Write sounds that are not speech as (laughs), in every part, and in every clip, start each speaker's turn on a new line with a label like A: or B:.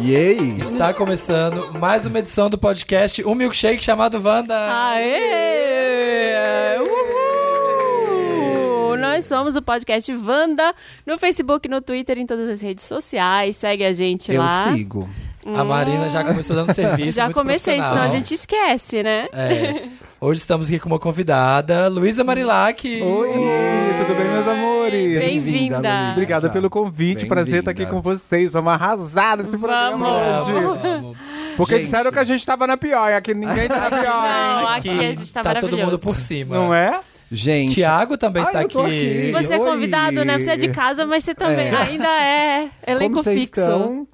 A: Yay!
B: Está começando mais uma edição do podcast Um Milkshake chamado Wanda.
C: Ah, Aê! Uhul! Nós somos o podcast Wanda no Facebook, no Twitter, em todas as redes sociais. Segue a gente
A: Eu
C: lá.
A: sigo.
B: A Marina já começou dando serviço.
C: Já
B: é muito
C: comecei, senão a
B: profissional.
C: gente esquece, né?
B: É. Hoje estamos aqui com uma convidada, Luísa Marilac.
D: Oi, tudo bem, meus amores?
C: Bem-vinda.
A: Luísa.
D: Obrigada pelo convite,
A: Bem-vinda.
D: prazer estar aqui com vocês. Vamos arrasar nesse programa
C: Vamos.
D: hoje.
B: Vamos.
D: Porque
A: Gente.
D: disseram que a gente tava na pior, e aqui ninguém tá
C: (laughs)
D: na pior.
C: Não,
D: hein?
C: aqui a gente tá,
B: Tá todo mundo por
C: maravilhoso.
B: cima.
D: Não é? Ah,
A: Gente,
B: Tiago também
A: Ai,
B: está
A: eu
B: aqui.
A: tô aqui.
C: Você é
D: Oi.
C: convidado, né? Você é de casa, mas você também
A: É.
C: ainda é
A: como
C: elenco
A: vocês
C: fixo.
A: estão?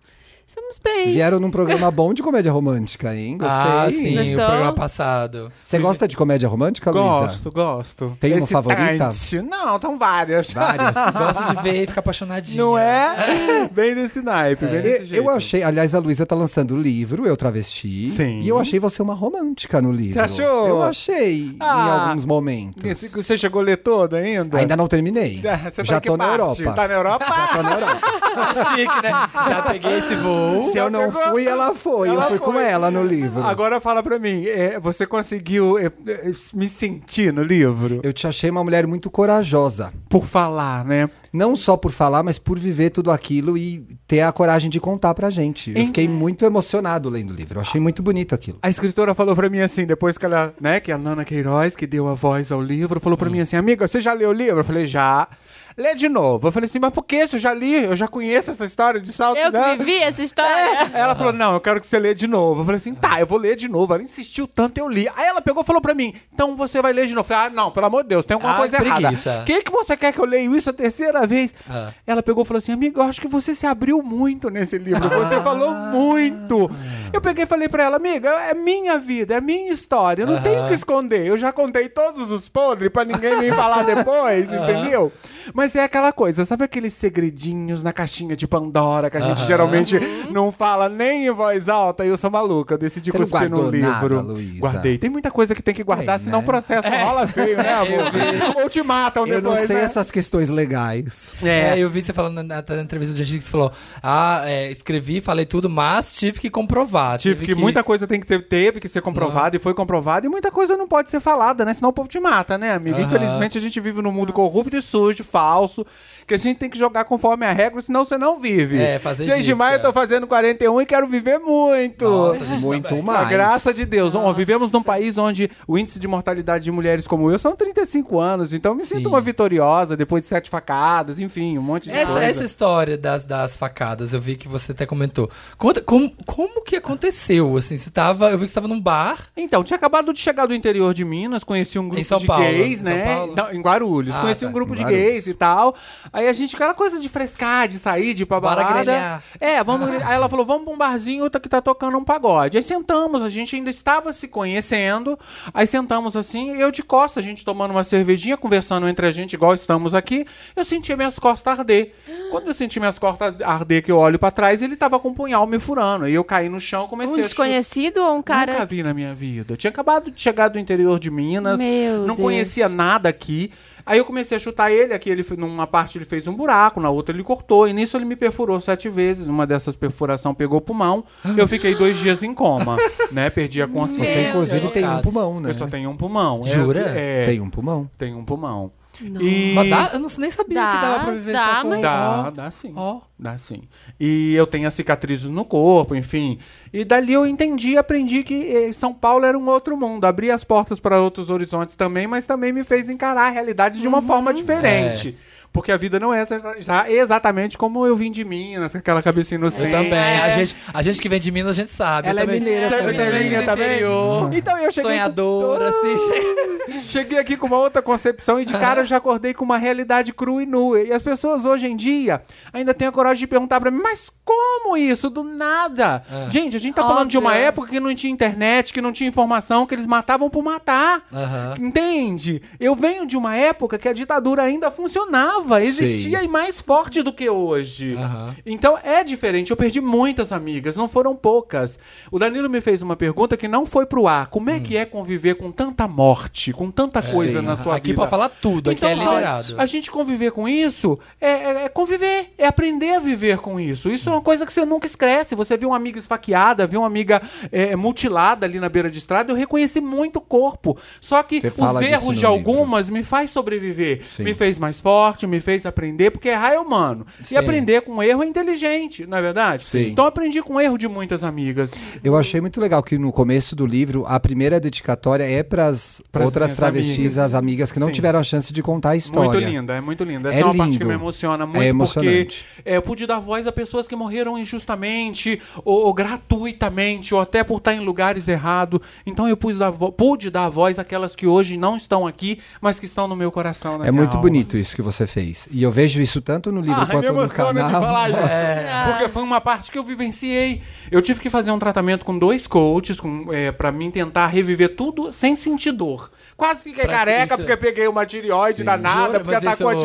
C: Estamos bem.
A: Vieram num programa bom de comédia romântica, hein? Gostei.
B: Ah, sim,
C: Gostei.
B: o programa passado.
A: Você gosta de comédia romântica, Luísa?
D: Gosto, gosto.
A: Tem uma
D: Esse
A: favorita?
D: Tante. Não, estão várias.
A: Várias.
B: Gosto de ver e ficar apaixonadinha.
C: (laughs)
D: Não é? bem desse naipe, bem (laughs) desse
A: É. Eu,
D: jeito.
A: achei, aliás, a Luísa tá lançando o livro, Eu Travesti.
D: Sim.
A: E eu achei você uma romântica no livro.
D: Você achou?
A: Eu achei, em
D: Ah.
A: alguns momentos.
D: Esse- Você chegou a ler todo ainda?
A: Ainda não terminei.
D: Ah, (laughs) Você tá
A: Já
D: em que
A: tô na
D: parte?
A: Europa.
D: Tá na Europa?
A: Já tô na Europa.
B: Chique, né? Já peguei esse voo.
A: Se eu não
D: pegou?
A: fui, ela foi. eu
D: Ela
A: fui com
D: foi.
A: ela no livro.
D: Agora fala pra mim, é, você conseguiu é, é, me sentir no livro?
A: Eu te achei uma mulher muito corajosa.
D: Por falar, né?
A: Não só por falar, mas por viver tudo aquilo e ter a coragem de contar pra gente. Eu
D: Hein?
A: fiquei muito emocionado lendo o livro. Eu achei muito bonito aquilo.
D: A escritora falou pra mim assim, depois que ela, né, que a Nana Queiroz, que deu a voz ao livro, falou pra mim assim, amiga, você já leu o livro? Eu falei, já. Lê de novo. Eu falei assim, mas por que? Se eu já li, eu já conheço essa história de salto.
C: Eu que
D: né?
C: vivi essa história.
D: Ela falou, não, eu quero que você lê de novo. Eu falei assim, tá, eu vou ler de novo. Ela insistiu tanto, eu li. Aí ela pegou e falou pra mim, então você vai ler de novo. Eu falei, ah, não, pelo amor de Deus, tem alguma
B: Ah,
D: coisa
B: preguiça.
D: errada. O que, que você quer que eu leia isso a terceira vez?
B: Ah.
D: Ela pegou e falou assim, amiga, eu acho que você se abriu muito nesse livro. Você
A: Ah.
D: falou muito. Eu peguei e falei pra ela, amiga, é minha vida, é minha história. Eu não tenho o que esconder. Eu já contei todos os podres pra ninguém me falar
A: (laughs)
D: depois, entendeu? Mas é aquela coisa, sabe aqueles segredinhos na caixinha de Pandora que a gente geralmente não fala nem em voz alta? Eu sou maluca, eu decidi
A: Uhum. Você não
D: cuspir num
A: guardou nada,
D: livro.
A: Luísa?
D: Guardei. Tem muita coisa que tem que guardar,
A: Tem,
D: senão
A: né? É,
D: o processo rola
A: (laughs)
D: feio, né, amor? Ou te matam
A: Eu não
D: depois.
A: sei
D: né?
A: essas questões legais.
B: É. eu vi você falando na, na entrevista do dia que você falou: Ah, é, escrevi, falei tudo, mas tive que comprovar.
D: Tive que, muita coisa tem que ter, teve que ser comprovada e foi comprovada, e muita coisa não pode ser falada, né? Senão o povo te mata, né, amigo?
B: Aham.
D: Infelizmente a gente vive num mundo corrupto e sujo, falso, que a gente tem que jogar conforme a regra, senão você não vive.
B: É, fazer
D: 6 de
B: jiu-jitsu,
D: maio eu
B: é.
D: tô fazendo 41 e quero viver muito.
B: Nossa, gente,
A: Muito
B: também.
A: mais.
D: A graça de Deus. Ó,
C: Nossa.
D: vivemos num país onde o índice de mortalidade de mulheres como eu são 35 anos, então eu me
B: Sim.
D: sinto uma vitoriosa depois de sete facadas, enfim, um monte de
B: Essa,
D: coisa.
B: essa história das, das facadas, eu vi que você até comentou. Conta, como, como que aconteceu? Assim, você tava. Eu vi que você tava num bar.
D: Então, tinha acabado de chegar do interior de Minas, conheci um grupo
B: Em São
D: de
B: Paulo,
D: gays,
B: em
D: né?
B: São Paulo?
D: Não, em Guarulhos.
B: Ah,
D: conheci
B: tá,
D: um grupo
A: em
D: de
A: Guarulhos.
D: gays e tal. Aí a gente, aquela coisa de frescar, de sair, de ir pra
B: Bora
D: balada.
B: grelhar.
D: É, vamos. Aí ela falou, vamos pra um barzinho tá- que tá tocando um pagode. Aí sentamos, a gente ainda estava se conhecendo. Aí sentamos assim, eu de costas, a gente tomando uma cervejinha, conversando entre a gente, igual estamos aqui. Eu senti minhas costas arder. Quando eu senti minhas costas arder, que eu olho pra trás, ele tava com um punhal me furando. E eu caí no chão, comecei
C: Um
D: a chutar.
C: desconhecido ou um
D: Nunca
C: cara.
D: vi na minha vida. Eu tinha acabado de chegar do interior de Minas,
C: Meu
D: não
C: Deus.
D: conhecia nada aqui. Aí eu comecei a chutar ele, aqui ele fe- numa parte ele fez um buraco, na outra ele cortou, e nisso ele me perfurou sete vezes. Uma dessas perfuração pegou o pulmão. Eu fiquei dois dias em coma,
C: (laughs)
D: né? Perdi a consciência.
A: Você,
C: Meu
A: inclusive,
B: Deus.
A: tem um pulmão, né?
D: Eu só tenho um pulmão. É-
B: Jura?
D: É,
A: Tem um pulmão.
D: tem um pulmão. E...
B: Mas dá, eu não, nem sabia que
C: Dá,
B: dava pra viver
C: dá,
B: só com
C: mas-
D: Dá,
B: Ó.
D: dá sim.
B: Ó.
D: Dá sim. Né, assim. E eu tenho as cicatrizes no corpo, enfim. E dali eu entendi, aprendi que eh, São Paulo era um outro mundo. Abri as portas para outros horizontes também, mas também me fez encarar a realidade de uma
B: Uhum. É.
D: forma diferente. Porque a vida não é exa- já exatamente como eu vim de Minas, com aquela cabeça inocente.
B: Eu também. A, gente, a gente que vem de Minas, a gente sabe.
A: Ela é
B: eu também,
A: mineira
B: eu
A: também,
B: também.
A: né?
B: venho do
D: Também.
B: interior.
D: Então eu cheguei. com-
B: Sonhadora, assim. (laughs)
D: Cheguei aqui com uma outra concepção e de cara eu já acordei com uma realidade crua e nua. E as pessoas hoje em dia ainda têm a coragem de perguntar pra mim, mas como isso? Do nada? Gente, a gente tá falando de uma
C: Óbvio.
D: época que não tinha internet, que não tinha informação, que eles matavam por matar.
B: Aham.
D: Entende? Eu venho de uma época que a ditadura ainda funcionava. estava, existia
A: Sim.
D: e mais forte do que hoje.
B: Aham.
D: Então é diferente. Eu perdi muitas amigas, não foram poucas. O Danilo me fez uma pergunta que não foi pro ar. Como é
B: Hum.
D: que é conviver com tanta morte, com tanta coisa
A: Sim.
D: na sua
B: É. aqui
D: vida?
B: pra falar tudo, aqui
D: Então,
B: é
D: só-
B: liberado.
D: A gente conviver com isso é, é- é conviver, é aprender a viver com isso. Isso é uma coisa que você nunca esquece. Você viu uma amiga esfaqueada, viu uma amiga é, mutilada ali na beira de estrada, eu reconheci muito o corpo. Só que
A: Você
D: os
A: fala disso
D: erros
A: no
D: de
A: livro.
D: algumas me faz sobreviver.
A: Sim.
D: Me fez mais forte, me fez aprender, porque errar é humano.
B: Sim.
D: E aprender com erro é inteligente, não é verdade?
A: Sim.
D: Então eu aprendi com erro de muitas amigas.
A: Eu achei muito legal que no começo do livro, a primeira dedicatória é para
D: Pras
A: outras
D: minhas
A: travestis,
D: amigas.
A: as amigas que não
D: Sim.
A: tiveram a chance de contar a história.
D: Muito linda, é muito linda. Essa é,
A: É
D: uma parte que
A: lindo.
D: me emociona muito,
A: É emocionante.
D: porque é, eu pude dar voz a pessoas que morreram injustamente, ou, ou gratuitamente, ou até por estar em lugares errados. Então eu pude dar, vo- pude dar voz àquelas que hoje não estão aqui, mas que estão no meu coração. na
A: É
D: minha
A: muito
D: alma.
A: bonito isso que você fez. E eu vejo isso tanto no livro
D: Ah, me
A: quanto no
D: emociona de
A: canal. (laughs)
D: falar isso.
C: Ah.
D: É, Porque foi uma parte que eu vivenciei. Eu tive que fazer um tratamento com dois coaches com, é, para mim tentar reviver tudo sem sentir dor. Quase fiquei
B: Pra-
D: careca
B: isso-
D: porque peguei uma tireoide danada,
B: Jura?
D: porque
B: Mas
D: atacou
B: isso-
D: a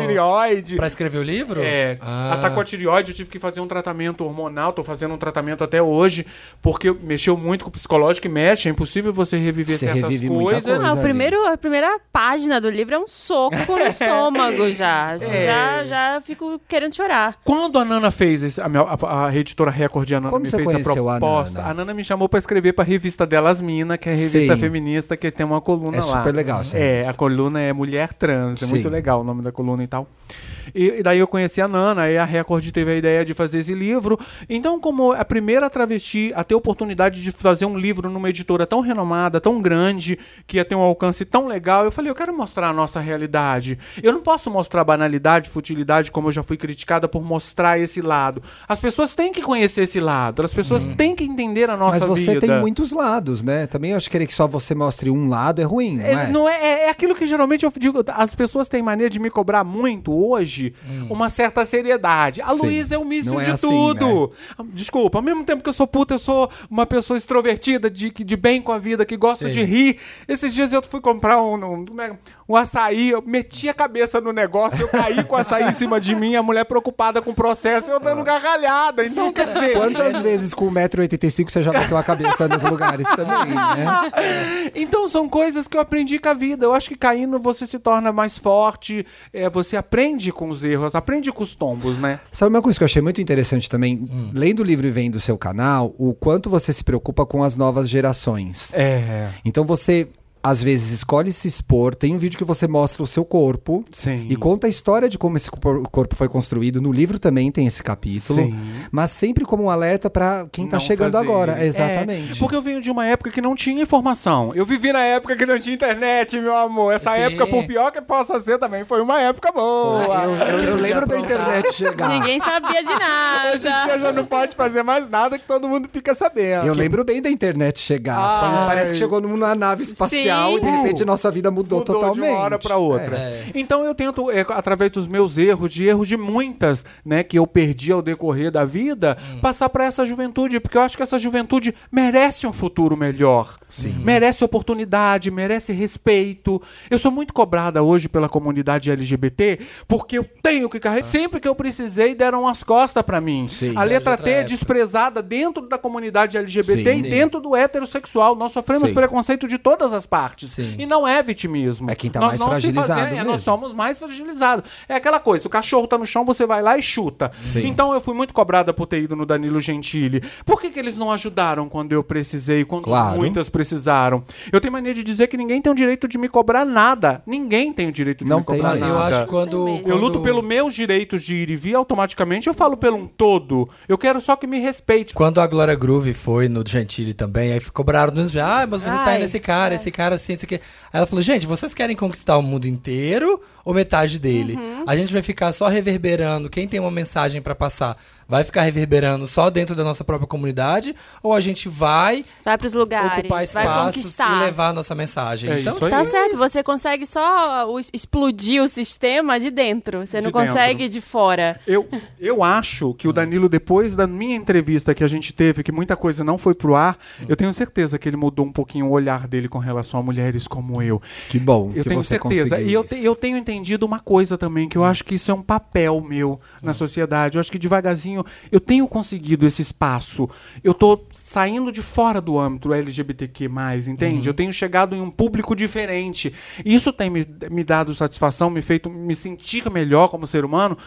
B: (laughs)
D: tireoide.
B: Pra escrever o livro?
D: É,
B: Ah.
D: atacou a tireoide, eu tive que fazer um tratamento hormonal, tô fazendo um tratamento até hoje, porque mexeu muito com o psicológico e mexe, é impossível você reviver
A: Você
D: certas
A: revive muita
D: coisas.
A: coisa.
C: Ah, o
A: ali.
C: primeiro, a primeira página do livro é um soco
B: (laughs)
C: no estômago
B: É.
C: já. Já, já fico querendo chorar.
D: Quando a Nana fez, esse- a, minha, a, a editora Record de a Nana
A: Como
D: me
A: você
D: fez a
A: conheceu a
D: proposta, a Nana?
A: Nana?
D: me chamou pra escrever pra revista delas Mina, que é a revista
A: Sim.
D: feminista, que tem uma coluna
A: É
D: lá.
A: super legal essa
D: É,
A: revista.
D: a coluna é Mulher Trans, é
A: Sim.
D: muito legal o nome da coluna e tal. E, e daí eu conheci a Nana, aí a Record teve a ideia de fazer esse livro. Então, como a primeira travesti a ter oportunidade de fazer um livro numa editora tão renomada, tão grande, que ia ter um alcance tão legal, eu falei, eu quero mostrar a nossa realidade. Eu não posso mostrar banalidade, futilidade, como eu já fui criticada por mostrar esse lado. As pessoas têm que conhecer esse lado, as pessoas têm que entender a nossa
A: Hum. Mas você
D: vida.
A: tem muitos lados, né? Também eu acho que querer que só você mostre um lado é ruim, não
D: É,
A: é?
D: não é, é- é aquilo que geralmente eu digo. As pessoas têm mania de me cobrar muito hoje uma certa seriedade. A
A: Hum. Sim.
D: Luísa é o míssil
A: Não é
D: de
A: assim,
D: tudo. Ah, Desculpa, ao mesmo tempo que eu sou puta, eu sou uma pessoa extrovertida, de, que- de bem com a vida, que gosta
B: Sim.
D: de rir. Esses dias eu fui comprar um, um, como é- um açaí, eu meti a cabeça no negócio, eu caí com o açaí em cima de mim, a mulher preocupada com o processo, eu dando gargalhada. Então, quer dizer.
A: Quantas vezes com 1,85m você já bateu a cabeça nos
D: (laughs)
A: lugares também, né?
D: Então são coisas que eu aprendi com a vida. Eu acho que caindo você se torna mais forte, é, você aprende com os erros, aprende com os tombos, né?
A: Sabe uma coisa que eu achei muito interessante também? Lendo o livro e vendo o seu canal, o quanto você se preocupa com as novas gerações.
D: É,
A: Então você, às vezes, escolhe se expor. Tem um vídeo que você mostra o seu corpo.
D: sim.
A: E conta a história de como esse cor- corpo foi construído. No livro também tem esse capítulo.
D: Sim.
A: Mas sempre como um alerta pra quem tá
D: Não
A: chegando
D: fazer.
A: agora.
D: É,
A: Exatamente.
D: porque eu venho de uma época que não tinha informação. Eu vivi na época que não tinha internet, meu amor. Essa
B: Sim.
D: época, por pior que possa ser também, foi uma época boa.
A: Eu, eu
B: Podia
A: lembro da
B: aprontar.
A: internet
B: Tá.
A: chegar.
C: Ninguém sabia de
D: Hoje em
B: (laughs)
D: dia
C: nada.
D: já não pode fazer mais nada que todo mundo fica sabendo.
A: Eu lembro bem da internet chegar. Foi-
D: Ai.
A: parece que chegou numa nave espacial
C: Sim.
A: e de repente nossa vida mudou,
D: mudou
A: totalmente.
D: de uma hora pra outra.
B: É.
D: Então eu tento, é, através dos meus erros, de erros de muitas, né, que eu perdi ao decorrer da vida,
A: Hum.
D: passar pra essa juventude, porque eu acho que essa juventude merece um futuro melhor. Hum. Merece oportunidade, merece respeito. Eu sou muito cobrada hoje pela comunidade LGBT, porque eu tenho que carregar. Sempre que eu precisei, deram as costas pra mim.
A: Ah. Sim.
D: A letra
B: outra
D: T é
B: época.
D: desprezada dentro da comunidade LGBT
A: Sim.
D: e dentro do heterossexual. Nós sofremos
A: Sim.
D: preconceito de todas as partes.
B: Sim.
D: E não é vitimismo.
A: É quem tá
D: Nós
A: mais
D: não se
A: fragilizado
D: fazemos- é, nós
A: mesmo.
D: somos mais fragilizados. É aquela coisa, o cachorro tá no chão, você vai lá e chuta.
A: Sim.
D: Então eu fui muito cobrada por ter ido no Danilo Gentili. Por que, que eles não ajudaram quando eu precisei, quando
A: Claro.
D: muitas precisaram? Eu tenho mania de dizer que ninguém tem o direito de me cobrar nada. Ninguém tem o direito de
A: Não
D: me cobrar
A: tem
D: nada.
B: Eu acho que
C: Tem
B: quando.
C: mesmo.
D: Eu
B: quando-
D: luto pelos meus direitos de ir e vir, automaticamente eu falo pelo um todo. Eu quero só que me respeite.
B: Quando a Glória Groove foi no Gentili também, aí ficou bravo no Ah, mas você tá
C: Ai, é.
B: indo nesse cara, esse cara assim, esse aqui. Aí ela falou, gente, vocês querem conquistar o mundo inteiro ou metade dele?
C: Uhum.
B: A gente vai ficar só reverberando, quem tem uma mensagem pra passar, vai ficar reverberando só dentro da nossa própria comunidade? Ou a gente vai
C: Vai pros lugares,
B: ocupar
C: vai
B: espaços
C: conquistar.
B: e levar a nossa mensagem?
D: É
B: então,
D: isso aí.
C: Tá certo, você consegue só uh, o- explodir o sistema de dentro. Você
D: De
C: não consegue
D: dentro.
C: de fora.
D: Eu, eu acho que o
A: Ah.
D: Danilo, depois da minha entrevista
A: Ah.
D: que a gente teve, que muita coisa não foi pro ar, eu tenho certeza que ele mudou um pouquinho o olhar dele com relação à mulheres como eu.
A: Que bom.
D: Eu
A: que
D: tenho
A: você
D: certeza.
A: conseguiu
D: E eu,
A: isso. Ah.
D: te- eu tenho entendido uma coisa também, que eu acho que isso é um papel meu na sociedade. Eu acho que devagarzinho eu tenho conseguido esse espaço. Eu tô saindo de fora do âmbito LGBTQ,
A: Uhum.
D: entende? Eu tenho chegado em um público diferente. Isso tem me, me dado satisfação, me feito me sentir melhor como ser humano.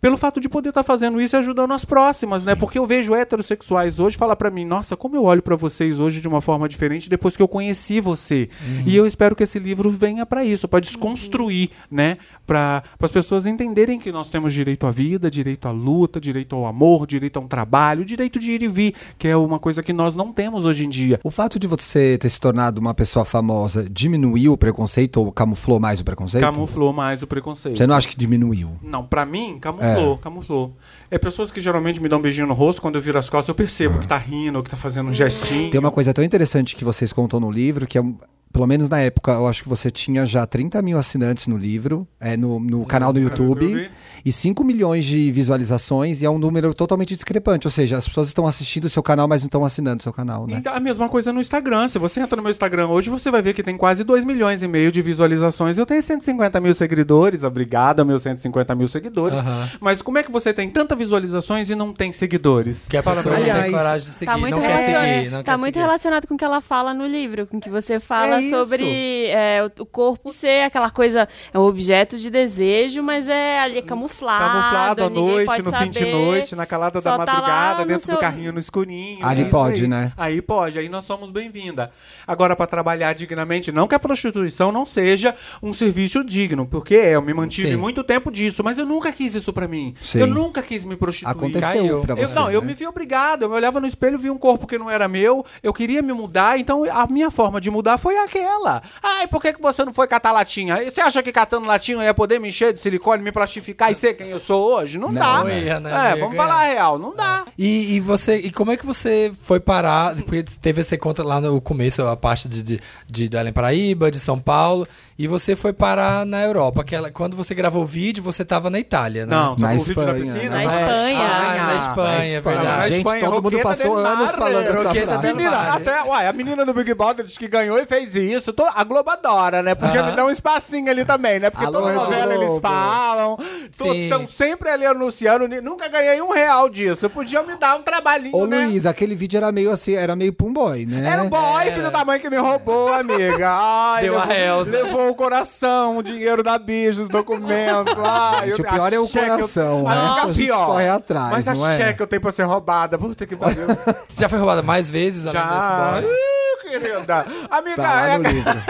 D: Pelo fato de poder estar fazendo isso e ajudando as próximas, né? Porque eu vejo heterossexuais hoje falar pra mim, nossa, como eu olho pra vocês hoje de uma forma diferente depois que eu conheci você. E eu espero que esse livro venha pra isso, pra desconstruir, né? Para as pessoas entenderem que nós temos direito à vida, direito à luta, direito ao amor, direito a um trabalho, direito de ir e vir, que é uma coisa que nós não temos hoje em dia.
A: O fato de você ter se tornado uma pessoa famosa diminuiu o preconceito ou camuflou mais o preconceito?
D: Camuflou mais o preconceito.
A: Você não acha que diminuiu?
D: Não, pra mim, camuflou, camuflou. É pessoas que geralmente me dão um beijinho no rosto, quando eu viro as costas, eu percebo
B: É.
D: que tá rindo, ou que tá fazendo um gestinho.
A: Tem uma coisa tão interessante que vocês contam no livro, que é, um- pelo menos na época, eu acho que você tinha já 30 mil assinantes no livro, é, no, no canal do YouTube,
D: YouTube.
A: e 5 milhões de visualizações, e é um número totalmente discrepante. Ou seja, as pessoas estão assistindo o seu canal, mas não estão assinando o seu canal, né?
D: Então, a mesma coisa no Instagram. Se você entra no meu Instagram hoje, você vai ver que tem quase 2 milhões e meio de visualizações. Eu tenho 150 mil seguidores. Obrigado, meus 150 mil seguidores.
B: Aham.
D: Mas como é que você tem tantas visualizações e não tem seguidores?
B: Porque a
D: Fala
B: pessoa
D: pra
B: não
D: mim.
B: tem
A: Aliás,
B: coragem de seguir,
C: Tá muito,
B: não quer
C: relaciona-
B: seguir. Não
C: tá
B: quer
C: muito
B: seguir.
C: relacionado com o que ela fala no livro, com o que você fala
D: É
C: sobre é, o- o corpo ser aquela coisa, é um objeto de desejo, mas é ali
B: Hum,
C: é camuflado.
D: Camuflado à
C: ninguém
D: noite,
C: pode
D: no fim de
C: saber.
D: noite, na calada
C: Só
D: da
C: tá lá
D: madrugada,
C: no
D: dentro
C: seu-
D: do carrinho no escurinho.
A: Ali
D: é isso
A: pode,
D: aí.
A: né?
D: Aí pode, aí nós somos bem-vinda. Agora, pra trabalhar dignamente, não que a prostituição não seja um serviço digno, porque é, eu me mantive
B: Sim.
D: muito tempo disso, mas eu nunca quis isso pra mim.
A: Sim.
D: Eu nunca quis me prostituir.
A: Aconteceu
B: caiu.
A: pra
D: Tipo, Eu-
A: você.
D: não, eu
A: né?
D: me vi obrigado. Eu me olhava no espelho, vi um corpo que não era meu. Eu queria me mudar, então a minha forma de mudar foi aquela. Ai, por que, que você não foi catar latinha? Você acha que catando latinha eu ia poder me encher de silicone, me plastificar e ser quem eu sou hoje? Não,
A: Não,
D: dá.
A: não
B: ia, né?
D: É,
B: Não ia
D: vamos
B: ganhar.
D: falar a real, não dá.
B: E, e você, e como é que você foi parar? Porque teve esse conta lá no começo, a parte de, de, de do Além Paraíba, de São Paulo, e você foi parar na Europa. Que ela- quando você gravou o vídeo, você tava na Itália, né?
D: Não,
A: Na
D: tá com o vídeo
A: Espanha,
C: Na
A: né?
D: mas-
C: Espanha.
B: Ah, na Espanha, é
A: Ah,
B: verdade.
A: gente, todo mundo
D: Roqueta
A: passou
D: del
A: anos
D: Mare.
A: falando essa
B: Roqueta
A: frase.
B: del
D: Menina,
B: Mare.
D: até, uai, a menina do Big Brother diz que ganhou e fez isso. Tô- a Globo adora, né? Podia me dar um espacinho ali também, né? Porque
A: Alô,
D: toda
A: Rede
D: novela eles
A: Globo.
D: falam.
B: Sim.
D: Estão sempre ali anunciando. ni- Nunca ganhei um real disso. Podia me dar um trabalhinho,
A: Ô
D: né?
A: Luiz, aquele vídeo era meio assim, era meio pumboy, né?
D: Era o boy, filho da mãe, que me roubou, amiga. Ai,
B: Deu a
D: levou,
B: Elza.
D: levou o coração, o dinheiro da bicha, os documentos. Ai,
A: Gente,
D: eu-
A: o pior
D: a
A: é o
D: cheque eu-
A: coração, né?
D: Mas
A: As
D: a
A: pessoas
D: pior.
A: correm atrás,
D: mas a
A: não é?
D: cheque eu tenho pra ser roubada. Puta que pariu.
B: Já foi roubada mais vezes além
D: Já.
B: desse boy?
A: (laughs)
D: Ih, querida. Amiga,
A: Tá lá no
D: é-
A: livro.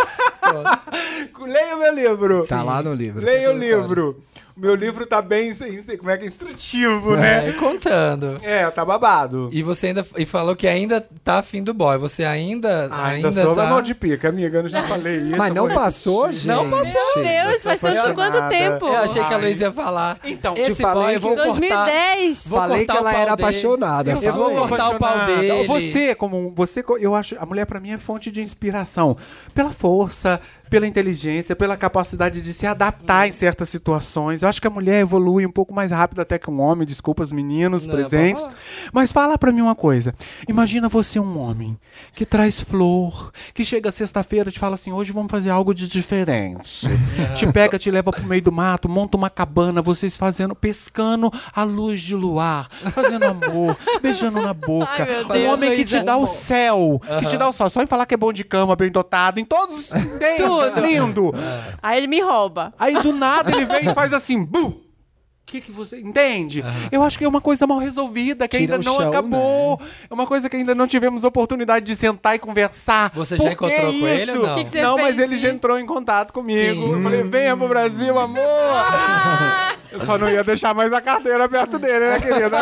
D: leia o meu livro.
A: Tá lá no livro.
D: Leia o
B: Todas as horas.
D: livro. O meu livro tá bem, ins- como é que é, instrutivo, né?
B: É, contando.
D: É, tá babado.
B: E você ainda e falou que ainda tá afim do boy. Você ainda. ainda
D: ainda sou
B: tá...
D: tá... mão de pica, amiga. Eu já falei isso.
A: Mas não
D: foi-
A: passou, gente.
B: Não
C: Meu Deus, faz tanto
D: apaixonada.
C: quanto tempo?
B: Eu achei que a
D: Ai.
B: Luiz ia falar.
D: Então,
B: esse
A: te falei
B: boy
A: que-
B: eu vou cortar.
C: 2010.
B: Vou
A: Falei que
B: cortar o
A: ela
B: pau
A: era
B: dele.
A: apaixonada.
B: Eu vou
A: né? falei.
B: cortar o pau
D: apaixonada.
B: dele.
D: Você, como um- você, co- eu acho, a mulher pra mim é fonte de inspiração pela força, pela inteligência, pela capacidade de se adaptar em certas situações. Eu acho que a mulher evolui um pouco mais rápido até que um homem. Desculpa os meninos
B: Não,
D: presentes,
B: pode
D: mas fala pra mim uma coisa. Imagina você um homem que traz flor, que chega sexta-feira e te fala assim: "Hoje vamos fazer algo de diferente". te pega, te leva pro meio do mato, monta uma cabana, vocês fazendo pescando à luz de luar, fazendo amor, beijando na boca boca.
C: Ai, meu
D: um
C: Deus,
D: homem que te
C: Luísa.
D: dá o céu, que te dá o sol. Só em falar que é bom de cama, bem dotado, em todos os Tudo. Lindo.
C: Aí ele me rouba.
D: Aí do nada ele vem e faz assim, bum! O que, que você. Entende? Eu acho que é uma coisa mal resolvida, que
A: Tira
D: ainda
A: o
D: não
A: chão,
D: acabou. É uma coisa que ainda não tivemos oportunidade de sentar e conversar.
B: Você
D: Por
B: já
D: que
B: encontrou com ele ou
D: isso?
B: não? Que
C: que você
D: não, mas
C: fez
D: ele já
C: isso?
D: entrou em contato comigo.
B: Sim.
D: Eu falei, venha pro Brasil, amor! Eu só não ia deixar mais a carteira perto dele, né, querida?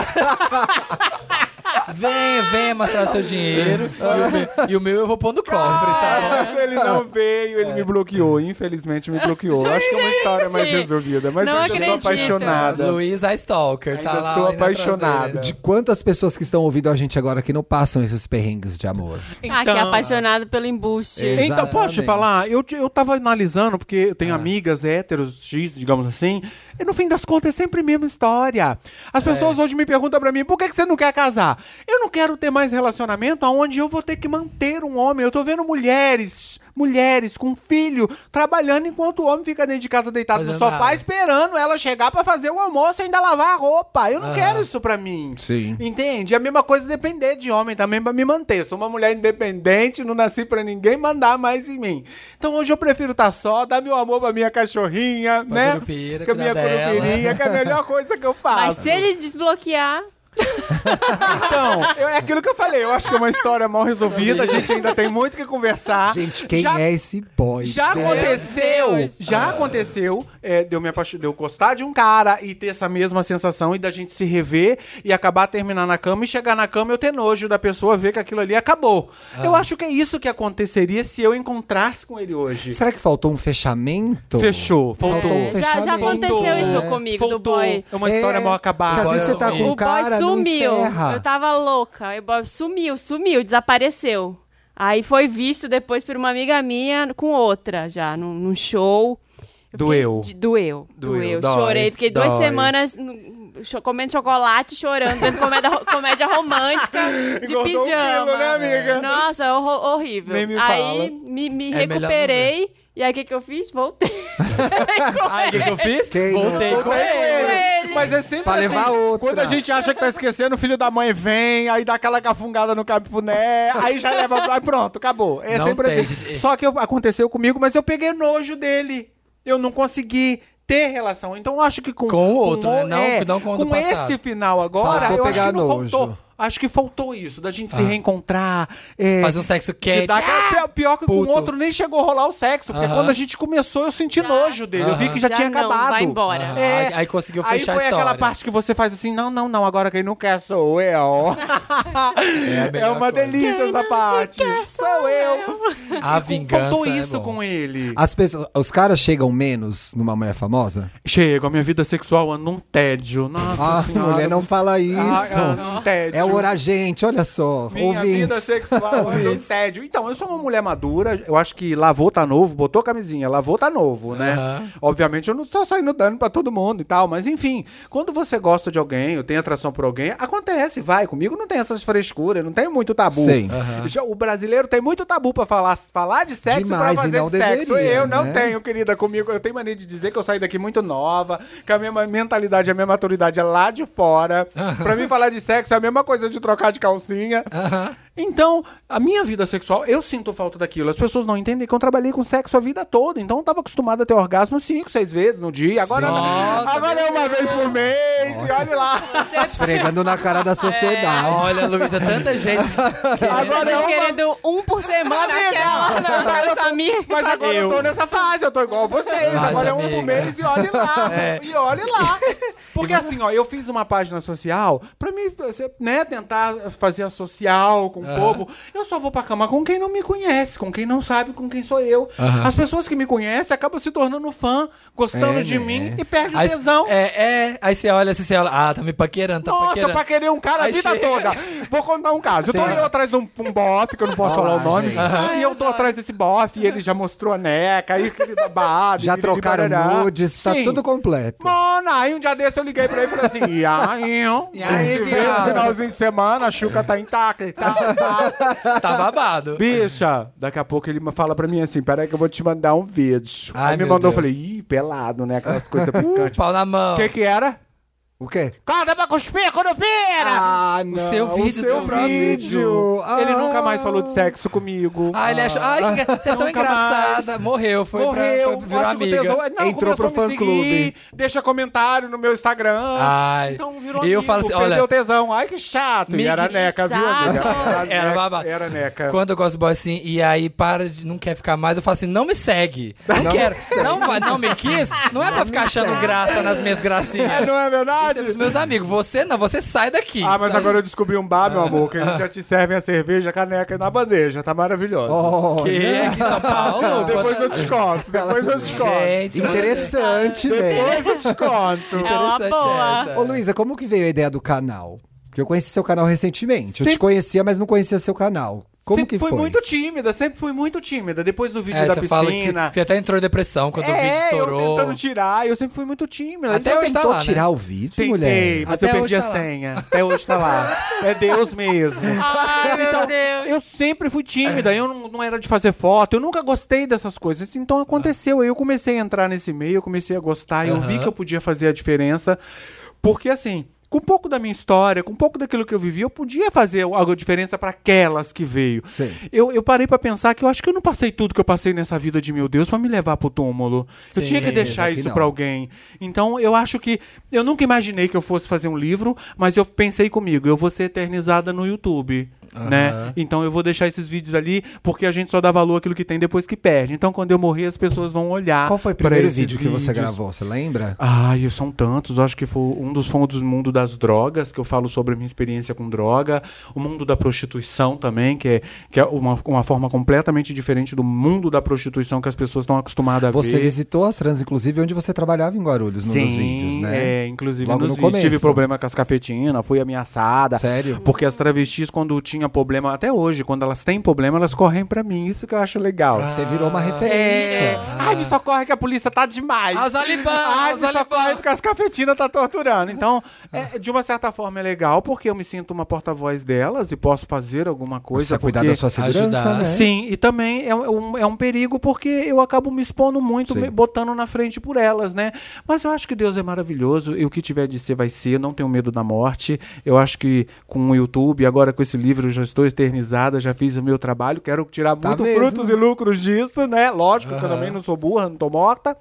B: Venha, venha mostrar seu dinheiro.
D: (laughs)
B: e, o meu, e o meu eu vou pôr no cofre, tá?
D: Ah, Mas ele não veio, ele me bloqueou. Infelizmente me bloqueou. Acho que é uma história mais
C: gente.
D: resolvida. Mas
C: Não
D: eu já sou
C: acredito.
D: apaixonada.
B: Luiz a Stalker, tá
D: Ainda
B: lá.
D: sou
B: indo atrás
D: apaixonada.
B: dele.
A: De quantas pessoas que estão ouvindo a gente agora que não passam esses perrengues de amor?
C: Ah, que é apaixonado pelo embuste.
A: É.
D: Então, posso te
A: Exatamente.
D: falar? Eu, te- eu tava analisando, porque eu
B: Ah.
D: tenho amigas héteros, X, digamos assim, e no fim das contas é sempre a mesma história. As
B: É.
D: pessoas hoje me perguntam pra mim, por que, que você não quer casar? Eu não quero ter mais relacionamento onde eu vou ter que manter um homem. Eu tô vendo mulheres, mulheres com filho trabalhando enquanto o homem fica dentro de casa deitado no
B: Fazendo
D: sofá
B: nada.
D: esperando ela chegar pra fazer o almoço e ainda lavar a roupa. Eu não quero isso pra mim.
A: Sim.
D: Entende? É a mesma coisa depender de homem também pra me manter. Sou uma mulher independente, não nasci pra ninguém mandar mais em mim. Então hoje eu prefiro estar só, dar meu amor pra minha cachorrinha,
B: Pra
D: né?
B: curupira,
D: que a minha
B: cuidar dela.
D: curupirinha, que é a melhor coisa que eu faço.
C: Mas se ele desbloquear,
D: Então, eu- é aquilo que eu falei. Eu acho que é uma história mal resolvida. A gente ainda tem muito o que conversar.
A: Gente, quem
D: Ah, já,
A: é esse boy?
D: Já
A: Né?
D: aconteceu,
C: Deus.
D: já aconteceu é, de eu me apaixonar, de eu gostar de um cara e ter essa mesma sensação e da gente se rever e acabar terminar na cama e chegar na cama e eu ter nojo da pessoa ver que aquilo ali acabou. Eu acho que é isso que aconteceria se eu encontrasse com ele hoje.
A: Será que faltou um fechamento?
D: Fechou, faltou.
A: É,
C: já, já
A: fechamento.
C: aconteceu
D: Faltou.
C: isso
A: É,
C: comigo,
D: faltou.
C: do boy.
D: É uma história mal
A: porque
D: acabada.
A: às vezes você tá
B: O
A: com um
C: O boy
A: cara, não
C: sumiu.
A: encerra.
C: Eu tava louca. O boy sumiu, sumiu, desapareceu. Aí foi visto depois por uma amiga minha com outra já, num, num show. Eu fiquei-
D: Doeu.
C: de- doeu.
D: Doeu,
C: Doeu.
D: dói,
C: Chorei. Fiquei duas
D: dói.
C: semanas no- cho- comendo chocolate, chorando, vendo comédia, ro- comédia
D: (laughs)
C: romântica de
D: Engordou um quilo,
C: pijama.
D: né, amiga?
C: Nossa, horro- horrível.
D: Nem me fala.
C: aí me, me
B: É melhor não
C: recuperei. E aí o que, que eu fiz?
D: (laughs)
C: Voltei.
B: Aí o que, que eu fiz?
A: Quem não?
B: Voltei
D: é?
B: com ele.
C: ele.
D: Mas é sempre
A: Pra levar
D: assim,
A: outra.
D: Quando a gente acha que tá esquecendo, o filho da mãe vem, aí dá aquela cafungada no capuné, aí já leva, aí pronto, acabou. É
B: Não
D: sempre
B: tem,
D: assim.
B: gente.
D: Só que eu- aconteceu comigo, mas eu peguei nojo dele. Eu não consegui ter relação. Então eu acho que com
B: Com o outro, né? Não-
D: é,
B: não com o do
D: com
B: passado.
D: esse final agora,
A: Faltou
D: eu acho
A: pegar
D: que não
A: nojo.
D: faltou. Acho que faltou isso, da gente se
B: Ah.
D: reencontrar. é,
B: Fazer um sexo quente.
D: de dar aquela- pior que com o
B: Puto.
D: outro nem chegou a rolar o sexo, porque
B: Aham.
D: quando a gente começou eu senti nojo dele, eu vi que já,
C: Já
D: tinha
C: não,
D: acabado.
C: vai embora.
B: Ah,
D: É.
B: aí, aí conseguiu
D: Aí
B: fechar
D: foi
B: a história. É
D: aquela parte que você faz assim, não, não, não, agora quem não
B: (laughs)
D: quer sou eu.
B: a
D: É,
B: melhor
D: uma
B: coisa.
D: delícia
C: Quem
D: essa
C: não te
D: parte.
C: quer
D: sou
C: sou
D: eu.
B: A
D: E
B: vingança
D: Faltou
B: é
D: isso
B: bom.
D: com ele.
A: As pessoas, os caras chegam menos numa mulher famosa?
D: Chega, a minha vida sexual anda num tédio. Nossa
A: Ah,
D: senhora.
A: mulher não fala isso.
D: Ah, ah, um tédio.
A: é o orar gente, olha só.
D: Minha
A: ouvintes.
D: vida sexual é um tédio. Então, eu sou uma mulher madura, eu acho que lavou tá novo, botou camisinha, lavou tá novo, né?
B: Aham.
D: Obviamente eu não tô saindo dando pra todo mundo e tal, mas enfim, quando você gosta de alguém, ou tem atração por alguém, acontece, vai. Comigo não tem essas frescuras, não tem muito tabu.
A: Sim.
D: Já o brasileiro tem muito tabu pra falar, falar de sexo e
A: Demais,
D: pra fazer
A: e não
D: de sexo.
A: deveria,
D: eu não
A: né?
D: tenho, querida, comigo. Eu tenho mania de dizer que eu saí daqui muito nova, que a minha mentalidade, a minha maturidade é lá de fora. pra mim falar de sexo é a mesma coisa de trocar de calcinha.
B: Aham.
D: Então, a minha vida sexual, eu sinto falta daquilo. As pessoas não entendem que eu trabalhei com sexo a vida toda. Então, eu tava acostumado a ter orgasmo cinco, seis vezes no dia. Agora,
B: Nossa,
D: agora é uma vez por mês. E olha lá.
A: Esfregando na cara
D: (laughs) É.
A: da sociedade.
B: Ah, Olha, Luísa, tanta gente.
C: A
D: Agora é
C: gente
D: uma...
C: querendo um por semana,
D: Amiga.
C: aquela, não, aquela Samir.
D: Mas agora eu.
B: Eu.
D: tô nessa fase, eu tô igual vocês.
B: Vai,
D: agora é um
B: amiga.
D: por mês e olhe (laughs) lá.
B: É.
D: E olhe lá. Porque assim, ó, eu fiz uma página social pra mim, né, tentar fazer a social com o povo. Eu só vou pra cama com quem não me conhece, com quem não sabe com quem sou eu. As pessoas que me conhecem acabam se tornando fã, gostando
A: É,
D: de
A: né?
D: mim e perde o
B: Aí-
D: tesão.
B: É, é. Aí você olha assim, você olha. Ah, tá me paquerando, tá
D: Nossa, eu
B: paquerando.
D: paquerei um cara a
B: Aí
D: vida
B: chega.
D: toda. Vou contar um caso. Eu tô
A: Sim.
D: eu atrás de um, um bofe, que eu não posso
A: Olha
D: falar o
A: lá,
D: nome.
A: gente.
D: E eu tô atrás desse bofe, e ele já mostrou a neca, aí ele babado.
A: Já
D: piriri,
A: trocaram
D: barará.
A: nudes, tá
D: Sim.
A: tudo completo.
D: Mona, aí um dia desse eu liguei pra ele e falei assim: e aí, ó,
B: E aí,
D: se vê
B: viado?
D: no finalzinho de semana, a Xuca tá intacta e tal, tal.
B: Tá babado.
D: Bicha, daqui a pouco ele fala pra mim assim: peraí que eu vou te mandar um vídeo.
B: Ai,
D: aí me
B: meu
D: mandou,
B: Deus.
D: eu falei: ih, pelado, né? Aquelas coisas picantes.
B: Pau na mão.
D: O que que era?
A: O quê?
D: Corda pra cuspir, curupira!
A: Ah,
B: não, seu o vídeo, seu seu próprio
D: vídeo. Ele
A: Ah.
D: nunca mais falou de sexo comigo.
B: Ah, ele achou. Ai, que- você é tão
D: Nunca
B: engraçada.
D: mais.
B: Morreu, foi pra
D: Morreu,
B: foi, virou
D: acho que o
B: amiga.
D: tesão- é não,
A: Entrou
D: começou
A: pro
D: a me
A: fã-clube.
D: seguir, Deixa comentário no meu Instagram.
B: Ai.
D: Então virou
B: E eu
D: amigo,
B: falo assim,
D: perdeu
B: olha-
D: tesão. Ai, que chato. E
B: Mickey,
D: era neca, viu, amiga?
C: saco.
B: Era
D: neca,
B: babado.
D: Era neca.
B: Quando eu gosto do boy assim, e aí para de. Não quer ficar mais, eu falo assim: não me
D: (laughs)
B: segue. Não, quero. Não, vai- não me quis. Não é pra ficar achando graça nas minhas
D: (laughs) É,
B: gracinhas.
D: (laughs) não é verdade?
B: Isso é pros meus amigos. Você não, você sai daqui.
D: Ah, mas
B: Sai.
D: agora eu descobri um bar,
B: Ah.
D: meu amor, que eles já te servem a cerveja, a caneca na bandeja. Tá maravilhoso.
A: Olha,
B: Que é aqui em São Paulo?
D: (laughs) Depois eu desconto. Depois eu desconto.
B: Gente,
A: Interessante, né?
D: Depois eu desconto.
C: É uma
B: interessante
C: boa.
B: essa.
A: Ô, Luísa, como que veio a ideia do canal? Porque eu conheci seu canal recentemente. Eu
D: Sim.
A: te conhecia, mas não conhecia seu canal. Como
D: sempre
A: que
D: fui
A: foi?
D: muito tímida, sempre fui muito tímida. Depois do vídeo
B: É,
D: da
B: você fala que
D: piscina.
B: você- você até entrou em depressão quando o vídeo
D: é, eu
B: estourou.
D: tentando tirar, eu sempre fui muito tímida.
B: Até
D: então,
B: hoje tá
A: Tentou
B: lá, né?
A: tirar o vídeo,
D: Tentei,
A: mulher?
D: mas
B: Até
D: eu
B: hoje
D: perdi a
B: tá lá.
D: senha. Até hoje tá lá. É Deus mesmo.
C: (laughs) Ai, meu
D: Então,
C: Deus.
D: eu sempre fui tímida, eu não, não era de fazer foto, eu nunca gostei dessas coisas. Então aconteceu, aí eu comecei a entrar nesse meio, eu comecei a gostar, eu vi
B: Aham.
D: que eu podia fazer a diferença. Porque assim, com um pouco da minha história, com um pouco daquilo que eu vivi, eu podia fazer algo de diferença pra aquelas que veio.
A: Sim.
D: Eu, eu parei pra pensar que eu acho que eu não passei tudo que eu passei nessa vida de meu Deus pra me levar pro túmulo. eu
B: Sim,
D: tinha que deixar
A: aqui
D: isso
A: não.
D: pra alguém. Então eu acho que eu nunca imaginei que eu fosse fazer um livro, mas eu pensei comigo, eu vou ser eternizada no YouTube, né? Então eu vou deixar esses vídeos ali porque a gente só dá valor àquilo que tem depois que perde. Então quando eu morrer as pessoas vão olhar.
A: Qual foi o
D: pra
A: primeiro
D: esses
A: vídeo que você
D: vídeos.
A: gravou? Você lembra?
D: Ai, são tantos. Eu Acho que foi um dos fundos do mundo das drogas, que eu falo sobre a minha experiência com droga. O mundo da prostituição também, que é, que é uma, uma forma completamente diferente do mundo da prostituição que as pessoas estão acostumadas a
A: Você
D: ver.
A: visitou as trans, inclusive, onde você trabalhava em Guarulhos, num dos vídeos, né?
D: É, inclusive
A: Logo
D: nos
A: no
D: vídeos
A: começo.
D: tive problema com as cafetinas, fui ameaçada.
A: Sério?
D: Porque as travestis, quando tinha problema, até hoje, quando elas têm problema, elas correm pra mim. Isso que eu acho legal.
A: Ah, Você virou uma referência.
D: É. Ai, me socorre que a polícia tá demais.
B: Aos alibãs,
D: Ai,
B: aos
D: me socorre
B: alibãs.
D: porque as cafetinas tá torturando. Então, é, de uma certa forma é legal, porque eu me sinto uma porta-voz delas e posso fazer alguma coisa.
A: Precisa cuidar
D: porque-
A: da sua segurança,
B: Ajudar.
A: né?
D: Sim, e também é um, é um perigo porque eu acabo me expondo muito,
A: Sim.
D: me botando na frente por elas, né? Mas eu acho que Deus é maravilhoso e o que tiver de ser vai ser, não tenho medo da morte. Eu acho que com o YouTube, agora com esse livro, eu já estou eternizada, já fiz o meu trabalho, quero tirar
A: Tá
D: muito
A: mesmo.
D: frutos e lucros disso, né? Lógico que eu
B: Aham.
D: também não sou burra, não tô morta,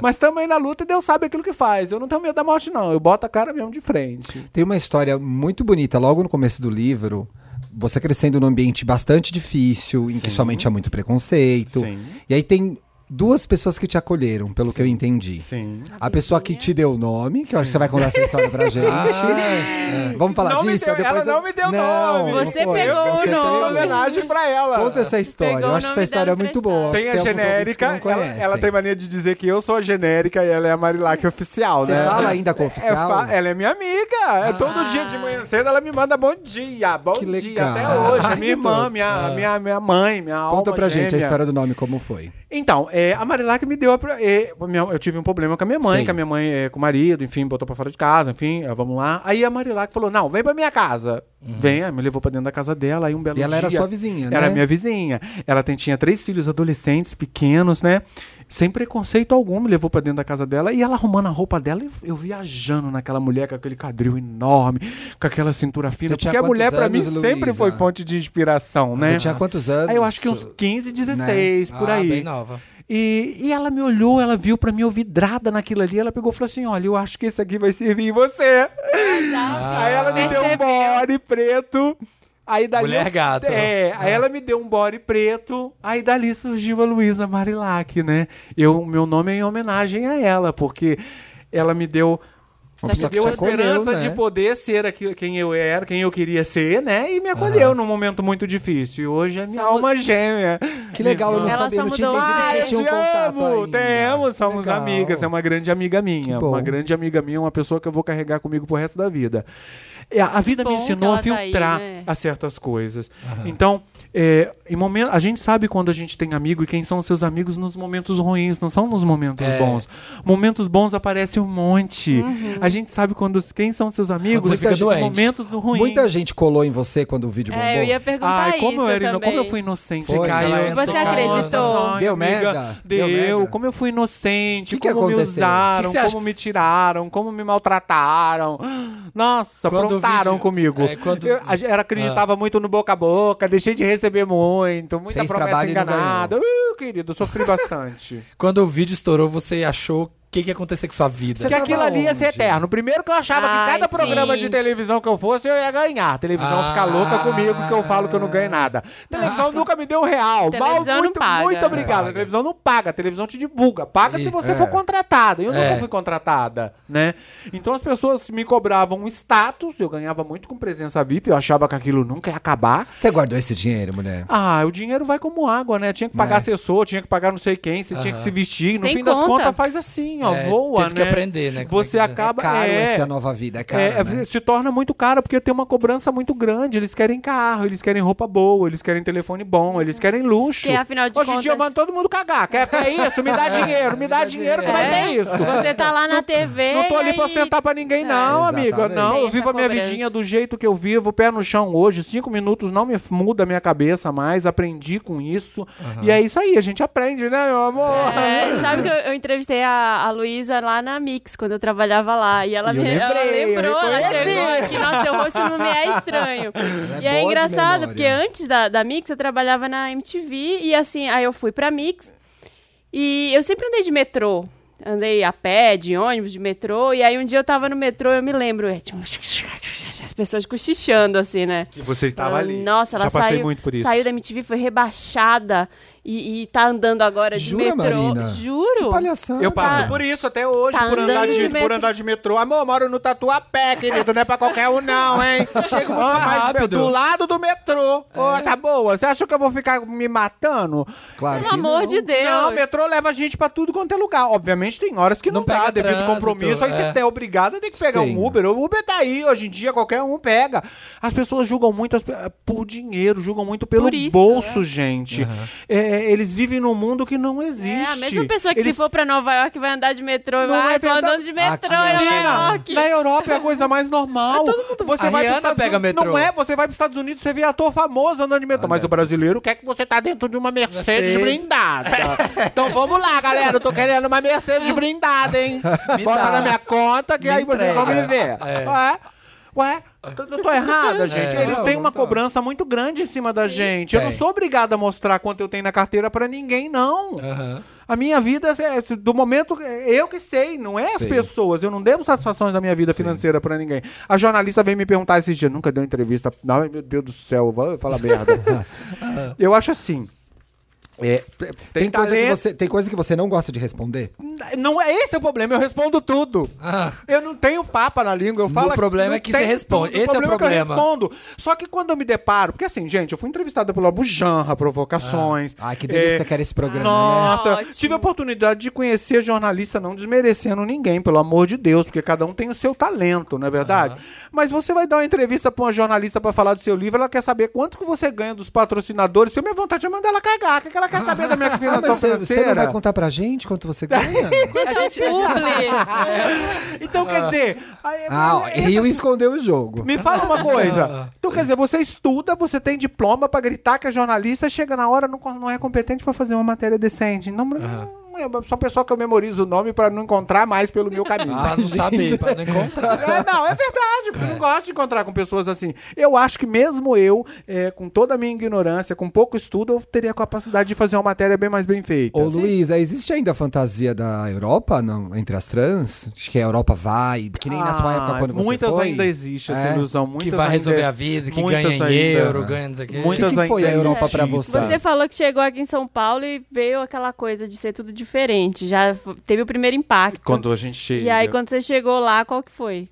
D: mas também na luta e Deus sabe aquilo que faz. Eu não tenho medo da morte, não. Eu boto a cara mesmo de frente.
A: Tem uma história muito bonita logo no começo do livro. Você crescendo num ambiente bastante difícil, em que sua mãe tinha muito preconceito.
D: Sim.
A: E aí tem duas pessoas que te acolheram, pelo que eu entendi.
D: Sim.
A: A pessoa que te deu o nome, que eu acho que você vai contar essa história
D: (laughs)
A: pra gente. É. Vamos falar
D: Ah. Não me
A: disso?
D: deu-
A: depois
D: ela
A: eu-
D: não me deu nome.
C: Você
A: foi.
C: pegou o
A: Você
C: nome.
A: pegou.
D: Uma é homenagem pra ela.
A: Conta essa história.
C: Pegou
A: Eu
C: o
A: acho essa
C: nome
A: história
C: dando
A: muito boa. Acho
D: Tem a
A: que alguns ouvintes que
D: genérica,
A: não
D: ela,
A: conhecem.
D: ela tem mania de dizer que eu sou a genérica e ela é a Marilac oficial,
A: Você
D: né?
A: fala ainda com o
D: É,
A: oficial? Ah.
D: fa- ela é minha amiga. É todo dia de manhã cedo ela me manda bom dia, bom
A: Que
D: dia
A: legal.
D: até hoje.
A: Ai,
D: minha irmã, minha, minha, minha mãe, minha alma
A: Conta pra gente a
D: gêmea.
A: história do nome, como foi.
D: Então, é, a Marilac me deu a. pro- é, minha- eu tive um problema com a minha mãe,
A: Sim.
D: que a minha mãe é com o marido, enfim, botou pra fora de casa, enfim, é, vamos lá. Aí a Marilac falou: não, vem pra minha casa. Vem, aí me levou pra dentro da casa dela, aí um belo
A: Uhum. E ela era
D: dia-
A: sua vizinha, né?
D: Era minha vizinha. Ela tem- tinha três filhos adolescentes, pequenos, né? Sem preconceito algum, me levou pra dentro da casa dela e ela arrumando a roupa dela e eu viajando naquela mulher com aquele quadril enorme, com aquela cintura fina.
A: Você tinha
D: Porque a mulher, pra mim,
A: quantos anos,
D: sempre foi
A: Luísa?
D: fonte de inspiração, né?
A: Você tinha quantos anos? Né?
D: Aí eu acho que uns 15, 16, por
B: Ah,
D: aí.
B: bem nova.
D: E, e ela me olhou, ela viu pra mim, eu vidrada naquilo ali. Ela pegou e falou assim: Olha, eu acho que esse aqui vai servir em você.
C: Já
D: aí ela me deu um
C: percebeu.
D: body preto. Aí dali.
B: Mulher gato.
A: né?
D: É, aí ela me deu um body preto. Aí dali surgiu a Luísa Marilac, né? Eu, meu nome é em homenagem a ela, porque ela me deu.
A: Uma pessoa
C: Já
D: Me
A: que
D: deu
A: te
D: a
A: acolheu,
D: esperança
A: né?
D: de poder ser aqui, quem eu era, quem eu queria ser, né? E me acolheu num momento muito difícil. E hoje é minha
C: Só mu-
D: alma gêmea.
A: Que legal, eu não
C: Ela
A: sabia,
C: só
A: não tinha
C: mudou-
A: entendido que
C: Ah,
A: vocês
D: eu
A: tinham
D: te
A: contato
D: amo,
A: ainda.
D: Temos, somos
A: Legal.
D: amigas. É uma grande amiga minha.
A: Que bom.
D: Uma grande amiga minha, uma pessoa que eu vou carregar comigo pro resto da vida. É, A vida
C: bom
D: me
C: que
D: ensinou a
C: ela tá aí,
D: filtrar
C: né?
D: a certas coisas. Então, é, em momento, a gente sabe quando a gente tem amigo e quem são os seus amigos nos momentos ruins, não são nos momentos
B: É.
D: bons. Momentos bons aparecem um monte.
C: Uhum.
D: A gente sabe quando quem são seus amigos
B: Quando você fica
D: nos
B: doente.
D: momentos ruins.
A: Muita gente colou em você quando o vídeo bombou.
C: É, eu ia perguntar
D: Ai, como
C: isso
D: eu, era ino-
C: também.
D: como eu fui inocente.
A: Foi,
B: galera,
C: Você
D: Nossa,
C: acreditou?
D: nossa,
A: Deu
D: amiga,
A: merda?
D: Deu.
A: Deu merda?
D: Como eu fui inocente,
A: Que que
D: como me
A: aconteceu?
D: usaram,
B: Que que você
D: como me tiraram, como me maltrataram. Nossa,
B: Quando o
D: aprontaram
B: vídeo-
D: comigo.
B: é, quando-
D: Eu a- era, acreditava muito no boca a boca, deixei de receber muito, muita
A: Ah. Fez
D: promessa
A: trabalho e não
D: enganada. Uh, querido, sofri bastante.
B: Quando o vídeo estourou, você achou o que, que ia acontecer com sua vida.
A: Você
D: que
A: tava
D: aquilo ali ia ser
A: onde?
D: eterno. Primeiro que eu achava
C: Ai,
D: que cada programa
C: sim.
D: de televisão que eu fosse, eu ia ganhar. A televisão
B: Ah.
D: fica louca comigo que eu falo que eu não ganho nada. A televisão nunca me deu um
C: Ah.
D: real. Mal,
C: Televisão não
D: muito,
C: paga.
D: muito obrigada. A televisão não paga, a televisão te divulga. Paga
B: E-
D: se você
A: é.
D: for contratada. Eu nunca
B: É.
D: fui contratada, né? Então as pessoas me cobravam um status, eu ganhava muito com presença VIP, eu achava que aquilo nunca ia acabar.
A: Você guardou esse dinheiro, mulher?
D: Ah, o dinheiro vai como água, né? Tinha que pagar
A: É.
D: assessor, tinha que pagar não sei quem, você tinha que se vestir.
C: Você
D: no
C: tem
D: fim das
C: conta.
D: contas, faz assim, assim, ó,
B: É,
D: voa,
B: teve que
D: né?
B: aprender, né, como é
D: Você
B: que-
A: É
D: acaba.
A: caro
D: é,
A: essa nova vida, é caro.
D: é,
A: né?
D: Se torna muito caro porque tem uma cobrança muito grande. Eles querem carro, eles querem roupa boa, eles querem telefone bom, eles querem luxo.
C: Porque, Uhum. afinal de
D: Hoje em
C: contas-
D: dia manda todo mundo cagar. Quer pra isso? Me
B: (laughs)
D: dá dinheiro, me dá dinheiro é que vai ter isso.
C: é, Você tá lá na TV.
D: Não tô ali
C: e
D: pra
C: aí-
D: ostentar pra ninguém, não,
A: É,
D: amiga.
A: exatamente.
D: Não,
C: Tem
D: eu
C: essa
D: vivo a minha
C: cobrança.
D: vidinha do jeito que eu vivo, pé no chão hoje. Cinco minutos não me f- muda a minha cabeça mais. Aprendi com isso. E é isso aí, a gente aprende, né, meu amor?
C: É, sabe que eu, eu entrevistei a, a Luísa lá na Mix, quando eu trabalhava lá. E ela,
D: E eu
C: me, ela
D: lembrei, eu
C: lembrou, ela
D: reconheci.
C: chegou aqui. Nossa, seu rosto não me
D: (laughs)
C: é estranho.
A: é
C: e é
A: boa de
C: engraçado,
A: memória.
C: porque antes da, da Mix, eu trabalhava na MTV. E assim, aí eu fui pra Mix. E eu sempre andei de metrô. Andei a pé, de ônibus, de metrô. E aí um dia eu tava no metrô, eu me lembro. é, tinha um (laughs) As pessoas cochichando, assim, né?
D: Que É. você estava
C: Falando,
D: ali.
C: Nossa, ela
D: Já passei
C: saiu,
D: muito por isso.
C: saiu da MTV, foi rebaixada e, e tá andando agora de
A: Jura,
C: metrô.
A: Marina?
C: Juro.
A: Palhaçada.
D: é, Eu passo
C: Tá-
D: por isso até hoje,
C: tá
D: por, andar
C: andando
D: de,
C: de
D: por
C: metrô.
D: andar de metrô. Amor, eu moro no Tatuapé, querido, não é pra qualquer um não, hein? (laughs) Ah, Chega muito
B: rápido.
D: Do lado do metrô. Ô, tá boa, você achou que eu vou ficar me matando?
A: Claro
C: Pelo
A: que
C: amor
A: não.
C: de Deus.
D: Não, o metrô leva a gente pra tudo quanto é lugar. Obviamente tem horas que não,
B: Não
D: dá,
B: pega
D: devido
B: trânsito,
D: ao compromisso. Aí
B: é.
D: você é obrigado a ter que pegar
A: Sim.
D: um Uber. O Uber tá aí, hoje em dia qualquer um pega. As pessoas julgam muito as pe- eh, por dinheiro, julgam muito pelo
C: Por isso, né?
D: bolso, gente. É, eles vivem num mundo que não existe.
C: É, a mesma pessoa que
D: Eles
C: se for pra Nova York vai andar de metrô e
D: Não
C: vai,
D: é
C: ah, tô
D: verdade.
C: andando de metrô
A: Aqui,
C: em
D: Imagina,
C: Nova York.
D: Na Europa é a coisa mais normal. você
B: A
D: vai pros
B: Rihanna
D: Estados
B: pega
D: Unidos-
B: metrô.
D: Não é, você vai para os Estados Unidos, você vê ator famoso andando de metrô. Mas o brasileiro quer que você tá dentro de uma Mercedes
B: Mercedes. (laughs)
D: blindada. então vamos lá, galera. Eu tô querendo uma Mercedes blindada, hein?
B: Me
D: Bota
B: dá.
D: na minha conta que
B: Me
D: aí vocês vão me
B: entrega.
D: ver. Ué? Ué? T- Eu tô errada, gente.
B: É.
D: Eles
A: Não,
D: têm
A: não
D: uma
A: tá.
D: cobrança muito grande em cima da gente. Eu não
B: Tem.
D: sou obrigada a mostrar quanto eu tenho na carteira pra ninguém, não.
B: Aham.
D: A minha vida, é- é- do momento, é eu que sei, não é as
A: Sim.
D: pessoas. Eu não devo satisfações da minha vida financeira pra ninguém. A jornalista veio me perguntar esses dias, nunca deu entrevista. Ai, meu Deus do céu, eu vou falar merda. eu acho assim. é, tem,
A: Tem coisa, que
D: talento-
A: você, tem coisa que você não gosta de responder?
D: Não é esse é o problema, eu respondo tudo.
B: Ah.
D: Eu não tenho papa na língua, eu falo.
B: problema
D: não
B: é que você
D: tem
B: responde. Esse é o
D: É que
B: problema.
D: eu respondo. Só que quando eu me deparo, porque assim, gente, eu fui entrevistada pela Bujanra, provocações.
A: Ah. Ai, que delícia
D: é,
A: que era esse programa, né?
D: nossa,
C: Ótimo.
D: tive a oportunidade de conhecer jornalista, não desmerecendo ninguém, pelo amor de Deus, porque cada um tem o seu talento, não é verdade? Mas você vai dar uma entrevista pra uma jornalista pra falar do seu livro, ela quer saber quanto que você ganha dos patrocinadores. Se a minha vontade é mandar ela cagar, o que que ela quer saber da minha
A: (laughs) Ah,
D: financeira?
A: mas você, você não vai contar pra gente quanto você
D: (laughs)
A: ganha?
C: Quanto é o publi?
D: Então, quer dizer, aí-
A: ah, ó,
D: esse-
A: Rio escondeu o jogo.
D: me fala uma
A: Ah.
D: coisa. Então, quer dizer, você estuda, você tem diploma pra gritar que é jornalista, chega na hora, não, não é competente pra fazer uma matéria decente. Não, não- eu sou uma pessoa que eu memorizo o nome pra não encontrar mais pelo meu caminho.
B: Ah,
A: Ah.
B: Pra não saber, pra não
D: (laughs)
B: encontrar.
D: É, não, é verdade, porque eu não gosto de encontrar com pessoas assim. Eu acho que mesmo eu, é, com toda a minha ignorância, com pouco estudo, eu teria a capacidade de fazer uma matéria bem mais bem feita.
A: Ô, Luísa, existe ainda a fantasia da Europa não, entre as trans? Acho que a Europa vai, que nem na sua
D: Ah,
A: época quando você
D: Muitas
A: foi.
D: ainda existe essa
A: É.
D: ilusão. Muitas
B: que vai
D: ainda-
B: resolver a vida, que
D: muitas
B: ganha em
D: ainda.
B: euro, ganha não sei o quê.
D: Muitas
A: O que que foi a
D: ainda
A: Europa pra
D: existem.
A: Tá.
C: é Você falou que chegou aqui em São Paulo e veio aquela coisa de ser tudo diferente. Já f- teve o primeiro impacto.
D: Quando a gente chega.
C: E aí, quando você chegou lá, qual que foi?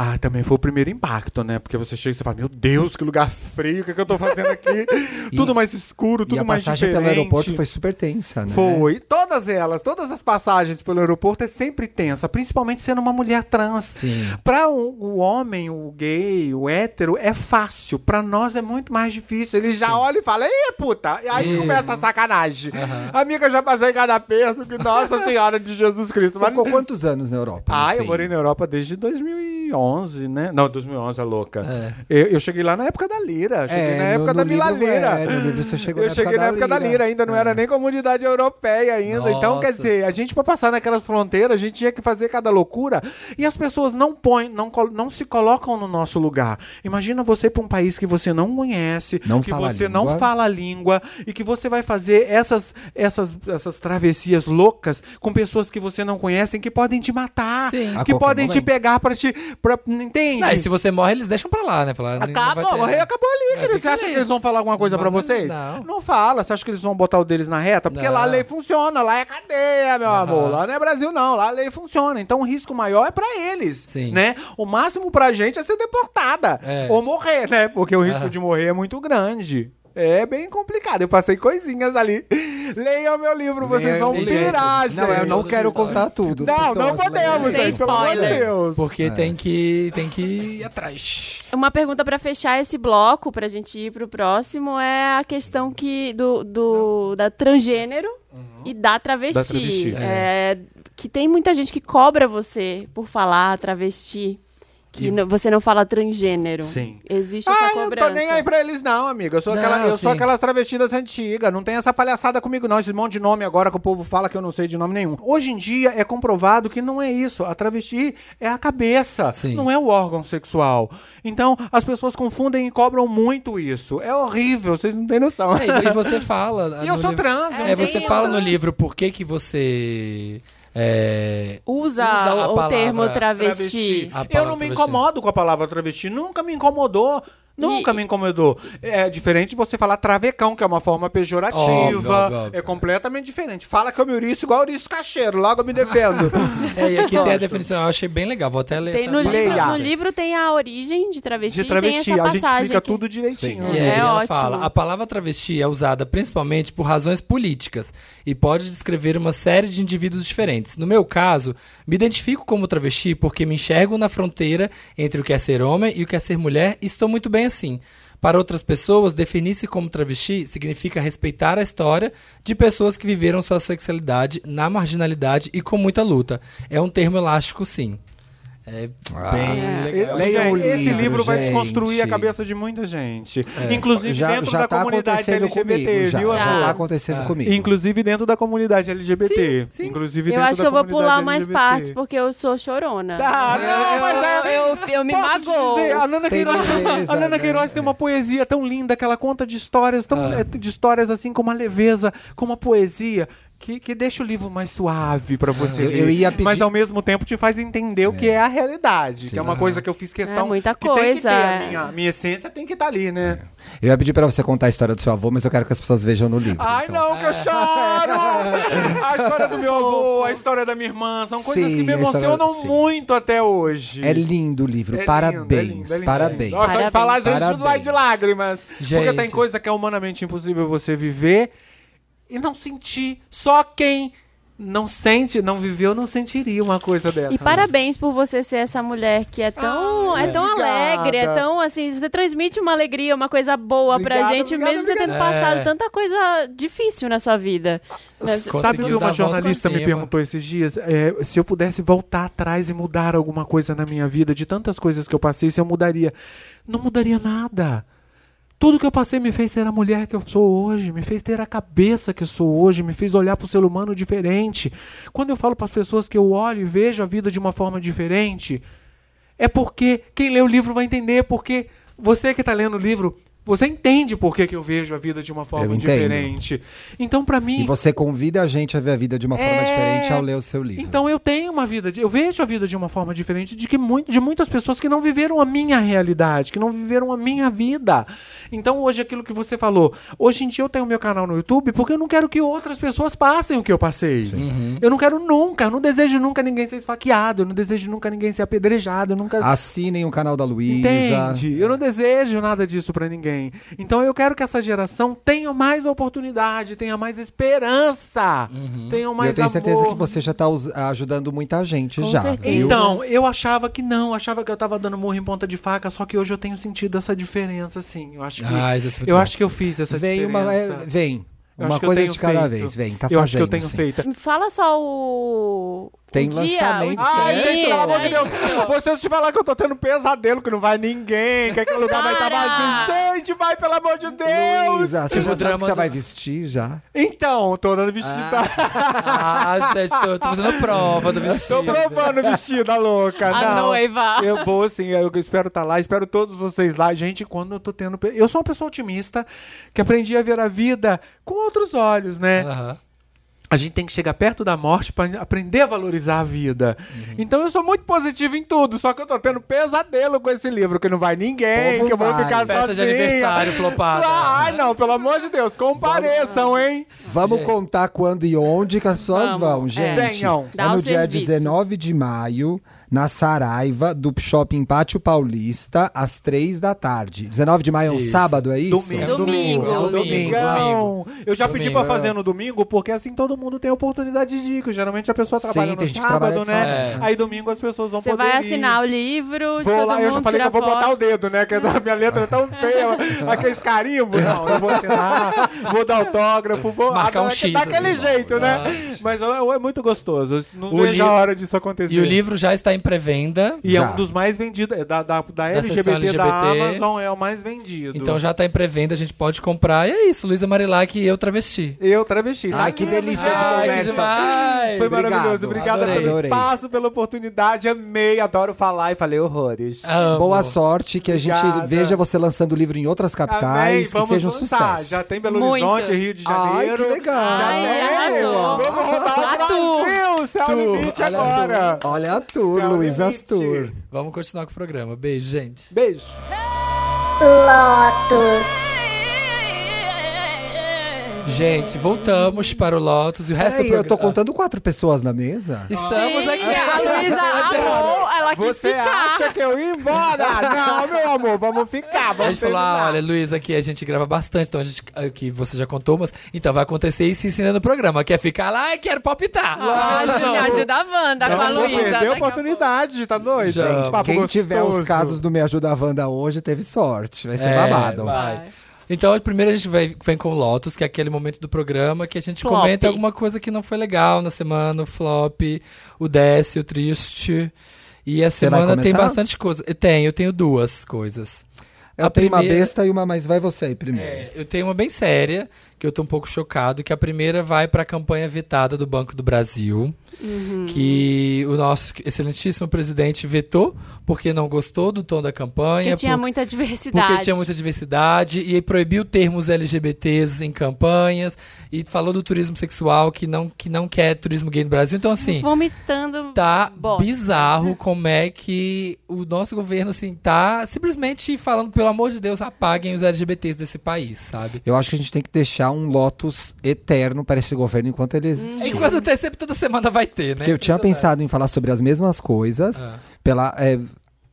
D: Ah, também foi o primeiro impacto, né? Porque você chega e você fala, meu Deus, que lugar frio, o que, é que eu tô fazendo
A: (laughs)
D: aqui? tudo mais escuro, tudo
A: E a
D: mais
A: passagem
D: diferente.
A: pelo aeroporto foi super tensa, né?
D: Foi. Todas elas, todas as passagens pelo aeroporto é sempre tensa, principalmente sendo uma mulher trans.
B: Sim.
D: Pra o, o homem, o gay, o hétero, é fácil. Pra nós é muito mais difícil. Ele já olha e fala, ei, puta! E aí
B: Ih.
D: começa a sacanagem. Amiga, eu já passei cada aperto que
A: (laughs)
D: Nossa Senhora de Jesus Cristo.
A: Você
D: Mas
A: ficou quantos anos na Europa?
D: Ah,
A: no
D: eu
A: fim?
D: morei na Europa desde 2011, né? Não, 2011 é louca.
B: É.
D: Eu, eu cheguei lá na época da Lira. Cheguei
A: É,
D: na
A: no-
D: época
A: no
D: da Lila
A: livro,
D: Lira.
A: é, no livro você chegou
D: eu
A: na
D: cheguei
A: época
D: na
A: da
D: época da
A: Lira. É.
D: Lira, ainda não era nem comunidade europeia ainda. Então,
B: Nossa.
D: quer dizer, a gente pra passar naquelas fronteiras, a gente tinha que fazer cada loucura. E as pessoas não põem, não, col- não se colocam no nosso lugar. Imagina você pra um país que você não conhece,
A: Não
D: que
A: fala a
D: você
A: língua.
D: não fala a língua e que você vai fazer essas, essas, essas travessias loucas com pessoas que você não conhece que podem te matar
B: Sim.
A: A
D: que
A: qualquer
D: podem te
A: momento.
D: pegar pra te. Pra, entende?
B: Não, e se você morre, eles deixam pra lá, né? Falar, não vai
D: Acabou,
B: ter-
D: acabou ali, querido.
B: fica
D: Você acha
B: ali.
D: que eles vão falar alguma coisa
B: Não,
D: pra vocês?
B: não.
D: fala. Você acha que eles vão botar o deles na reta? Porque
B: Não.
D: lá a lei funciona, lá é cadeia, meu
B: Aham.
D: amor. Lá não é Brasil, não. Lá a lei funciona. Então o risco maior é pra eles,
B: Sim.
D: né? O máximo pra gente é ser deportada.
B: É.
D: Ou morrer, né? Porque o risco
B: Aham.
D: de morrer é muito grande. É bem complicado. Eu passei coisinhas ali. Leiam meu livro, vocês vão
B: Sim, gente.
D: pirar, gente.
A: Não, eu não
B: Todos
A: quero
B: os
A: contar tudo.
D: Não, não
A: pessoas, né?
D: podemos,
C: Sem
D: gente. Pelo amor de
C: spoilers.
D: Deus.
B: Porque tem, que, tem que ir
D: (laughs)
B: atrás.
C: Uma pergunta pra fechar esse bloco, pra gente ir pro próximo, é a questão que do, do da transgênero
D: Uhum.
C: e da travesti.
E: Da travesti.
C: É, que tem muita gente que cobra você por falar travesti, que
B: E-
C: n- você não fala transgênero.
D: Sim.
C: Existe essa
D: Ah, eu
C: cobrança.
D: tô nem aí pra eles, não, amiga. Eu sou,
B: Não,
D: aquela, eu sou
B: sim.
D: aquelas travestidas antigas. Não tem essa palhaçada comigo, não. Esse monte de nome agora que o povo fala que eu não sei de nome nenhum. Hoje em dia é comprovado que não é isso. A travesti é a cabeça,
B: Sim.
D: não é o órgão sexual. Então, as pessoas confundem e cobram muito isso. É horrível, vocês não têm noção.
B: É, e- e você fala.
D: E eu
B: no
D: sou
B: livro-
D: trans. eu
B: É,
D: não
C: bem
B: você
C: eu
B: fala no
C: também.
B: livro por que, que você. É,
C: Usa,
B: Usa a
C: o
B: palavra
C: termo
D: travesti.
C: travesti.
B: A
D: Eu
B: palavra
D: não me
B: travesti.
D: incomodo com a palavra travesti, nunca me incomodou. Nunca
C: E-
D: me incomodou. É diferente de você falar travecão, que é uma forma pejorativa.
B: Óbvio, óbvio, óbvio.
D: É completamente diferente. Fala que eu me ouriço igual ouriço cacheiro, logo eu me
A: (laughs)
D: defendo.
B: é, e aqui tem a definição, eu achei bem legal, vou até ler.
C: Tem
B: essa
C: no,
B: parte.
C: livro,
D: Leia.
C: no livro tem a origem de travesti,
D: De travesti,
C: e tem essa
D: a gente
C: passagem.
D: explica
C: aqui.
D: tudo direitinho.
B: E aí
C: É
B: ela
C: ótimo.
B: fala, a palavra travesti é usada principalmente por razões políticas e pode descrever uma série de indivíduos diferentes. No meu caso, me identifico como travesti porque me enxergo na fronteira entre o que é ser homem e o que é ser mulher e estou muito bem assim. Para outras pessoas, definir-se como travesti significa respeitar a história de pessoas que viveram sua sexualidade na marginalidade e com muita luta. É um termo elástico, sim. É bem legal.
A: Leiam o
D: É, esse
A: livro,
D: livro vai
A: gente. É.
D: desconstruir a cabeça de muita gente. Inclusive
A: Já,
D: dentro
A: já
D: da
A: tá
D: comunidade
A: acontecendo
D: LGBT,
A: comigo. Já,
D: viu, Ah.
A: já
D: amor?
A: tá acontecendo comigo.
D: Inclusive dentro da comunidade LGBT.
B: Sim, sim.
C: Eu
D: Inclusive dentro
C: acho
D: da
C: que eu vou
D: comunidade
C: pular umas
D: LGBT.
C: partes, porque eu sou chorona.
D: Ah, não,
C: eu,
D: mas é-
C: eu, eu, eu me
D: Posso te
C: magoo.
D: dizer, a Nana
A: Tem
D: Queiroz,
A: leveza,
D: a Nana
A: né?
D: Queiroz tem uma poesia tão linda que ela conta de histórias, tão,
A: Ah.
D: eh, de histórias assim com uma leveza, com uma poesia. Que, que deixa o livro mais suave pra você
A: Eu-
D: ler,
A: eu ia pedir-
D: mas ao mesmo tempo te faz entender o que é a realidade, que é uma coisa que eu fiz questão
C: É muita
D: que tem que ter,
C: coisa,
D: a
C: é.
D: minha, a minha essência tem que estar ali,
A: É,
D: né?
A: Eu ia pedir pra você contar a história do seu avô, mas eu quero que as pessoas vejam no livro.
D: Ai,
A: então.
D: não, que eu
A: (laughs)
D: choro! a história do meu avô, a história da minha irmã, são coisas
A: Sim,
D: que me
A: a história-
D: emocionam
A: sim.
D: muito até hoje.
A: É lindo o livro,
D: É
A: parabéns,
D: lindo, é lindo, é lindo.
A: parabéns.
D: Nossa, só de
C: Parabéns.
D: falar, gente,
A: Parabéns.
D: tudo vai de lágrimas. Porque
B: Gente.
D: tem coisa que é humanamente impossível você viver e não sentir. Só quem não sente, não viveu, não sentiria uma coisa dessa.
C: E parabéns por você ser essa mulher que é tão, é tão
D: Ah, obrigada.
C: alegre, é tão assim, você transmite uma alegria, uma coisa boa
D: Obrigado,
C: pra gente,
D: obrigado,
C: mesmo você tendo
B: obrigado.
C: passado
B: É.
C: tanta coisa difícil na sua vida.
B: Nossa,
D: Sabe o que
B: Conseguiu dar a
D: uma
B: volta por
D: jornalista me
B: cima.
D: perguntou esses dias? É, se eu pudesse voltar atrás e mudar alguma coisa na minha vida, de tantas coisas que eu passei, se eu mudaria. Não mudaria nada. Tudo que eu passei me fez ser a mulher que eu sou hoje, me fez ter a cabeça que eu sou hoje, me fez olhar para o ser humano diferente. Quando eu falo para as pessoas que eu olho e vejo a vida de uma forma diferente, é porque quem lê o livro vai entender, porque você que tá lendo o livro, você entende por que, que eu vejo a vida de uma forma
A: entendo.
D: diferente. Então, para mim,
A: E você convida a gente a ver a vida de uma forma
D: É.
A: diferente ao ler o seu livro.
D: então eu tenho uma vida, de- eu vejo a vida de uma forma diferente de que muito, de muitas pessoas que não viveram a minha realidade, que não viveram a minha vida. Então hoje aquilo que você falou, hoje em dia eu tenho meu canal no YouTube porque eu não quero que outras pessoas passem o que eu passei. Eu não quero nunca, eu não desejo nunca ninguém ser esfaqueado, eu não desejo nunca ninguém ser apedrejado, eu nunca
A: Ah, Assinem o canal da Luísa.
D: Entende? Eu não desejo nada disso pra ninguém. Então eu quero que essa geração tenha mais oportunidade, tenha mais esperança, tenha
A: E
D: mais
A: eu tenho certeza
D: amor.
A: que você já tá us- ajudando muita gente
C: Com
A: já.
C: certeza.
A: viu?
D: Então, eu achava que não, achava que eu tava dando murro em ponta de faca, só que hoje eu tenho sentido essa diferença, assim. Eu acho que,
B: Ah, isso é muito
D: eu,
B: bom.
D: acho que eu fiz essa
A: vem
D: diferença.
A: uma, é, vem.
D: Eu
A: uma
D: acho que eu
A: coisa
D: tenho
A: de cada
D: feito.
A: vez, vem. Tá
D: eu acho que eu
A: fazendo,
D: tenho
A: sim.
D: feito.
C: Fala só o
A: Tem
C: o dia, É
A: lançamento.
C: o
D: Ai,
C: dia.
D: gente, pelo amor de
C: Ai,
D: Deus. Você se falar que eu tô tendo pesadelo, que não vai ninguém, que aquele lugar vai estar
C: Para!
D: vazio. Gente, vai, pelo amor de Deus.
A: Luísa, você
B: Tipo
A: já sabe o
B: drama
A: que você
B: do-
A: vai vestir já?
D: Então, tô dando vestido.
B: Ah, gente, tô, tô fazendo prova do vestido.
D: Tô provando o vestido, a louca.
C: A
D: não.
C: noiva.
D: Eu vou, assim, eu espero estar lá, espero todos vocês lá. Gente, quando eu tô tendo. pe- Eu sou uma pessoa otimista que aprendi a ver a vida com outros olhos, né?
B: Aham.
D: A gente tem que chegar perto da morte pra aprender a valorizar a vida.
B: Uhum.
D: Então eu sou muito positivo em tudo, só que eu tô tendo pesadelo com esse livro, que não vai ninguém,
A: Povo
D: que eu vou
A: vai.
D: ficar
B: Festa de
D: sozinha.
B: aniversário flopada.
D: Ai, não, pelo amor de Deus, compareçam, hein?
A: Vamos contar quando e onde que as pessoas
C: Vamos,
A: vão,
C: é.
A: gente.
D: Venham.
A: É
C: Dá
A: no
C: o
A: dia
C: serviço.
A: 19 de maio, na Saraiva do Shopping Pátio Paulista, às três da tarde. 19 de maio é um
B: Isso.
A: sábado, é isso?
D: Domingo.
C: É um domingo,
D: É um
C: domingo.
D: domingão. Eu já pedi
B: Domingo,
D: pra fazer
B: é.
D: no domingo, porque assim todo mundo tem oportunidade de ir. que Geralmente a pessoa trabalha
A: Sim,
D: no
A: tem gente que
D: sábado,
A: trabalha de
D: né?
B: sábado.
D: Aí domingo as pessoas vão
C: Você
D: poder
C: vai
D: ir.
C: assinar o livro,
D: Vou
C: todo
D: lá,
C: mundo
D: eu já falei
C: tira
D: que eu vou botar
C: foto.
D: o dedo, né? Que a minha letra é
B: (laughs)
D: tão feia, aqueles carimbos. Não, eu vou assinar, vou dar autógrafo, vou.
B: Marcar um
D: Ah,
B: X,
D: Daquele
B: assim,
D: jeito, né?
B: verdade.
D: Mas ó, é muito gostoso. Não
B: O
D: vejo
B: li-
D: a hora disso acontecer.
B: E o livro já está em pré-venda.
D: E é
A: Já.
D: um dos mais vendidos. é Da, da, da, LGBT,
B: seção
D: da
B: LGBT.
D: Amazon é o mais vendido.
B: Então já tá em pré-venda, a gente pode comprar. E é isso, Luísa Marilac e eu travesti.
D: Eu travesti.
A: Ai, que delícia é de Ai,
B: que
A: conversa.
B: demais!
D: Foi
A: Obrigado.
D: maravilhoso. Obrigada
B: Adorei.
D: pelo
A: Adorei.
D: espaço, pela oportunidade. Amei, adoro falar e falei horrores.
B: Amo.
A: Boa sorte, que a gente
D: Obrigada.
A: veja você lançando o livro em outras
D: Amei,
A: capitais, que
D: vamos
A: seja um
D: lançar.
A: sucesso.
D: Já tem Belo
C: Muito.
D: Horizonte, Rio de
A: Ai,
D: Janeiro.
A: que legal.
D: Já
C: Ai,
D: tem.
C: arrasou.
D: Vamos rodar o
C: Arrasou.
D: Brasil, céu
B: Tu.
D: limite
B: Olha
D: tá agora.
A: Olha a tour,
D: Tchau,
A: Luiz
D: limite.
A: Astur.
B: Vamos continuar com o programa. Beijo, gente.
D: Beijo.
B: Gente, voltamos para o Lotus e o resto
A: Peraí,
B: do
A: eu tô
B: programa-
A: contando quatro pessoas na mesa?
B: Ah, Estamos
C: Sim,
B: aqui. (laughs)
C: A Luísa amou, ela quis
D: Você
C: ficar.
D: acha que eu ia
A: (laughs)
D: embora? Não, meu amor, vamos ficar.
B: A
D: Vamos
B: gente falou, ah,
D: terminar.
B: olha, Luísa, aqui a gente grava bastante, então a gente, ah, que você já contou, mas então vai acontecer isso e ensina no programa. Quer ficar lá e quero palpitar.
C: Ah, Júnior, ajuda a Wanda com a
D: Não,
C: Luísa.
D: perdeu a
C: daqui a
D: oportunidade, tá doido?
B: Já.
D: Gente, papo
A: Quem tiver os
D: gostoso.
A: casos do Me Ajuda a Wanda hoje teve sorte. Vai ser
B: É,
A: babado.
B: vai.
C: Vai.
B: Então, primeiro a gente vai, vem com o Lotus, que é aquele momento do programa que a gente
C: Flop.
B: comenta alguma coisa que não foi legal na semana, o flop, o desce, o triste. E a
A: vai
B: semana tem
A: começar?
B: bastante coisa. Eu tenho, eu tenho duas coisas.
A: Eu
B: A
A: tenho uma
B: primeira-
A: besta e uma, mas vai você aí primeiro.
B: É, Eu tenho uma bem séria, que eu tô um pouco chocado, que a primeira vai pra campanha vetada do Banco do Brasil,
C: Uhum.
B: que o nosso excelentíssimo presidente vetou porque não gostou do tom da campanha.
C: Porque tinha
B: por-
C: muita diversidade.
B: porque tinha muita diversidade e proibiu termos LGBTs em campanhas e falou do turismo sexual que não, que não quer turismo gay no Brasil. Então, assim,
C: Vomitando.
B: tá
C: bosta.
B: bizarro como é que o nosso governo, assim, tá simplesmente falando, pelo amor de Deus, apaguem os LGBTs desse país, sabe?
A: Eu acho que a gente tem que deixar um Lotus eterno para esse governo enquanto ele
B: E
A: existir.
B: quando tem, sempre toda semana vai ter, né?
A: Porque eu tinha
B: Impressionante.
A: pensado em falar sobre as mesmas coisas.
B: Ah.
A: Pela, é,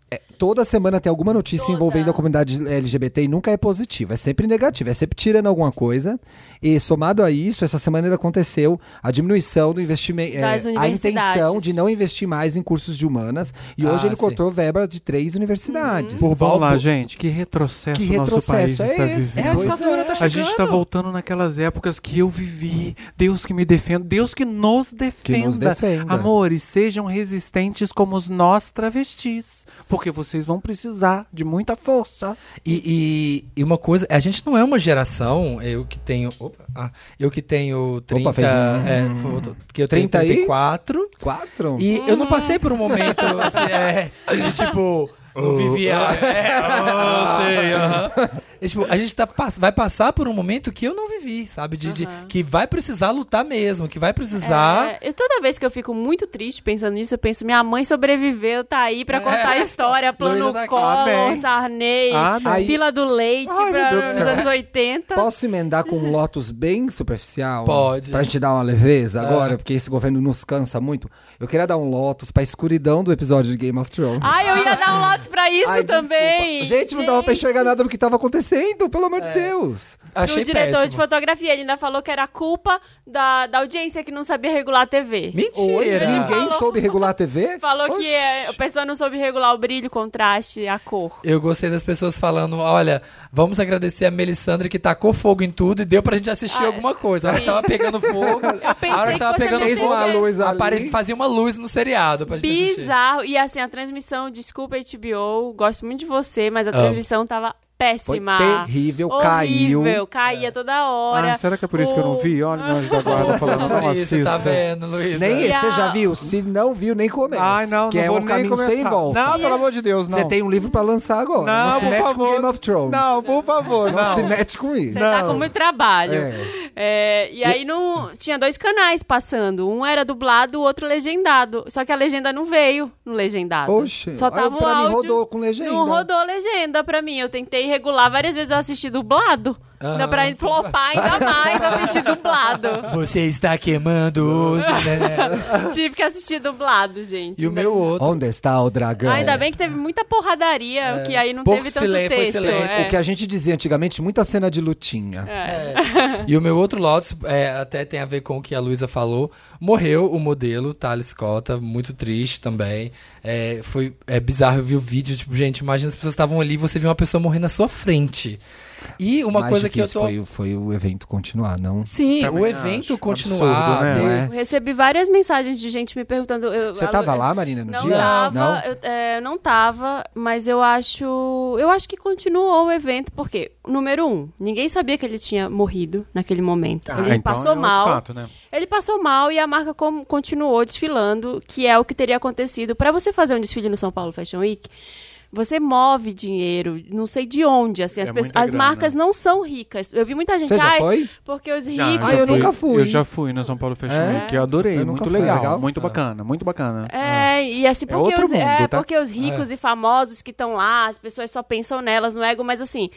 A: é, toda semana tem alguma notícia
C: Toda.
A: envolvendo a comunidade LGBT e nunca é positiva. É sempre negativa, é sempre tirando alguma coisa. E somado a isso, essa semana ainda aconteceu a diminuição do investimento. é,
C: Das
A: a
C: universidades.
A: intenção de não investir mais em cursos de humanas. E hoje
B: Ah,
A: ele
B: sim.
A: cortou verba de três universidades.
C: Uhum.
D: Pô, vamos
B: Volta.
D: lá, gente. Que retrocesso
A: Que
D: o nosso país
A: retrocesso é
D: está
A: esse?
B: É,
D: vivendo.
B: a
A: Pois
B: ditadura tá
D: A
B: chegando.
D: gente tá voltando naquelas épocas que eu vivi. Deus que me defenda. Deus que nos defenda.
A: Que nos defenda.
D: Amores, sejam resistentes como os nós travestis. Porque vocês vão precisar de muita força.
B: E, e- e uma coisa, a gente não é uma geração, eu que tenho. Opa, ah, eu que tenho 30.
A: fez um-
B: é, foi- que eu tenho
A: 30 aí?
B: 34.
A: Quatro?
B: E eu não passei
C: Hum.
B: por um momento assim, é, de tipo.
A: Oh.
B: Eu vivia.
A: (laughs)
B: É, sei, E, tipo, a gente tá, pass- vai passar por um momento que eu não vivi, sabe? De, de-
C: Aham.
B: que vai precisar lutar mesmo, que vai precisar.
C: É, eu- toda vez que eu fico muito triste pensando nisso, eu penso, minha mãe sobreviveu, tá aí pra contar a história, plano
B: Luísa da
D: Amém.
C: colo, Sarney,
D: Amém.
A: Aí-
C: fila do leite
D: Ai, meu Deus
C: pra,
D: do
C: nos
D: céu.
C: anos 80.
A: Posso emendar com um Lotus bem superficial?
B: Pode.
A: Pra gente dar uma leveza
D: Tá.
A: agora,
B: Ah.
A: porque esse governo nos cansa muito. Eu queria dar um Lotus pra escuridão do episódio de Game of Thrones.
C: Ai, eu ia dar um lote pra isso
A: Ai, desculpa.
C: também.
A: Gente, não dava pra enxergar nada do que tava acontecendo, pelo
D: É.
A: amor de Deus.
B: Achei
C: o diretor
B: péssimo.
C: de fotografia, ele ainda falou que era culpa da, da audiência que não sabia regular a TV.
A: Oi,
D: É.
B: Mentira!
A: ninguém
C: Falou.
A: soube regular a TV?
C: Falou
A: Oxi.
C: que é, a pessoa não soube regular o brilho, o contraste, a cor.
B: Eu gostei das pessoas falando, olha, vamos agradecer a Melissandre que tacou fogo em tudo e deu pra gente assistir
C: Ah,
B: alguma coisa. A hora
C: sim.
B: que tava
C: (laughs)
B: pegando fogo,
C: Eu pensei
B: a hora que
C: que
B: tava
C: você
B: pegando
C: não
A: Fez
B: fogo,
A: uma
C: entendeu.
A: luz ali.
B: apare- fazia uma luz no seriado pra gente assistir.
C: Bizarro. E assim, a transmissão, desculpa, HBO, gosto muito de você, mas a
B: Amo.
C: transmissão tava
A: Foi
C: péssima.
A: terrível, caiu. É.
C: Horrível, caía toda hora.
D: Ah, será que é por isso que eu não vi? Olha, meu anjo da guarda falando, não
B: Isso, tá
D: assista.
B: vendo, Luísa?
A: Nem
C: E
A: esse,
C: a-
A: você já viu? Se não viu, nem começa.
D: Ai, não,
A: que
D: não
A: é
D: vou
A: um
D: nem
A: caminho
D: começar.
A: sem volta.
D: Não, pelo amor de Deus, não.
A: Você tem um livro pra lançar agora.
D: Não,
A: se
D: por
A: mete
D: favor.
A: com Game of Thrones.
D: Não, por favor,
A: Não
D: não.
A: se mete com isso.
C: Você tá
D: Não.
C: com muito trabalho.
A: É.
C: É, e aí não tinha dois canais passando. Um era dublado, o outro legendado. Só que a legenda não veio no legendado.
A: Oxe,
C: Só
A: olha,
C: tava o
A: pra mim
C: áudio.
A: rodou com legenda.
C: Não rodou legenda pra mim. Eu tentei regular várias vezes, eu assisti dublado.
A: Ah.
C: Dá pra flopar ainda mais
A: (laughs)
C: assistir dublado.
B: Você está
D: (laughs)
B: queimando. os- né, né?
C: Tive que assistir dublado, gente.
B: e o meu outro.
A: Onde está o dragão?
C: Ah, ainda bem que teve muita porradaria,
A: É.
C: que aí não
B: Pouco
C: teve tanto
B: silêncio, foi
C: texto.
B: silêncio.
C: é.
A: O que a gente dizia antigamente, muita cena de lutinha.
B: E o meu outro Lotus é, até tem a ver com o que a Luísa falou. Morreu o modelo, Thales Cota, muito triste também. É, foi, é bizarro, eu vi o vídeo, tipo, gente, imagina as pessoas estavam ali e você viu uma pessoa morrer na sua frente. E uma
A: Mais
B: coisa que eu
A: difícil
B: tô.
A: foi, o- foi o evento continuar, não?
B: Sim,
D: Também
B: o
D: acho
B: evento
D: absurdo,
B: continuar.
D: né?
B: ter-
A: Ué.
C: Eu recebi várias mensagens de gente me perguntando. eu-
A: Você
C: a-
A: tava lá, Marina, no
C: Não
A: dia?
C: tava,
A: Não?
C: Eu, é, eu não tava, mas eu acho. Eu acho que continuou o evento, porque, número um, ninguém sabia que ele tinha morrido naquele momento.
D: Ah,
C: ele
D: então
C: passou
D: é outro
C: mal.
D: canto, né?
C: Ele passou mal e a marca com- continuou desfilando, que é o que teria acontecido. Pra você fazer um desfile no São Paulo Fashion Week, você move dinheiro, não sei de onde. Assim, as,
D: É
C: pessoas-
D: muita
C: as
D: grana.
C: marcas não são ricas. Eu vi muita gente.
A: Você já
C: "Ai,
A: foi?
C: Porque os
D: Já,
C: ricos.
A: Ah,
D: já
A: eu nunca fui.
D: Eu já fui na São Paulo Fashion
A: É?
D: Week, eu adorei,
A: Eu nunca
D: muito
A: fui,
D: legal,
A: legal? É.
D: muito bacana, muito bacana.
C: É, e assim, porque,
D: outro
C: os,
D: mundo,
C: é,
D: tá?
C: porque os ricos e famosos que estão lá, as pessoas só pensam nelas no ego, mas assim,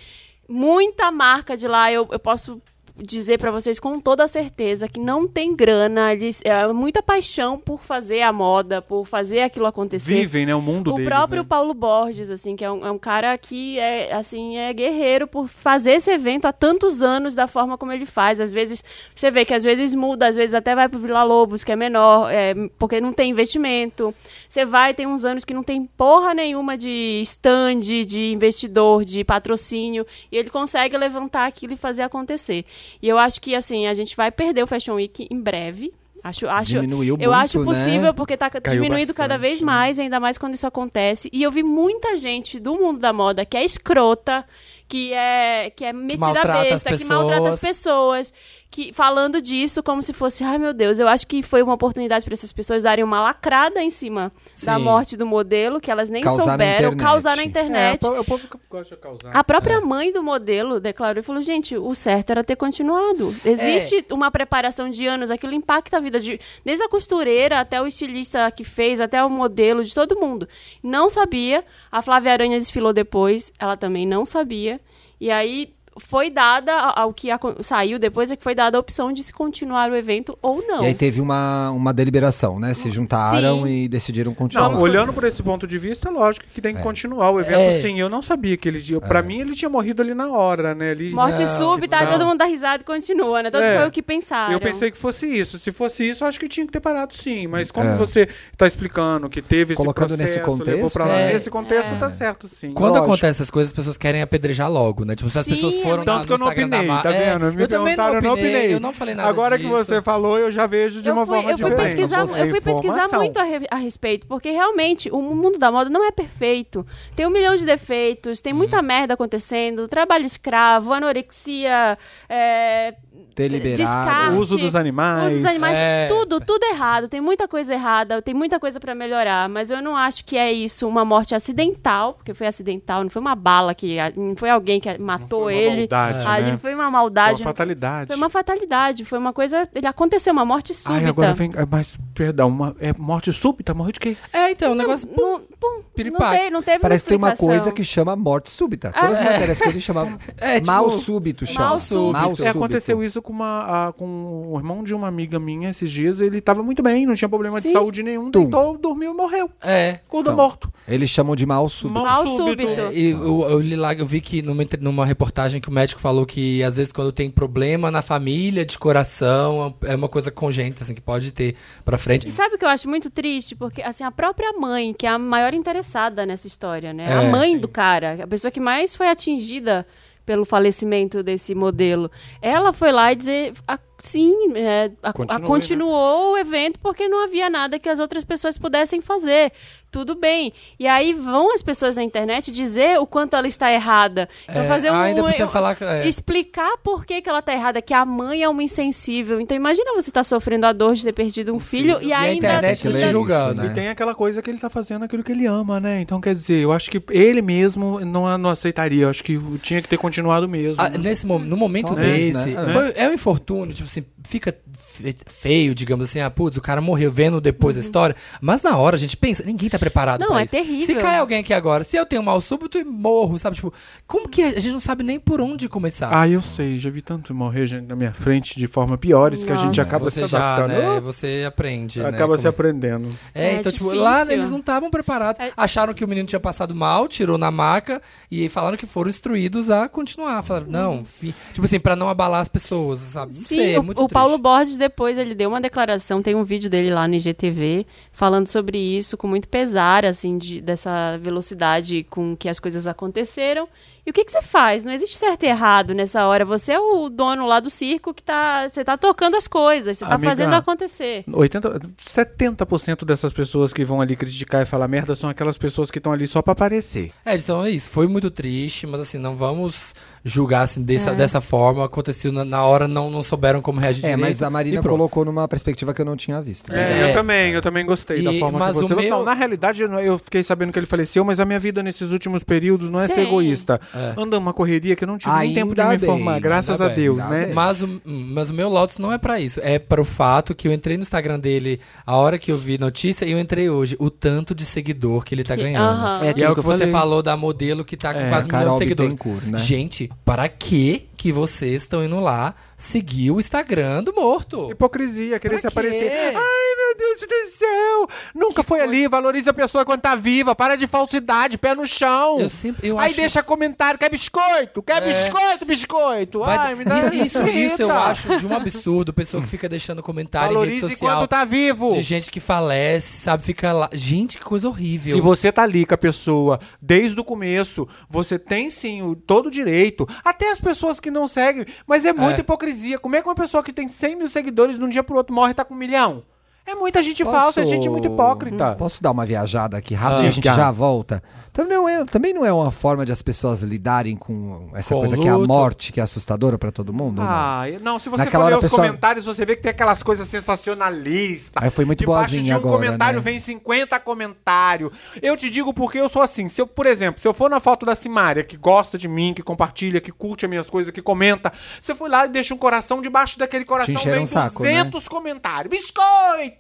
C: muita marca de lá, eu, eu posso dizer pra vocês com toda certeza que não tem grana, eles, é muita paixão por fazer a moda, por fazer aquilo acontecer.
D: Vivem, né, o mundo
C: O
D: deles,
C: próprio
A: É,
D: né?
C: Paulo Borges, assim, que é um, é um cara que é, assim, é guerreiro por fazer esse evento há tantos anos da forma como ele faz. Às vezes, você vê que às vezes muda, às vezes até vai pro Vila Lobos, que é menor, é, porque não tem investimento. Você vai, tem uns anos que não tem porra nenhuma de stand, de investidor, de patrocínio, e ele consegue levantar aquilo e fazer acontecer. E eu acho que, assim, a gente vai perder o Fashion Week em breve. Acho, acho,
A: Diminuiu
C: eu
A: muito,
C: acho possível
A: né?
C: porque tá
D: Caiu
C: diminuindo cada
D: bastante,
C: vez
D: né?
C: mais, ainda mais quando isso acontece. E eu vi muita gente do mundo da moda que é escrota, que é que é metida
B: maltrata as
C: besta, que maltrata as
B: pessoas.
C: pessoas, que falando disso como se fosse, ai meu Deus, eu acho que foi uma oportunidade para essas pessoas darem uma lacrada em cima da
B: Sim.
C: morte do modelo que elas nem
A: Causar na
C: souberam,
A: internet.
C: causar na
D: É,
C: internet.
D: o po- o povo que gosta de causar.
C: A própria mãe do modelo declarou e falou: gente, o certo era ter continuado. Existe
D: É.
C: uma preparação de anos, aquilo impacta a vida de. Desde a costureira até o estilista que fez, até o modelo, de todo mundo. Não sabia. A Flávia Aranha desfilou depois, ela também não sabia. E aí foi dada a- ao que acon- saiu depois, é que foi dada a opção de se continuar o evento ou não.
A: E aí teve uma, uma deliberação, né? Se juntaram
C: Sim.
A: e decidiram continuar.
D: Não, olhando por esse ponto de vista, lógico que tem que continuar o evento,
B: É.
D: sim. Eu não sabia que ele tinha.
A: É.
D: Pra mim, ele tinha morrido ali na hora, né? Ali,
C: Morte
B: Não,
C: súbita,
D: não.
C: todo mundo dá risada e continua, né? Todo
D: É.
C: foi o que pensaram.
D: Eu pensei que fosse isso. Se fosse isso, acho que tinha que ter parado sim. Mas como você tá explicando que teve esse
A: É. Colocando
D: processo,
A: nesse
D: levou
A: contexto,
D: pra lá,
B: é.
D: nesse contexto tá certo sim.
B: Quando
D: Lógico.
B: acontece essas coisas, as pessoas querem apedrejar logo, né? Tipo, se as
C: Sim,
B: pessoas foram
D: Tanto
B: lá
D: que eu
B: no
D: não
B: Instagram da
D: opinei,
B: Mar-
D: tá
B: É,
D: vendo? Me
B: eu também não
D: perguntaram, eu não
B: opinei,
D: opinei.
B: Eu não falei nada
D: Agora que
B: disso.
D: você falou, eu já vejo de
C: eu
D: uma
C: fui,
D: forma
C: eu fui
D: diferente.
C: pesquisar,
D: Você
C: eu fui pesquisar
D: informação.
C: muito a, re- a respeito, porque realmente o mundo da moda não é perfeito. Tem um milhão de defeitos, tem
D: Uhum.
C: muita merda acontecendo, trabalho escravo, anorexia, é,
A: Deliberaram.
C: descarte,
D: O uso dos animais.
C: uso dos animais,
B: É.
C: tudo, tudo errado. Tem muita coisa errada, tem muita coisa pra melhorar, mas eu não acho que é isso uma morte acidental, porque foi acidental, não foi uma bala que a- não foi alguém que a- matou
D: foi uma
C: ele.
D: maldade,
C: ali
D: né?
C: foi uma
D: Uma
C: maldade.
D: fatalidade.
C: Foi uma fatalidade, foi uma coisa. Ele aconteceu, uma morte súbita.
D: Ai, agora vem. ah, Mas, perdão, uma... é morte súbita? Morreu de quê?
B: É, então, o negócio. pum,
C: Não, pum, não,
B: Piripaque.
C: teve, não teve
A: Parece que tem uma coisa
C: explicação. É.
A: que chama morte súbita. Todas as matérias que ele chamava.
B: É, tipo,
A: mal súbito chama.
C: mal súbito.
A: Mal
B: É,
D: É,
A: súbito.
D: aconteceu isso com, uma, a- com o irmão de uma amiga minha esses dias. Ele tava muito bem, não tinha problema de
C: Sim.
D: saúde nenhum.
A: Tum.
D: Tentou, dormiu e morreu.
B: É.
D: Acordou
A: Então.
D: morto.
A: Eles chamam de mal súbito.
C: Mal súbito.
B: É, e eu, eu li lá, eu vi que numa, entre- numa reportagem que o médico falou que às vezes quando tem problema na família de coração, é uma coisa congênita, assim, que pode ter pra frente.
C: E sabe o que eu acho muito triste? Porque, assim, a própria mãe, que é a maior interessada nessa história, né? a
B: É,
C: mãe do cara, a pessoa que mais foi atingida pelo falecimento desse modelo. Ela foi lá e dizer, a- sim, é, a- a-
D: Continue,
C: continuou o evento porque não havia nada que as outras pessoas pudessem fazer. Tudo bem. E aí vão as pessoas na internet dizer o quanto ela está errada. Então
B: É,
C: fazer um,
B: ainda precisa
C: um-
B: falar que- é.
C: explicar por que, que ela tá errada, que a mãe é uma insensível. Então imagina você tá sofrendo a dor de ter perdido um, filho, e
B: E a
C: ainda tá
B: internet
A: Tem que
B: te
A: ler
B: julgando.
A: isso,
D: E
A: né?
D: tem aquela coisa que ele tá fazendo aquilo que ele ama, né? Então, quer dizer, eu acho que ele mesmo não, não aceitaria. Eu acho que tinha que ter continuado mesmo. né?
B: Ah, nesse momento, no momento
A: Talvez,
B: desse,
A: né? É.
B: foi- é um infortúnio, tipo, assim, fica fe- feio, digamos assim, ah, putz, o cara morreu vendo depois a história. Mas na hora a gente pensa, ninguém tá preparado
C: Uhum. Não,
B: pra
C: é
B: isso.
C: terrível.
B: Se cai alguém aqui agora, se eu tenho um mal súbito e morro, sabe? Tipo, como que é? a gente não sabe nem por onde começar?
D: Ah, eu sei, já vi tanto morrer gente na minha frente de forma piores que a gente
C: Nossa.
D: acaba
B: você
D: se
B: já,
D: adaptando. Ah,
B: né? Você aprende. né,
D: acaba se
B: como-
D: aprendendo.
B: É,
C: É
B: então, tipo,
C: difícil.
B: lá eles não estavam preparados.
C: É-
B: Acharam que o menino tinha passado mal, tirou na maca e falaram que foram instruídos a continuar. Falaram, não, fi- tipo assim, pra não abalar as pessoas, sabe? Não
C: Uhum. Sim,
B: sei, é
C: o,
B: muito
C: o
B: triste.
C: Paulo Borges depois ele deu uma declaração, tem um vídeo dele lá no IGTV falando sobre isso com muito pesar, assim, de- dessa velocidade com que as coisas aconteceram. E o que, que você faz? Não existe certo e errado nessa hora. Você é o dono lá do circo que tá, você tá tocando as coisas, você tá
D: Amiga,
C: fazendo
B: (laughs)
C: acontecer.
D: 80, 70% dessas pessoas que vão ali criticar e falar merda são aquelas pessoas que estão ali só pra aparecer.
B: É, então é isso. Foi muito triste, mas assim, não vamos julgar assim,
C: É.
B: dessa, dessa forma. Aconteceu na, na hora, não, não souberam como reagir
A: É,
B: direito,
A: mas a Marina
B: e pronto.
A: colocou numa perspectiva que eu não tinha visto.
B: É, eu É.
D: também, eu também gostei
B: E- da forma que mas você- o meu-
D: Não, na realidade, eu não- eu fiquei sabendo que ele faleceu, mas a minha vida nesses últimos períodos não é ser
C: Sim.
D: egoísta. Anda uma correria que eu não tive nem tempo de
A: Ainda
D: me
A: bem,
D: informar, graças a
B: ainda bem,
D: Deus,
A: ainda
D: né?
A: bem.
B: Mas o, mas o meu Lotus não é pra isso. É para o fato que eu entrei no Instagram dele a hora que eu vi notícia e eu entrei hoje. O tanto de seguidor que ele tá
C: Que-
B: ganhando.
C: aham.
B: E é o que, você
D: falou.
B: falou da modelo que tá com
D: É,
B: quase um milhão
A: Carol
B: de seguidores.
A: Bittencourt, né?
B: Gente, para que que vocês estão indo lá seguir o Instagram do morto?
D: Hipocrisia, querer
B: Pra
D: se
B: quê?
D: aparecer. Ai, meu Deus do céu! Nunca foi ali, valoriza a pessoa quando tá viva, para de falsidade, pé no chão.
B: Eu sempre- eu
D: Aí
B: acho- É.
D: deixa comentário, quer biscoito? Quer biscoito, biscoito?
B: Vai-
D: Ai, me dá
B: (laughs) isso, isso eu
D: irrita.
B: acho de um absurdo. Pessoa que fica deixando comentário em
D: Valorize
B: rede social.
D: quando tá vivo.
B: De gente que falece, sabe? Fica lá. Gente, que coisa horrível.
D: Se você tá ali com a pessoa desde o começo, você tem sim o, todo o direito. Até as pessoas que não seguem. Mas é
B: É.
D: muita hipocrisia. Como é que uma pessoa que tem 100 mil seguidores de um dia pro outro morre e tá com um milhão? É muita gente falsa, é gente muito hipócrita.
A: Posso dar uma viajada aqui rápido?
B: Ah,
A: a gente
D: Diga.
A: já volta. Também não, é, também não é uma forma de as pessoas lidarem com essa
B: Com
A: coisa que é a
B: luto.
A: morte, que é assustadora pra todo mundo? não?
D: Ah, eu- não, se você
A: Naquela
D: for
A: hora
D: ler
A: a
D: os
A: pessoa-
D: comentários, você vê que tem aquelas coisas sensacionalistas.
A: Aí foi muito
D: Debaixo
A: boazinha
D: de um
A: agora,
D: comentário
A: né?
D: vem 50 comentários. Eu te digo porque eu sou assim. Se eu, por exemplo, se eu for na foto da Simária, que gosta de mim, que compartilha, que curte as minhas coisas, que comenta, se eu for lá e deixo um coração debaixo daquele coração,
A: encheram
D: vem
A: o saco, né?
D: 200 comentários. Biscoito!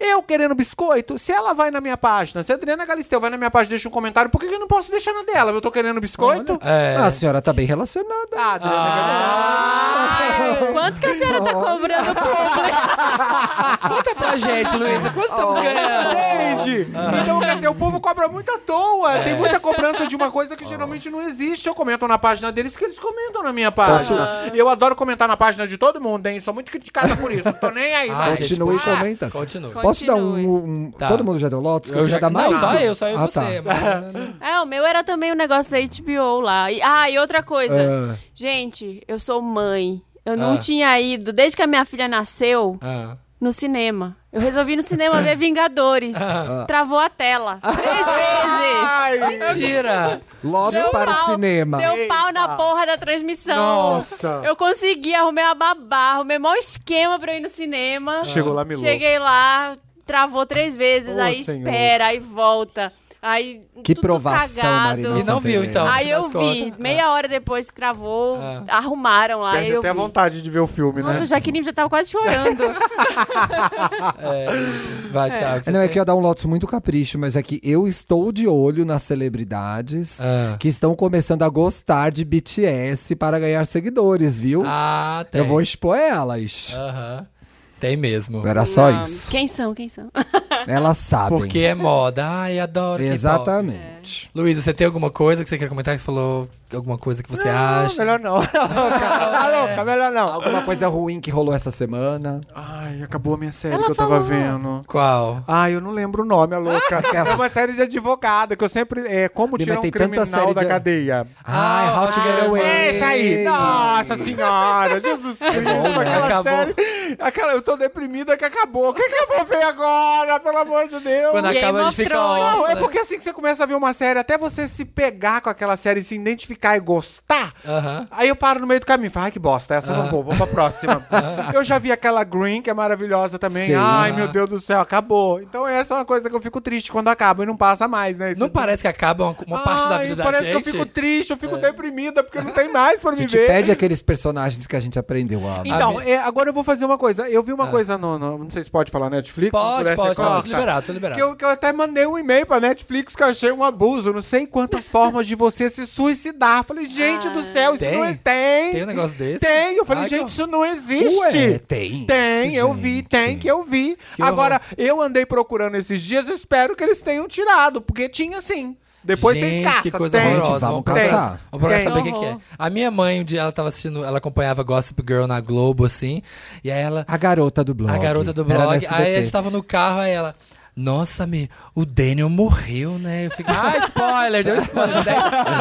D: Eu querendo biscoito, se ela vai na minha página, se a Adriana Galisteu vai na minha página e deixa um comentário, por que que eu não posso deixar na dela? Eu tô querendo biscoito?
B: É.
A: Ah, a senhora tá bem relacionada.
D: Ah, Adriana
A: Ah.
D: Galisteu.
C: Quanto que a senhora tá cobrando público?
B: Conta pra gente, Luísa. Quanto estamos ganhando?
D: Entende? Então, quer dizer, o povo cobra muito à
A: É.
D: toa. Tem muita cobrança de uma coisa que geralmente não existe. Eu comento na página deles que eles comentam na minha página. E eu adoro comentar na página de todo mundo, hein? Sou muito criticada por isso. Não tô nem aí.
B: Ah,
D: mas-
B: gente,
A: Continue
B: pô,
A: comentando.
B: Continua.
A: Posso dar um. um-
B: Tá.
A: Todo mundo já deu Lotus?
B: Eu já
A: dá mais?
B: Não, só eu, só eu e
A: Ah, Tá.
B: você. mas-
C: É, o meu era também o negócio da HBO lá. E- ah, e outra coisa.
A: Ah.
C: Gente, eu sou mãe. Eu não
B: Ah.
C: tinha ido, desde que a minha filha nasceu,
B: Ah.
C: no cinema. Eu resolvi ir no
A: (laughs)
C: cinema ver Vingadores.
A: Ah.
C: Travou a tela. Três vezes.
B: Mentira!
A: Lotus para o
C: pau.
A: cinema.
C: Deu pau na porra da transmissão.
D: Nossa.
C: Eu consegui, arrumei a babá, arrumei maior esquema pra eu ir no cinema.
D: Chegou lá, milou.
C: Cheguei lá, travou três vezes,
D: Ô,
C: aí
D: senhor.
C: espera, aí volta. Aí
A: Que
C: tudo
A: provação,
C: cagado.
A: Marina.
B: E não viu,
A: Santelena.
B: então.
C: Aí
B: no
C: eu
B: fim das
C: vi,
B: contas.
C: meia hora depois que cravou,
B: Ah.
C: arrumaram lá. aí
D: Perde
C: eu
D: até a
C: vi.
D: vontade de ver o filme,
C: Nossa,
D: né?
C: o Jaqueline já tava quase chorando.
B: É. Vai, Thiago.
A: É,
B: você
A: Não, é
B: tem-
A: que eu ia dar um Lotus muito capricho, mas é que eu estou de olho nas celebridades
B: Ah.
A: que estão começando a gostar de BTS para ganhar seguidores, viu?
B: Ah, tem.
A: eu vou expor elas.
B: Aham. Tem mesmo.
A: Era só
C: Não.
A: isso.
C: Quem são? Quem são?
A: Elas sabem.
B: Porque é moda. Ai, adoro. K-pop.
A: Exatamente.
B: Luísa, você tem alguma coisa que você quer comentar? Que você falou alguma coisa que você acha?
D: melhor não. (laughs) tá louca, melhor não.
A: Ah, Alguma coisa ruim que rolou essa semana.
D: Ai, acabou a minha série
C: Ela
D: que eu tava
C: falou.
D: vendo.
B: Qual?
D: Ai, eu não lembro o nome, a
A: (laughs)
D: louca. É uma série de advogado que eu sempre. É, como
A: Bem,
D: tirar
A: mas
D: um
A: tem tanta
D: criminal
A: série
D: da
A: de-
D: cadeia.
A: Ai, How to Get
B: ah,
A: Away.
D: É isso aí! Nossa senhora! Jesus Cristo! aquela
B: É Acabou.
D: série. Aquela, eu tô deprimida que acabou. O que, que eu vou ver agora? Pelo amor de Deus!
B: Quando
C: Game
B: acaba, a gente
C: of
B: fica
C: Thrones.
B: ó,
D: Não, é
B: né?
D: porque assim que você começa a ver uma série, até você se pegar com aquela série, se identificar e gostar,
B: Aham. (laughs)
D: aí eu paro no meio do caminho e falo, ai que bosta, essa eu não vou, vou pra próxima. eu já vi aquela Green, que é maravilhosa também.
A: Sim.
D: Ai, meu Deus do céu, acabou. Então essa é uma coisa que eu fico triste quando acaba e não passa mais, né?
B: Não parece que acaba uma, uma parte da
D: Ai,
B: vida
D: parece
B: da gente? É.
D: que eu fico triste, eu fico deprimida, porque não tem mais pra
A: A
D: me
A: gente
D: ver.
A: perde aqueles personagens que a gente aprendeu a amar.
D: Então,
B: A
D: é, agora eu vou fazer uma coisa. Eu vi uma coisa no, no- Não sei se pode falar Netflix.
B: Ah. Pode,
D: se
B: pode,
D: pudesse,
B: tá
D: corta.
B: tudo liberado, tô liberado.
D: Que eu, que eu até mandei um e-mail pra Netflix que eu achei um abuso. Não sei
B: (laughs)
D: quantas formas de você se suicidar. Falei, gente do céu, isso
B: Ah, Tem?
D: não é. Tem.
B: Tem um negócio desse?
D: Tem. Eu falei,
B: Ai, que
D: gente,
B: horror.
D: isso não existe.
A: Ué, tem
D: Tem,
A: isso,
D: eu vi,
A: gente.
D: tem que eu vi.
B: Que horror.
D: agora, eu andei procurando esses dias, espero que eles tenham tirado, porque tinha sim. Depois
B: Gente,
D: vocês caçam.
B: que coisa
D: tem.
B: horrorosa.
A: vamos
B: procurar-
A: caçar.
B: Vamos procurar
D: Tem.
B: saber o que, que é.
C: Horror.
B: A minha mãe, um dia, ela tava assistindo, ela acompanhava Gossip Girl na Globo, assim, e aí ela.
A: A garota do blog.
B: A garota do
A: Era no
B: blog.
A: SBT.
B: Aí a gente tava no carro, aí ela. Nossa, me, o Daniel morreu, né? Eu fiquei, ah, spoiler, deu spoiler. Né?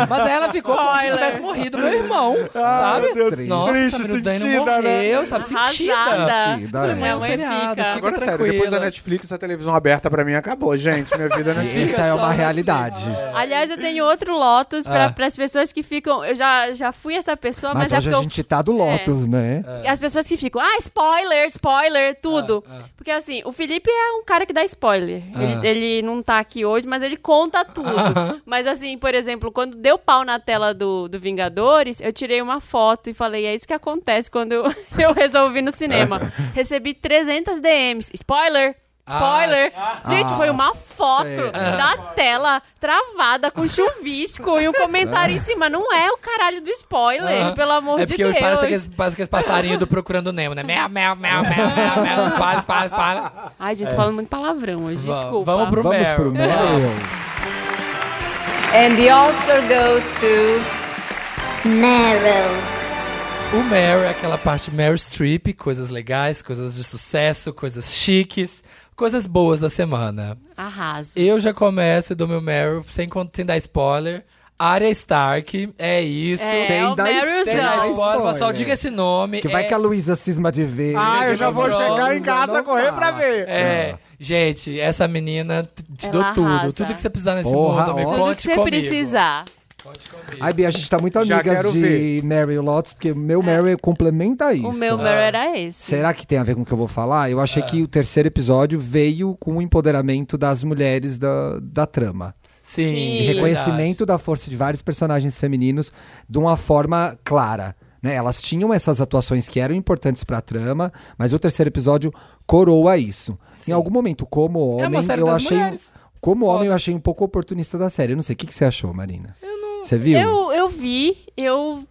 B: Mas aí ela ficou como se tivesse morrido meu irmão, sabe?
D: meu
A: Deus.
B: Nossa,
D: Triste,
B: Samir, o Daniel
D: sentida, né?
B: morreu, sabe? Sentida.
C: Arrasada.
A: Sentida, é.
B: Falei, mãe, é um
C: Minha mãe
B: seriado,
C: fica.
B: fica
D: Agora, sério,
B: tranquila.
D: depois da Netflix, a televisão aberta pra mim acabou. Gente, minha vida
A: (laughs)
D: não assim.
A: Isso é
B: só
A: uma
B: na
A: realidade.
C: Aliás, eu tenho outro Lotus
B: Ah.
C: pra para as pessoas que ficam. Eu já, já fui essa pessoa,
A: Mas
C: mas, é
A: hoje
C: porque
A: a
C: eu-
A: gente tá do Lotus, né?
B: É.
C: as pessoas que ficam, ah, spoiler, spoiler, tudo. Porque assim, o Felipe é um cara que dá spoiler.
B: É.
C: Ele, ele não tá aqui hoje, mas ele conta tudo. Mas assim, por exemplo, quando deu pau na tela do, do Vingadores, eu tirei uma foto e falei, é isso que acontece quando (laughs) eu, eu resolvi
B: (laughs)
C: no cinema. Recebi 300 DMs. Spoiler!
B: Ah.
C: Spoiler! Gente, foi uma foto da
B: É.
C: tela travada com chuvisco e um comentário em cima. Não é o caralho do spoiler,
B: Aham.
C: pelo amor
B: é
C: de
B: porque
C: Deus.
B: eu- Parece aqueles, parece aqueles passarinhos do Procurando Nemo, né? Mel, mel, mel, mel, mel, mel. Espalha, espalha, espalha.
C: Ai, gente, tô falando muito palavrão hoje,
B: Vamos-
C: desculpa.
B: É. vamos pro-
A: Vamos
B: Meryl.
A: pro Meryl. É.
E: And the Oscar goes to
F: Meryl.
B: O Meryl é aquela parte Meryl Streep, coisas legais, coisas de sucesso, coisas chiques, coisas boas da semana.
C: Arraso.
B: Eu já começo e dou meu Meryl, sem, con- sem dar spoiler. Arya Stark, é isso.
C: É,
A: Sem
C: o
A: dar
C: Meryl
B: Sem dar
A: Zão.
C: Zão.
B: spoiler, mas só
A: spoiler.
B: diga esse nome.
A: Que vai
B: é-
A: que a Luísa cisma de ver.
D: assim, Ah, eu já vou
B: Não,
D: chegar em casa,
A: não tá.
D: correr
A: fala.
D: pra ver.
B: É,
A: Ah.
B: gente, essa menina te- te
C: Ela
B: dou tudo.
C: arrasa.
B: Tudo que você precisar nesse
A: Porra,
B: mundo,
A: ó.
B: me conte
C: Tudo que você
B: comigo.
C: precisar.
A: Ai, Bia, a gente tá muito
D: Já
A: amigas
D: quero
A: de
D: ver.
A: Meryl Lotus, porque o meu Meryl complementa isso.
C: É. O meu Meryl
B: é.
C: era esse.
A: Será que tem a ver com o que eu vou falar? Eu
D: É.
A: achei que o terceiro episódio veio com o empoderamento das mulheres da, da trama.
B: Sim,
C: Sim.
A: E reconhecimento da força de vários personagens femininos de uma forma clara. Né? Elas tinham essas atuações que eram importantes pra trama, mas o terceiro episódio coroa isso. Em algum momento, como
B: É uma
A: homem,
B: série
A: eu
B: das
A: achei.
B: mulheres.
A: Como homem,
B: Foda.
A: eu achei um pouco oportunista da série. Eu não sei. O que, que você achou, Marina? Eu não. Você viu?
C: Eu, eu vi, eu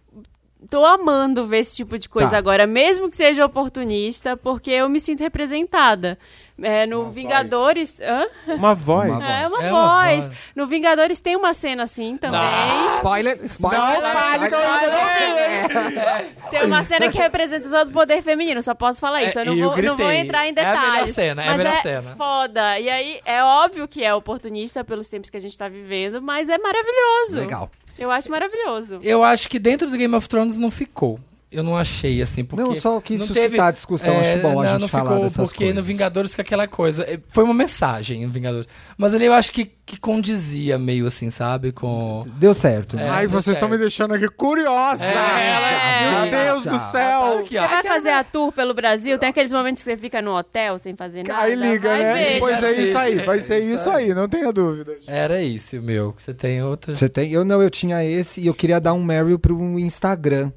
C: tô amando ver esse tipo de coisa
A: Tá.
C: agora, mesmo que seja oportunista, porque eu me sinto representada. É, no Vingadores. Hã?
D: Uma voz.
A: Uma
C: É uma
B: É uma
C: voz.
B: voz.
C: No Vingadores tem uma cena assim também.
A: Spoiler, spoiler.
D: Não fale que
B: Então,
D: eu ainda não
A: é.
D: vi.
C: É. Tem uma cena que representa todo o poder feminino, só posso falar isso.
B: É,
C: eu não
B: e eu
C: vou, não vou
B: gritei.
C: entrar
B: É a
C: em detalhes.
B: melhor cena, é a
C: mas
B: melhor
C: é
B: cena.
C: Foda. E aí, é óbvio que é oportunista pelos tempos que a gente tá vivendo, mas é maravilhoso.
A: Legal.
C: Eu acho maravilhoso.
B: Eu acho que dentro do Game of Thrones não ficou. Eu não achei, assim, porque...
A: Não, só que
B: não É,
A: suscitar a discussão, acho bom a
B: não,
A: gente
B: não
A: falar
B: ficou,
A: dessas
B: porque no
A: coisas.
B: Vingadores fica aquela coisa... eh, Foi uma mensagem no Vingadores. Mas ali eu acho que, que condizia meio assim, sabe? Com...
A: Deu certo, né?
D: Ai,
B: deu
D: vocês estão
B: certo.
D: me deixando aqui curiosa.
A: É,
D: Meu Deus
A: Tchau.
D: do
A: tá
D: céu.
B: Aqui, ó.
C: Você vai fazer a tour pelo Brasil? Tem aqueles momentos que você fica no hotel sem fazer nada.
D: Aí liga,
C: vai
D: né?
C: ver.
D: Pois é
B: Vai
D: isso aí,
B: ver.
D: vai ser
B: É isso
D: isso aí, não tenha dúvida.
B: Era isso, meu. Você tem outro...
A: Você tem? Eu não, eu tinha esse e eu queria dar um Meryl pro Instagram.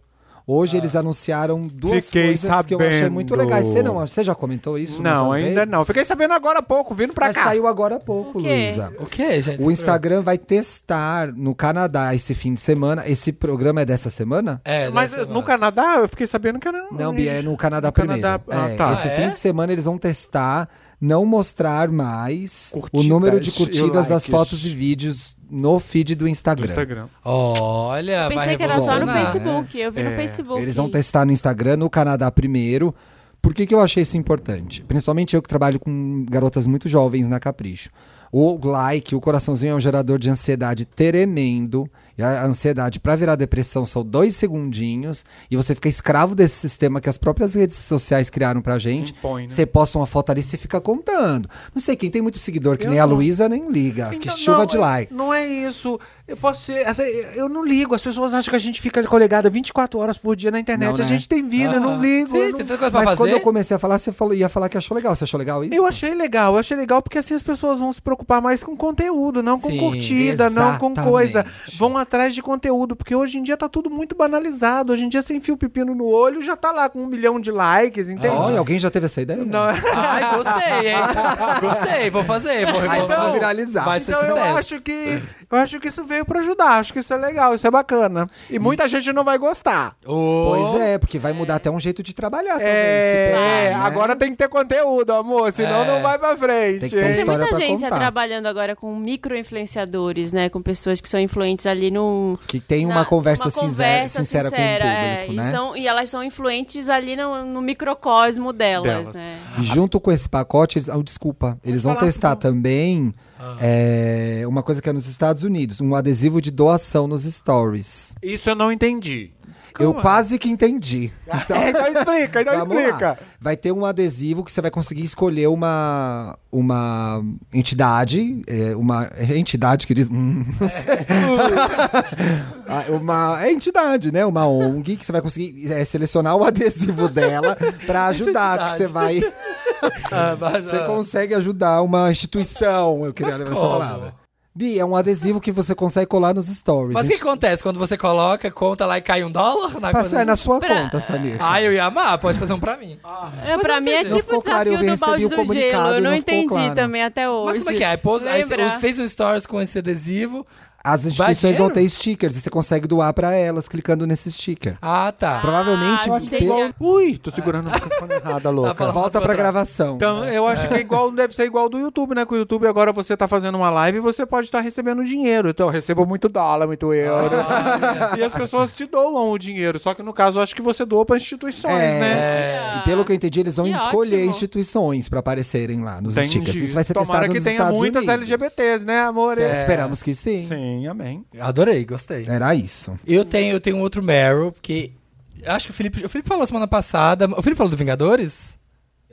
A: Hoje eles anunciaram duas
D: Ah. Fiquei
A: coisas que eu achei muito
D: sabendo.
A: legais. Você não, você já comentou isso?
D: Não,
A: nos
D: ainda
A: updates?
D: não. Fiquei sabendo agora há pouco, vindo pra
A: Mas
D: cá.
A: saiu agora há pouco,
C: O quê?
A: Luísa.
B: O que, gente?
A: O Instagram vai testar no Canadá esse fim de semana. Esse programa é dessa semana?
B: É,
D: Mas
B: dessa-
D: no Canadá, eu fiquei sabendo que era... um
A: Não, Bia, é no Canadá
D: No
A: primeiro.
D: Canadá- ah,
A: É,
D: tá.
A: Esse
B: Ah,
A: fim
B: é?
A: de semana eles vão testar, não mostrar mais
D: Curtidas
A: o número de
D: e
A: curtidas das
D: likes.
A: fotos e vídeos no feed do
D: Do
A: Instagram.
D: Instagram.
B: Olha,
C: Eu
B: vai
C: pensei que era só no
B: revolucionar.
C: Facebook. Eu vi no Facebook.
A: É, Eles vão testar no Instagram, no Canadá primeiro. Por que, que eu achei isso importante? Principalmente eu que trabalho com garotas muito jovens na Capricho. O like, o coraçãozinho é um gerador de ansiedade tremendo. E a ansiedade para virar depressão são dois segundinhos. E você fica escravo desse sistema que as próprias redes sociais criaram pra gente.
D: Impõe, né?
A: Você posta uma foto ali e você fica contando. Não sei, quem tem muito seguidor, que nem a Luísa, nem liga. que
D: Então,
A: chuva
D: não,
A: de
D: é-
A: likes.
D: Não é isso. Eu posso ser. essa- eu não ligo. As pessoas acham que a gente fica colegada 24 horas por dia na internet.
A: Não, né?
D: A gente tem vida, eu não ligo.
B: Sim,
D: eu,
B: tem
D: não-
B: tanta coisa pra
A: Mas quando eu
B: fazer.
A: comecei a falar, você falou, ia falar que achou legal. Você achou legal isso?
D: eu achei legal, eu achei legal porque assim as pessoas vão se preocupar mais com conteúdo, não com
B: Sim,
D: curtida, não com coisa.
A: exatamente.
D: Vão atrás de conteúdo, porque hoje em dia tá tudo muito banalizado. Hoje em dia você enfia o pepino no olho já tá lá com um milhão de likes, entende?
A: Ah, Olha, alguém já teve essa ideia?
D: Não,
B: Ai,
A: (laughs)
B: gostei, hein? Gostei, vou fazer. Vou,
A: Aí
B: vou-
A: vai
B: vou-
A: viralizar.
B: Vai ser
D: Então eu
B: sucesso.
D: acho que eu acho que isso veio pra ajudar, acho que isso é legal, isso é bacana. E muita gente não vai gostar.
B: Ô,
A: Pois é, porque vai mudar até um jeito de trabalhar. também,
D: Oh. É,
A: se pegar,
D: é,
A: né?
D: agora tem que ter conteúdo, amor, senão
B: É.
D: não vai pra frente.
A: Tem que ter um
D: hein?
C: Tem
D: (laughs)
A: história
C: muita
A: pra
C: agência
A: contar.
C: trabalhando agora com micro-influenciadores, né? Com pessoas que são influentes ali no...
A: Que tem uma
C: na-
A: conversa,
C: uma
A: sincera,
C: conversa
A: sincera
C: sincera,
A: com o público,
C: é,
A: né?
C: E, são- e elas são influentes ali no, no microcosmo delas,
D: Delas.
C: né?
A: E junto com esse pacote, eles, oh, desculpa, eles vão
D: falar,
A: testar
D: então.
A: também é, uma coisa que é nos Estados Unidos, um adesivo de doação nos stories.
D: Isso eu não entendi.
A: Eu quase que entendi. Então, (laughs)
D: É, então explica, então
A: vamos lá.
D: explica.
A: Vai ter um adesivo que você vai conseguir escolher uma, uma entidade, é, uma entidade que diz, hum, (laughs) não
B: (laughs)
A: sei. Ah, uma é entidade, né? Uma ONG que você vai conseguir é, selecionar o adesivo dela pra ajudar, que você vai
B: Ah, mas,
A: você
B: ah,
A: consegue ajudar uma instituição, eu queria
B: Mas
A: lembrar essa
B: como?
A: palavra. Bi, é um adesivo que você consegue colar nos stories.
B: mas o que
A: Gente,
B: acontece quando você coloca, conta lá e cai um dólar? Na
A: Passa
B: coisa?
A: aí na sua
C: Pra-
A: conta, Samir.
B: Ah, eu ia amar, pode fazer um pra mim.
C: É, pra mim é
A: entendi. Não
C: tipo
A: ficou
C: o
A: claro, Ah. eu
C: desafio do
A: recebi
C: balde
A: o
C: do
A: comunicado
C: gelo.
A: e
C: Eu não,
A: não ficou
C: entendi
A: claro.
C: também até hoje.
B: Mas como é que é? Aí Pousa, aí
C: Lembra?
B: você fez um stories com esse adesivo.
A: As instituições
B: dinheiro?
A: vão ter stickers e você consegue doar pra elas clicando nesse sticker.
B: Ah, tá.
A: Provavelmente
C: eu acho que é
A: pe-
C: igual-
D: Ui, tô segurando o microfone errado, louca.
B: Tá falando.
A: volta pra gravação.
D: Então, eu acho que é igual, deve ser igual do YouTube, né? Com o YouTube agora você tá fazendo uma live e você pode estar recebendo dinheiro. Então, eu recebo muito dólar, muito euro.
A: Ah,
D: e as pessoas te doam o dinheiro. Só que no caso, eu acho que você doa pra instituições,
A: É.
D: né?
A: E pelo que eu entendi, eles vão
C: Que
A: escolher
C: ótimo.
A: instituições pra aparecerem lá nos
D: Entendi.
A: stickers. Isso vai ser
D: Tomara
A: testado
D: que
A: nos
D: tenha
A: Estados
D: muitas
A: Unidos. É.
D: LGBTs, né, amores?
A: Esperamos que sim.
D: Sim, amém.
B: Adorei, gostei.
A: Era isso.
B: Eu tenho, eu tenho um outro Meryl, porque. Acho que o Felipe. O Felipe falou semana passada. O Felipe falou do Vingadores?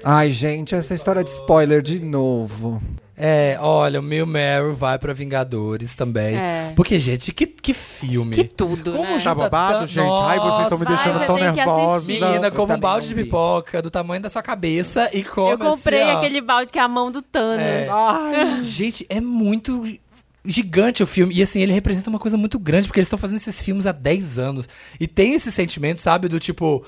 A: Ai, gente, essa história de spoiler de novo.
B: É, olha, o meu Meryl vai pra Vingadores também.
C: É.
B: Porque, gente, que, que filme.
C: Que tudo, né?
D: Tá babado,
B: tan-
D: gente? Ai, vocês estão me
C: Vai,
D: deixando
C: você
D: tão
C: tem que
D: nervosa.
C: assistir.
B: Menina, como um
A: também
B: balde
A: não
B: de
A: vi.
B: pipoca do tamanho da sua cabeça e come
C: Eu comprei
B: assim, ó.
C: aquele balde que é a mão do Thanos.
B: É.
D: Ai,
B: Gente, é muito gigante o filme. E assim, ele representa uma coisa muito grande, porque eles estão fazendo esses filmes há 10 anos. E tem esse sentimento, sabe, do tipo.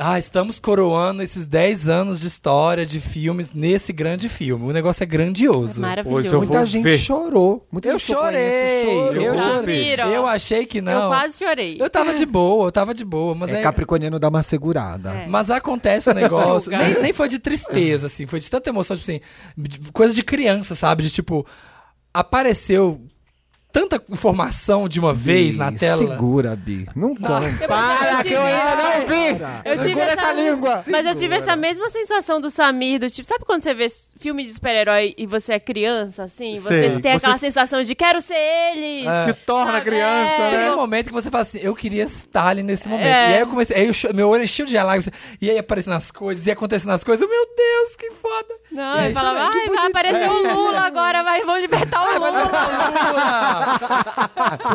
B: Ah, estamos coroando esses 10 anos de história de filmes nesse grande filme. O negócio é grandioso.
D: Hoje eu
C: Maravilhoso.
D: vou
A: Muita gente
D: ver.
A: chorou. Muita
B: Eu
A: gente que conheço
B: chorei!
A: chorou.
B: Eu
D: vou
B: chorei.
C: ver.
B: Eu achei que não.
C: Eu quase chorei.
B: Eu tava de boa, eu tava de boa, mas
A: É
B: é-
A: Capricorniano dá uma segurada.
C: É.
B: Mas acontece o negócio.
C: (laughs) Julga.
B: nem, nem foi de tristeza, assim, foi de tanta emoção, tipo assim, de- coisa de criança, sabe? De tipo, apareceu tanta informação de uma vez na
A: Bi,
B: tela.
A: Segura, Bi. Não conta.
D: para, que eu ainda não vi!
C: Eu tive
D: Segura essa língua!
C: Mas eu tive essa mesma sensação do Samir, do tipo, sabe quando você vê filme de super-herói e você é criança, assim? Você
D: Sei.
C: tem aquela
D: Você-
C: sensação de quero ser eles.
D: Se torna
C: Sabe?
D: criança,
C: É,
B: Tem um
D: né?
B: momento que você fala assim, eu queria estar ali nesse momento.
C: É.
B: E aí eu comecei, aí eu cho- meu olho encheu de lágrimas, e aí aparecendo as coisas, e acontecendo as coisas, eu, meu Deus, que foda!
C: Não,
B: E
C: eu
B: aí, chorei,
C: falava,
B: que É,
C: ai, vai aparecer o Lula agora, vai, vão libertar o Lula.
B: Lula!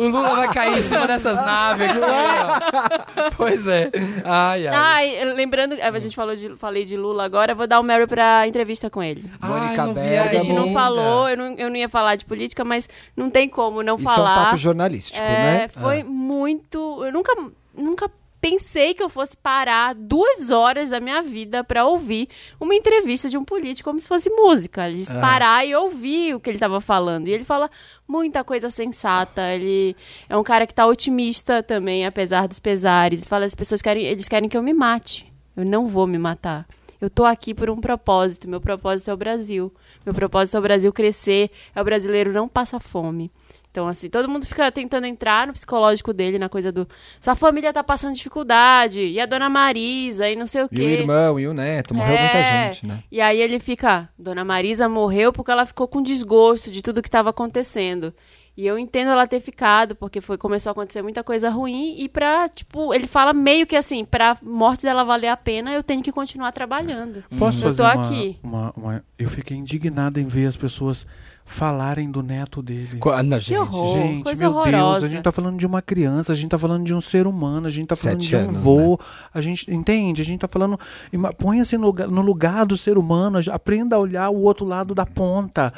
B: o Lula vai cair em cima dessas naves aqui, ó. Pois é. Ai, ai.
C: Ai, lembrando, a gente falou de, falei de Lula agora, vou dar o Meryl pra entrevista com ele.
A: Mônica
B: não vi
A: Bergamo.
C: A gente não
B: ainda.
C: falou, eu não, eu não ia falar de política, mas não tem como não
A: Isso
C: falar.
A: é um fato jornalístico,
C: É,
A: né?
C: Foi muito. Eu nunca, nunca pensei que eu fosse parar duas horas da minha vida pra ouvir uma entrevista de um político como se fosse música. Eles parar e ouvir o que ele tava falando. E ele fala muita coisa sensata. Ele é um cara que tá otimista também, apesar dos pesares. Ele fala: as pessoas querem, eles querem que eu me mate. Eu não vou me matar. Eu tô aqui por um propósito. Meu propósito é o Brasil. Meu propósito é o Brasil crescer, é o brasileiro não passar fome. Então, assim, todo mundo fica tentando entrar no psicológico dele, na coisa do. Sua família tá passando dificuldade, e a dona Marisa, e não sei o
A: E
C: quê.
A: o irmão e o neto, morreu muita
C: É.
A: gente, né?
C: E aí ele fica, Dona Marisa morreu porque ela ficou com desgosto de tudo que estava acontecendo. E eu entendo ela ter ficado, porque foi, começou a acontecer muita coisa ruim. E pra, tipo, ele fala meio que assim, pra morte dela valer a pena, eu tenho que continuar trabalhando.
D: Posso
C: Eu
D: fazer
C: tô
D: uma,
C: aqui.
D: uma- uma- Eu fiquei indignada em ver as pessoas falarem do neto dele.
B: Co- ah, não, gente.
C: horror.
D: Gente,
C: coisa
D: meu Deus,
C: horrorosa.
D: a gente tá falando de uma criança, a gente tá falando de um ser humano, a gente tá falando
A: Sete
D: de um
A: anos,
D: vô, a gente, entende? A gente tá falando, ima- põe-se no lugar, no lugar do ser humano, a- aprenda a olhar o outro lado da ponta.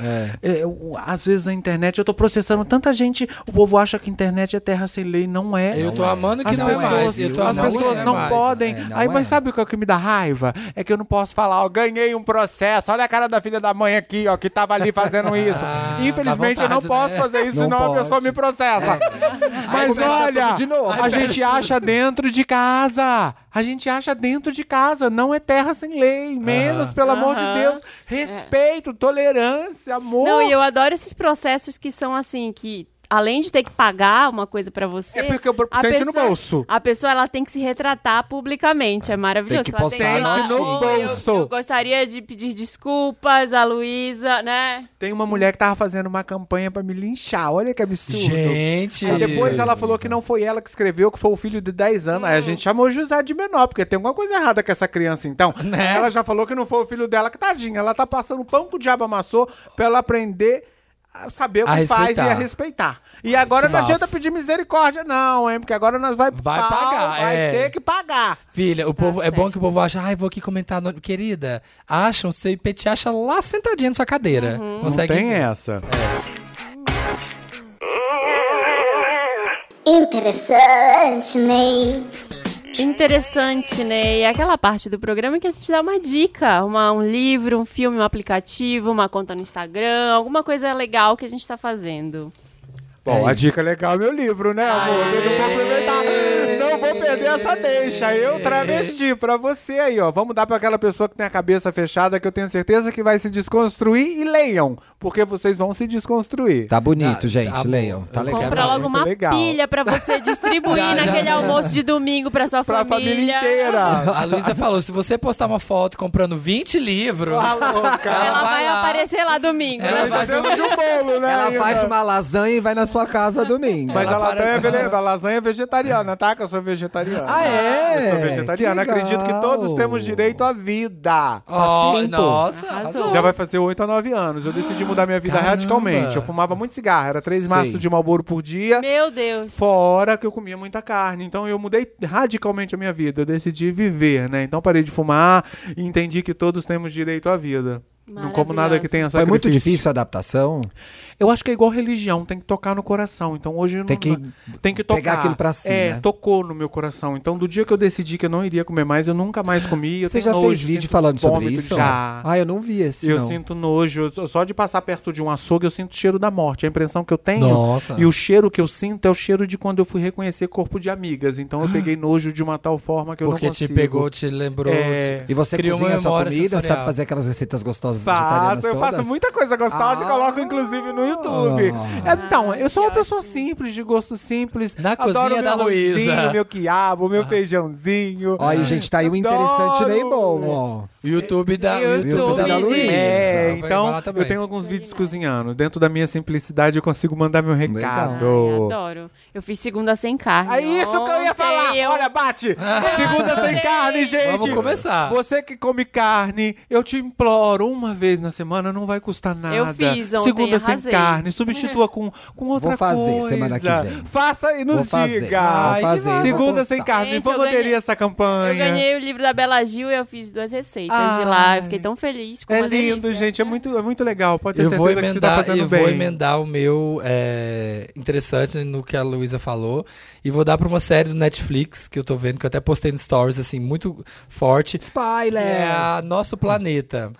D: É, o- às vezes a internet, eu tô processando tanta gente, o povo acha que a internet é terra sem lei, não é.
B: Eu tô amando que
D: As
B: não é
D: pessoas,
B: mais. Eu tô
D: as
B: amando que
D: pessoas
B: é
D: não
B: mais.
D: podem.
A: É, não
D: Aí,
A: é.
D: mas sabe o que, é o que me dá raiva? É que eu não posso falar, ó, ganhei um processo, olha a cara da filha da mãe aqui, ó, que tava ali fazendo isso. Infelizmente,
B: dá
D: eu não
B: vontade,
D: posso
B: né?
D: fazer isso,
A: Não
D: senão
A: pode.
D: a pessoa me processa. Mas
A: começa
D: olha,
A: tudo de novo.
D: a
A: Aí
D: gente acha dentro de casa. A gente acha dentro de casa. Não é terra sem lei. Menos, pelo amor de
C: Aham. É.
D: Deus. Respeito, tolerância, amor.
C: Não, e eu adoro esses processos que são assim, que além de ter que pagar uma coisa pra você.
D: É porque eu
C: a
D: sente no
C: pessoa-
D: bolso.
C: A pessoa ela tem que se retratar publicamente, é maravilhoso.
A: Tem que
C: ela
A: postar
C: falar,
D: Sente no
C: "Oi, eu-
D: bolso."
C: Eu, gostaria de pedir desculpas a Luísa, né?
D: Tem uma mulher que tava fazendo uma campanha pra me linchar. Olha que absurdo.
B: Gente.
D: Aí depois ela falou que não foi ela que escreveu, que foi o filho de 10 anos.
B: Hum.
D: Aí a gente chamou o José de menor, porque tem alguma coisa errada com essa criança, então.
B: Né?
D: Aí Ela já falou que não foi o filho dela, que tadinha. Ela tá passando pão que o diabo amassou pra ela aprender a saber o
B: A
D: que faz e
B: respeitar.
D: a respeitar. E agora não
B: bafo.
D: adianta pedir misericórdia, não, hein? Porque agora nós vai,
B: Vai
D: pau,
B: pagar,
D: vai
B: é.
D: ter que pagar.
B: Filha, o povo, é
C: certo.
B: bom que o povo acha, ai, vou aqui comentar. no-" Querida, acha o seu IP te acha lá sentadinha na sua cadeira.
C: Uhum.
B: Consegue ver.
D: essa.
F: Interessante, Ney.
C: Interessante, né? E é aquela parte do programa que a gente dá uma dica, uma, um livro, um filme, um aplicativo, uma conta no Instagram, alguma coisa legal que a gente tá fazendo.
D: Bom, a dica legal é meu livro, né, amor? Eu não vou aproveitar. Não vou perder essa deixa. Eu travesti pra você aí, ó. Vamos dar pra aquela pessoa que tem a cabeça fechada, que eu tenho certeza que vai se desconstruir e leiam. Porque vocês vão se desconstruir.
A: Tá bonito,
B: Ah,
A: gente.
B: tá bom.
A: leiam. Tá
B: Eu
A: legal.
C: Compra
D: não,
C: logo
D: muito
C: uma
D: legal.
C: pilha pra
D: (laughs)
C: você distribuir
B: Já, já,
C: naquele
B: já.
C: almoço de domingo pra sua
D: Pra família,
B: (laughs)
C: família.
D: inteira.
B: A Luísa falou: se você postar uma foto comprando 20 livros,
C: Ah,
D: Tá louca.
C: Ela,
B: Ela vai
C: vai
B: lá.
C: aparecer lá domingo.
B: Ela
C: né?
D: Tá dentro de um bolo, né?
A: Ela
D: ainda?
A: faz uma lasanha e vai na sua casa domingo.
D: Mas
B: Ela
D: a lasanha, é
B: parece-
D: vele- a lasanha é vegetariana, tá? Que eu sou vegetariana.
A: Ah, é?
D: Eu sou vegetariana.
A: Que
D: Acredito que
A: legal.
D: todos temos direito à vida.
B: Oh,
A: limpo.
B: nossa,
C: assim, Arrasou.
B: arrasou.
D: Já vai fazer 8 a 9 anos. Eu decidi mudar minha vida
B: Caramba.
D: radicalmente. Eu fumava muito cigarro, era 3
A: Sei.
D: maços de Malboro por dia.
C: Meu Deus.
D: Fora que eu comia muita carne. Então eu mudei radicalmente a minha vida. Eu decidi viver, né? Então parei de fumar e entendi que todos temos direito à vida. Não como nada que tenha
A: Foi
D: sacrifício.
A: muito difícil a adaptação.
D: Eu acho que é igual religião, tem que tocar no coração. Então hoje eu não
A: Tem que
D: tem que tocar.
A: pegar aquilo pra si,
D: É,
A: né?
D: tocou no meu coração. Então do dia que eu decidi que eu não iria comer mais, eu nunca mais comi. Eu
A: Você
D: tenho
A: já
D: nojo,
A: fez vídeo
D: sinto
A: falando sobre
D: vômito,
A: isso?
D: Já.
A: Ah, eu não vi esse.
D: Eu
A: não.
D: sinto nojo. Eu- Só de passar perto de um açougue, eu sinto o cheiro da morte. A impressão que eu tenho.
B: Nossa.
D: E o cheiro que eu sinto é o cheiro de quando eu fui reconhecer corpo de amigas. Então eu peguei nojo de uma tal forma que eu
B: Porque
D: não consigo.
B: te pegou, te lembrou.
D: É.
B: te-
A: E você
B: criou uma
A: cozinha sua
B: memória
A: comida,
B: sensorial.
A: sabe fazer aquelas receitas gostosas vegetarianas
D: Faço, eu
A: todas?
D: faço muita coisa gostosa e
A: Ah.
D: coloco inclusive no YouTube. É, então, eu sou uma pessoa simples, de gosto simples.
B: Ah. Na
D: Adoro
B: cozinha
D: meu
B: da Luísa. Ah.
D: arrozinho, meu quiabo, meu feijãozinho.
A: Olha, gente, tá aí um interessante
D: né? Adoro.
A: nem bom, ó.
B: O YouTube da, o YouTube
C: YouTube
B: da
C: de-
B: Luísa.
D: É,
B: Vai
D: então
B: lá também.
D: eu tenho alguns vídeos cozinhando. Dentro da minha simplicidade, eu consigo mandar meu
C: Ai,
D: recado.
C: adoro. Eu fiz segunda sem carne.
D: É isso que eu ia
C: Ontem
D: falar.
C: eu-
D: Olha, bate. Segunda sem
C: Ontem.
D: carne, gente.
B: Vamos começar.
D: Você que come carne, eu te imploro, uma vez na semana não vai custar nada.
C: Eu fiz ontem,
D: Segunda sem
C: arrasei.
D: carne, substitua com, com outra
A: fazer
D: coisa.
A: semana que vem.
D: Faça e nos
A: Vou fazer.
D: diga.
B: Ai,
A: vou
B: que
A: fazer. vou
D: Segunda
A: postar.
D: sem carne,
C: Gente,
D: vamos
C: eu ganhei-
D: aderir a essa campanha.
C: Eu ganhei o livro da Bela Gil e eu fiz duas receitas de lá.
D: Ai.
C: Eu fiquei tão feliz. Ficou
D: É
C: uma delícia.
D: lindo, gente. É muito, é muito legal. Pode ter
B: Eu vou
D: certeza que você tá
B: emendar,
D: fazendo
B: eu
D: bem.
B: vou emendar o meu é, interessante no que a Luísa falou. E vou dar pra uma série do Netflix que eu tô vendo, que eu até postei no Stories, assim, muito forte.
A: Spoiler!
B: É a Nosso Planeta.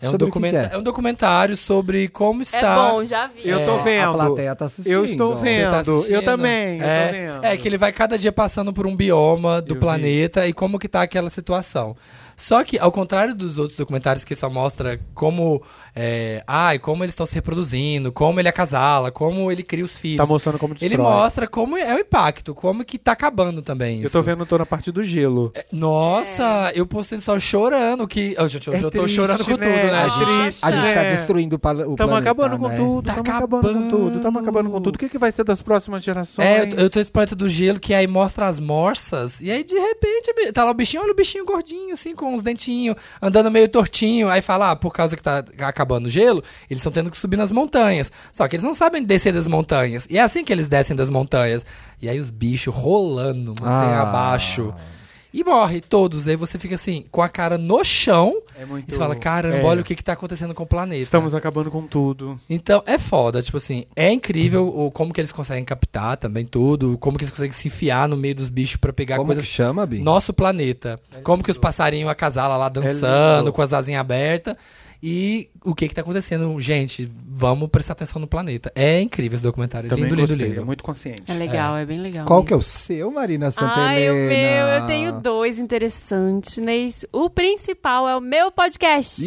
B: É um,
A: Sobre o que que
B: documenta-
A: é?
B: é um documentário sobre como
C: É
B: está.
C: bom, já vi.
D: Eu tô
C: É.
D: vendo.
A: A plateia tá assistindo.
D: Eu estou
B: Você
D: vendo.
B: tá assistindo?
D: eu também.
B: É,
D: eu tô vendo.
B: é que ele vai cada dia passando por um bioma do
D: Eu vi.
B: planeta e como que tá aquela situação. Só que, ao contrário dos outros documentários que só mostra como. É, ai, como eles estão se reproduzindo, como ele acasala, como ele cria os filhos.
D: Tá mostrando como destrói.
B: ele mostra como é o impacto, como que tá acabando também.
D: Eu
B: isso. É,
D: tô vendo, tô na parte do gelo.
B: Nossa, eu postei só chorando que. Eu, já- eu
D: É
B: já tô
D: triste,
B: chorando com tudo, né?
D: É
C: Nossa.
D: triste,
A: A gente tá
D: né?
A: destruindo o, pala- o
D: Tamo
A: planeta,
D: acabando com
A: né?
D: tudo,
B: Tá
D: tamo acabando com tudo, tamo acabando com tudo. O que, que vai ser das próximas gerações?
B: É, eu, tô- eu tô esse planeta do gelo que aí mostra as morsas. E aí, de repente, bi- tá lá o bichinho, olha o bichinho gordinho, assim, com os dentinhos, andando meio tortinho. Aí fala, ah, por causa que tá acabando o gelo, eles estão tendo que subir nas montanhas. Só que eles não sabem descer das montanhas. E é assim que eles descem das montanhas. E aí os bichos rolando, montanha
A: Ah.
B: abaixo. E morre todos. Aí você fica assim, com a cara no chão.
D: É muito-
B: E você fala, caramba,
D: é.
B: olha o que, que tá acontecendo com o planeta.
D: Estamos acabando com tudo.
B: Então, é foda, tipo assim, é incrível
D: Uhum.
B: o, como que eles conseguem captar também tudo, como que eles conseguem se enfiar no meio dos bichos pra pegar
A: Como
B: coisas.
A: que chama, Bi?
B: Nosso planeta. como que os passarinhos acasalam lá dançando,
D: É lindo.
B: com as asinhas abertas. E o que que tá acontecendo? Gente, vamos prestar atenção no planeta. É incrível esse documentário.
D: Também
B: lindo, lindo,
D: gostei,
B: lindo.
D: é muito consciente.
C: É legal, é, bem legal.
A: Qual
C: mesmo.
A: que é o seu, Marina Santelena?
C: Ai, o meu, eu tenho dois interessantes, né? O principal é o meu podcast.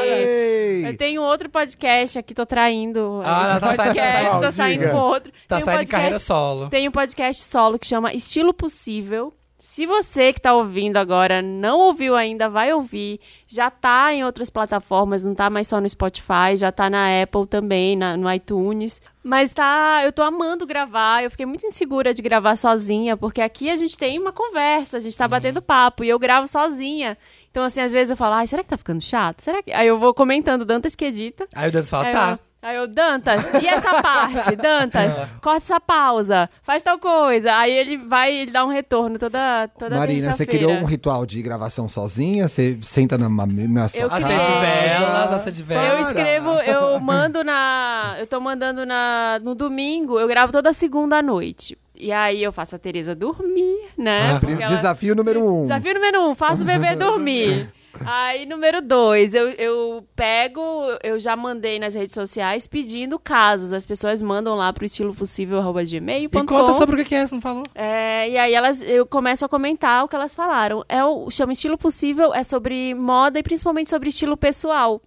A: Yay!
C: Eu tenho outro podcast aqui, tô traindo.
B: Ah,
C: esse
B: ela tá saindo-
C: podcast,
D: tá
C: tô
D: saindo,
C: saindo
D: diga.
C: com outro.
B: Tá
C: Tem um
B: saindo
C: podcast-
B: carreira solo.
C: Tem um podcast solo que chama Estilo Possível. Se você que tá ouvindo agora não ouviu ainda, vai ouvir. Já tá em outras plataformas, não tá mais só no Spotify, já tá na Apple também, na- no iTunes. Mas tá, eu tô amando gravar. Eu fiquei muito insegura de gravar sozinha, porque aqui a gente tem uma conversa, a gente tá batendo papo e eu gravo sozinha. Então assim, às vezes eu falo, ai, será que tá ficando chato? Será que aí eu vou comentando Dantas que edita?
B: Aí o Dantas fala,
C: Aí
B: tá.
C: eu- Aí eu, Dantas, e essa
A: (laughs)
C: parte? Dantas,
A: É.
C: corta essa pausa, faz tal coisa. Aí ele vai ele dá um retorno toda toda
A: Marina, você criou um
C: terça-feira.
A: ritual de gravação sozinha? Você senta na, ma- na sua
C: Eu
A: casa?
B: Acende
C: criei.
B: velas, acende velas.
C: Eu escrevo,
A: (laughs)
C: eu mando na. Eu tô mandando na, no domingo, eu gravo toda segunda à noite. E aí eu faço a Tereza dormir, né?
B: Ah.
A: Pri-
C: Porque ela-
A: Desafio número um.
C: Desafio número um, faço
A: (laughs)
C: o bebê dormir. Aí, número dois, eu, eu pego, eu já mandei nas redes sociais pedindo casos. As pessoas mandam lá pro estilo possível, arroba gmail.com.
B: E conta sobre o que que é, você não falou?
C: É, e aí elas, eu começo a comentar o que elas falaram. É o chama estilo possível, é sobre moda e principalmente sobre estilo pessoal.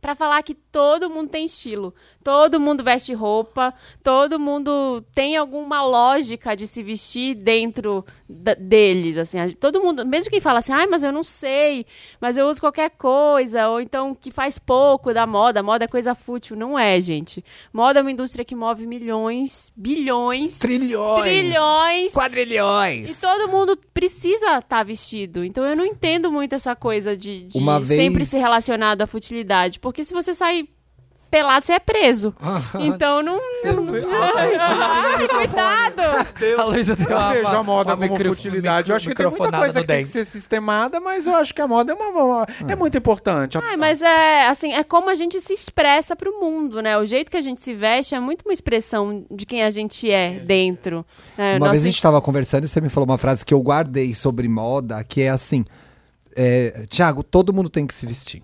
C: Pra falar que todo mundo tem estilo, todo mundo veste roupa, todo mundo tem alguma lógica de se vestir dentro da- deles, assim, a- todo mundo, mesmo quem fala assim, ai, mas eu não sei, mas eu uso qualquer coisa, ou então que faz pouco da moda, moda é coisa fútil, não é, gente. Moda é uma indústria que move milhões, bilhões,
B: Trilhões.
C: trilhões. E
B: Quadrilhões.
C: todo mundo precisa estar vestido. Então eu não entendo muito essa coisa de, de
A: Uma vez-
C: sempre se relacionado à futilidade. Porque se você sair pelado, você
A: (laughs)
C: é preso. Então não. não- Ai, Cuidado!
B: A Luísa deu
D: Eu
B: uma-
D: vejo a moda
B: uma
D: como
B: micro-
D: futilidade. eu acho que tem muita
B: microfonada
D: coisa
B: no
D: que tem que
B: dente.
D: ser sistemada, mas eu acho que a moda é uma, uma- é muito importante.
C: Ai, mas é assim, é como a gente se expressa pro mundo, né? O jeito que a gente se veste é muito uma expressão de quem a gente é dentro. né?
A: Uma vez
C: Nosso-
A: a gente estava conversando e você me falou uma frase que eu guardei sobre moda, que é assim: é, Tiago, todo mundo tem que se vestir.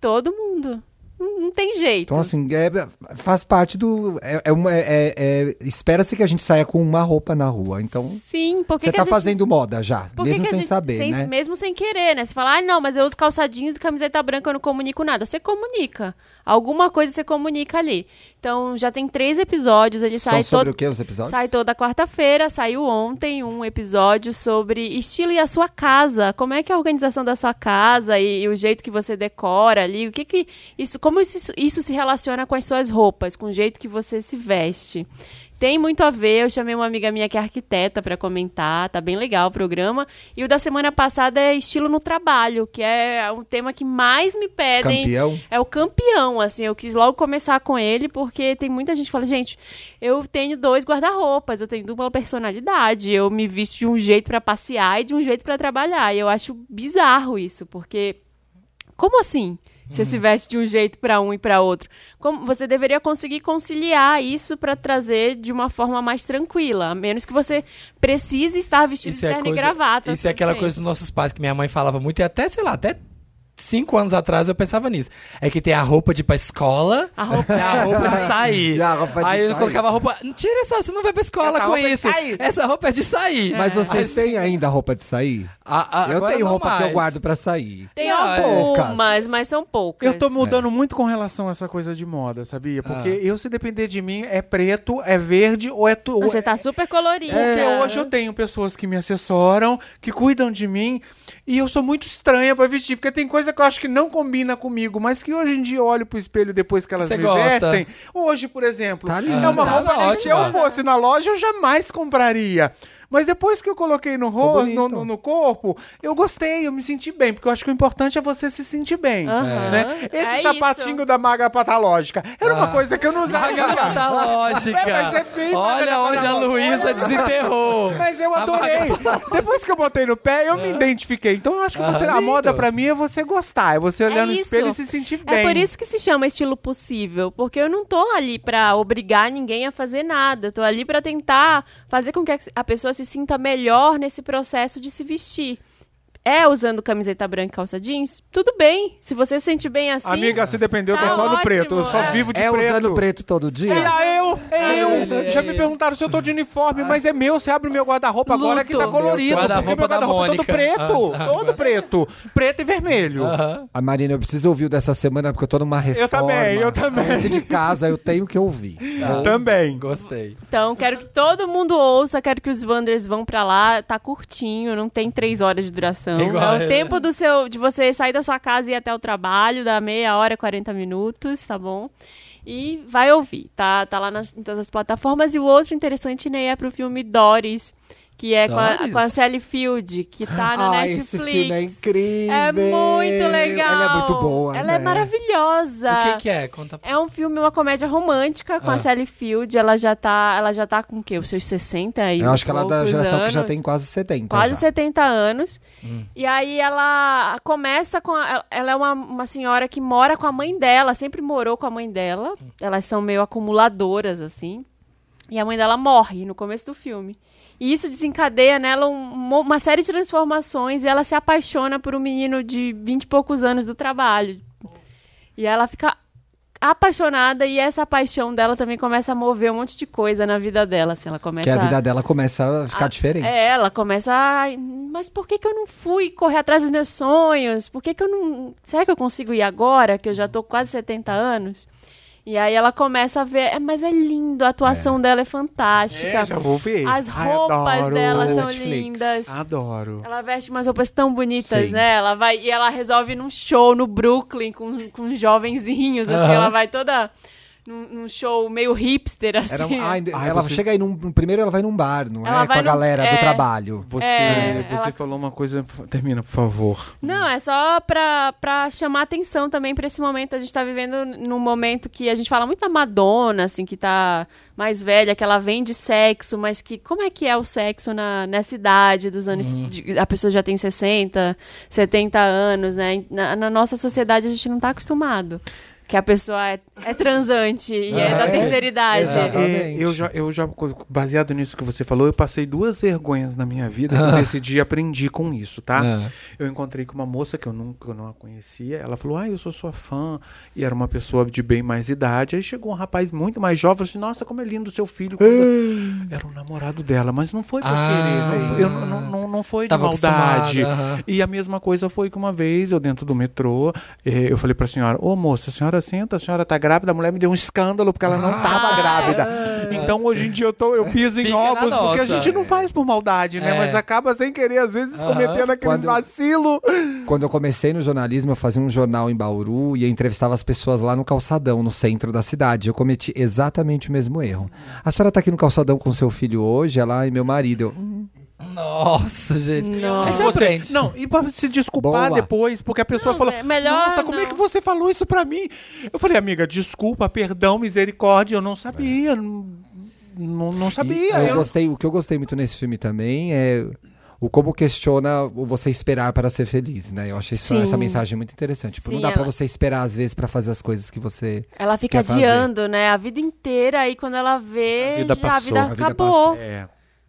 C: Todo mundo. Não, não tem jeito.
A: Então, assim, é- faz parte do. é- é uma- é- é- Espera-se que a gente saia com uma roupa na rua. Então,
C: Sim, porque
A: você
C: que a
A: tá
C: gente-
A: fazendo moda já,
C: Por que
A: mesmo
C: que a
A: sem
C: gente-
A: saber,
C: sem-
A: né?
C: Mesmo sem querer, né? Você fala, ah, não, mas eu uso calça jeans e camiseta branca, eu não comunico nada. Você comunica. Alguma coisa você comunica ali. Então, já tem três episódios, ele
A: São
C: sai
A: sobre
C: todo...
A: o que os episódios?
C: Sai toda quarta-feira, saiu ontem um episódio sobre estilo e a sua casa. Como é que é a organização da sua casa e, e o jeito que você decora ali? O que que isso, como isso, isso se relaciona com as suas roupas, com o jeito que você se veste? Tem muito a ver. Eu chamei uma amiga minha que é arquiteta para comentar. Tá bem legal o programa. E o da semana passada é estilo no trabalho, que é um tema que mais me pedem.
A: Campeão.
C: É o campeão, assim. Eu quis logo começar com ele, porque tem muita gente que fala, gente, eu tenho dois guarda-roupas, eu tenho dupla personalidade, eu me visto de um jeito pra passear e de um jeito pra trabalhar. E eu acho bizarro isso, porque como assim? Você
B: Uhum.
C: se veste de um jeito pra um e pra outro. Como você deveria conseguir conciliar isso pra trazer de uma forma mais tranquila, a menos que você precise estar vestido de terno e gravata. assim.
B: isso é aquela
C: sempre.
B: coisa dos nossos pais que minha mãe falava muito, e até, sei lá, até cinco anos atrás eu pensava nisso. É que tem a roupa de ir pra escola
C: A roupa-
B: (laughs) e a roupa de sair.
A: E a roupa de
B: Aí eu
A: sair.
B: colocava a roupa. Tira essa, você não vai pra escola
D: Essa
B: com
D: roupa é de
B: isso.
D: sair.
B: Essa roupa é de sair.
A: Mas vocês têm ainda roupa de sair?
B: A- a-
A: eu
B: Ah, agora
A: tenho
B: não
A: roupa que eu
B: mais.
A: guardo pra sair.
C: Tem
B: Não, é-
A: Poucas.
C: algumas, mas são poucas.
D: Eu tô mudando muito com relação a essa coisa de moda, sabia? Porque
B: Ah.
D: eu, se depender de mim, é preto, é verde ou é... Tu...
C: Você tá super colorida.
D: Porque
B: É.
D: hoje eu tenho pessoas que me assessoram, que cuidam de mim, e eu sou muito estranha pra vestir, porque tem coisa que eu acho que não combina comigo, mas que hoje em dia eu olho pro espelho depois que elas
B: Você
D: me
B: gosta.
D: vestem. Hoje, por exemplo,
A: Tá
D: é
A: linda.
D: uma
B: Tá
D: roupa que se eu
B: ótima.
D: fosse na loja eu jamais compraria. Mas depois que eu coloquei no rosto, no,
A: bonito.
D: no- no corpo, eu gostei, eu me senti bem, porque eu acho que o importante é você se sentir bem.
C: Aham.
D: Né? Esse
C: É
D: sapatinho
C: isso.
D: da maga patológica era uma
B: Ah.
D: coisa que eu não usava.
B: Maga
D: (laughs)
B: patológica.
D: É, mas é bem
B: tá Olha
D: maga
B: onde a
D: patológica.
B: Luísa desenterrou.
D: Mas eu
B: A
D: adorei.
B: maga-
D: Depois que eu botei no pé,
B: É.
D: eu me identifiquei. Então eu acho que
B: Ah,
D: você, a
B: lindo.
D: moda pra mim é você gostar, é você olhar no
C: isso.
D: espelho e se sentir bem.
C: É por isso que se chama estilo possível, porque eu não tô ali pra obrigar ninguém a fazer nada. Eu tô ali pra tentar fazer com que a pessoa se sinta melhor nesse processo de se vestir. É usando camiseta branca e calça jeans? Tudo bem. Se você se sente bem assim.
D: Amiga, se depender, eu tô
C: Tá
D: só no
C: ótimo,
D: preto. Eu só
C: é.
D: vivo de
A: é
D: preto.
A: usando preto todo dia?
D: É a eu, é eu.
B: Ai,
D: Já
B: ai,
D: me
B: ai.
D: perguntaram se eu tô de uniforme, mas é meu. Você abre meu guarda-roupa agora que tá
C: Luto.
D: colorido.
B: Meu
D: Porque meu
B: guarda-roupa da
D: guarda-roupa é todo
B: Mônica.
D: preto.
B: Ah, tá.
D: Todo preto. Preto e vermelho.
B: Aham.
A: A Marina, eu preciso ouvir o dessa semana porque eu tô numa reforma.
D: também, eu também.
A: Esse de casa, eu tenho que ouvir. tá?
B: Ah.
D: Também.
B: Gostei.
C: Então, quero que todo mundo ouça, quero que os Wanders vão pra lá. Tá curtinho, não tem três horas de duração.
B: Igual
C: é o
B: eu,
C: tempo
B: né?
C: do seu, de você sair da sua casa e ir até o trabalho, dá meia hora, 40 minutos, tá bom? E vai ouvir, tá? Tá lá nas, em todas as plataformas. E o outro interessante, Ney, é pro filme Doris, que é com a,
B: Doris?
C: com a Sally Field, que tá na
A: Ah,
C: Netflix.
A: esse filme é incrível.
C: É muito legal.
A: Ela é muito boa.
C: Ela é
A: né?
C: maravilhosa.
B: O que, que é?
A: tá
B: Conta pra
C: É um filme, uma comédia romântica
A: É.
C: com a
B: Ah.
C: Sally Field. Ela já tá, ela já tá com o quê? Os seus 60 e
A: Eu acho que ela é da
C: poucos
A: geração que já
C: anos.
A: tem quase 70.
C: Quase
A: já.
C: 70 anos. E aí ela começa com. a- ela é uma, uma senhora que mora com a mãe dela, sempre morou com a mãe dela. Elas são meio acumuladoras, assim. E a mãe dela morre no começo do filme. E isso desencadeia nela um mo- uma série de transformações e ela se apaixona por um menino de 20 e poucos anos do trabalho. E ela fica apaixonada e essa paixão dela também começa a mover um monte de coisa na vida dela. Assim, ela começa
A: Que é a vida dela começa a ficar diferente.
C: é, ela começa. "Ai, Mas por que, que eu não fui correr atrás dos meus sonhos? Por que, que eu não. Será que eu consigo ir agora, que eu já tô quase 70 anos? E aí ela começa a ver. "É, Mas é lindo, a atuação dela é fantástica.
D: É, já vou ver.
C: As
D: Ai,
C: roupas
D: adoro. Ah.
C: dela
A: Na
C: são
A: Netflix.
C: lindas.
D: Adoro.
C: Ela veste umas roupas tão bonitas,
A: Sim.
C: né? Ela vai e ela resolve ir num show no Brooklyn com, com jovenzinhos, assim,
B: Aham.
C: ela vai toda num, num show meio hipster, assim.
A: Era um- ah, ainda-
D: Ai,
A: ela
D: você-
A: chega aí num. Primeiro ela vai num bar, não
C: Ela
A: é? Com a
C: vai num-
A: galera do
C: é.
A: trabalho.
D: Você,
C: É,
D: você
C: ela-
D: falou uma coisa. Termina, por favor.
C: Não, é só pra, pra chamar atenção também pra esse momento. A gente tá vivendo num momento que a gente fala muito da Madonna, assim, que tá mais velha, que ela vem de sexo, mas que como é que é o sexo na, nessa idade dos anos.
A: Uhum.
C: de- a pessoa já tem 60, 70 anos, né? Na, na nossa sociedade a gente não tá acostumado. Que a pessoa é, é transante e é, da
A: É,
C: terceira idade.
A: exato.
D: É,
A: Exatamente.
D: eu já, eu já, baseado nisso que você falou, eu passei duas vergonhas na minha
B: (laughs)
D: vida. Eu decidi e aprendi com isso, tá?
B: Ah.
D: Eu encontrei com uma moça que eu nunca eu não a conhecia. Ela falou: Ah, eu sou sua fã. E era uma pessoa de bem mais idade. Aí chegou um rapaz muito mais jovem. Eu disse: Nossa, como é lindo seu filho. era o namorado dela, mas não foi por
B: Ah,
D: querer. não
B: sim.
D: foi- eu não, não, não, não foi de
B: Tava
D: maldade.
B: acostumada, aham.
D: E a mesma coisa foi que uma vez eu dentro do metrô, eh, eu falei pra senhora, ô moça, a senhora senta, a senhora tá grávida, a mulher me deu um escândalo porque ela não tava grávida. Então hoje em dia eu, tô, eu piso
B: Ah, é.
D: em
B: Fica na
D: ovos, porque a
B: nossa.
D: gente não faz por maldade, né?
B: É.
D: Mas acaba sem querer, às vezes,
B: Aham. Ah.
D: cometendo aqueles
A: Quando-
D: vacilos.
A: Quando eu comecei no jornalismo, eu fazia um jornal em Bauru e eu entrevistava as pessoas lá no calçadão, no centro da cidade. Eu cometi exatamente o mesmo erro. A senhora tá aqui no calçadão com seu filho hoje, ela e meu marido. Eu, "Hum,
B: Nossa, gente. A gente
D: Você-
B: aprende.
D: não, e pra se desculpar
A: Boa.
D: depois, porque a pessoa
C: Não,
D: fala,
C: é melhor
D: nossa, como é
C: não."
D: que você falou isso pra mim? Eu falei, amiga, desculpa, perdão, misericórdia, eu não sabia,
B: É.
D: não, não- não
A: E
D: sabia.
A: eu
D: eu-
A: gostei, o que eu gostei muito nesse filme também é o como questiona o você esperar para ser feliz, né? Eu achei isso-
C: Sim.
A: essa mensagem muito interessante. Tipo, não
C: Sim,
A: dá pra
C: ela-
A: você esperar às vezes pra fazer as coisas que você
C: Ela fica
A: Quer fazer.
C: adiando, né? A vida inteira, aí quando ela vê,
D: A vida
C: já-
D: passou, a
A: vida
C: acabou.
A: passou.
D: É.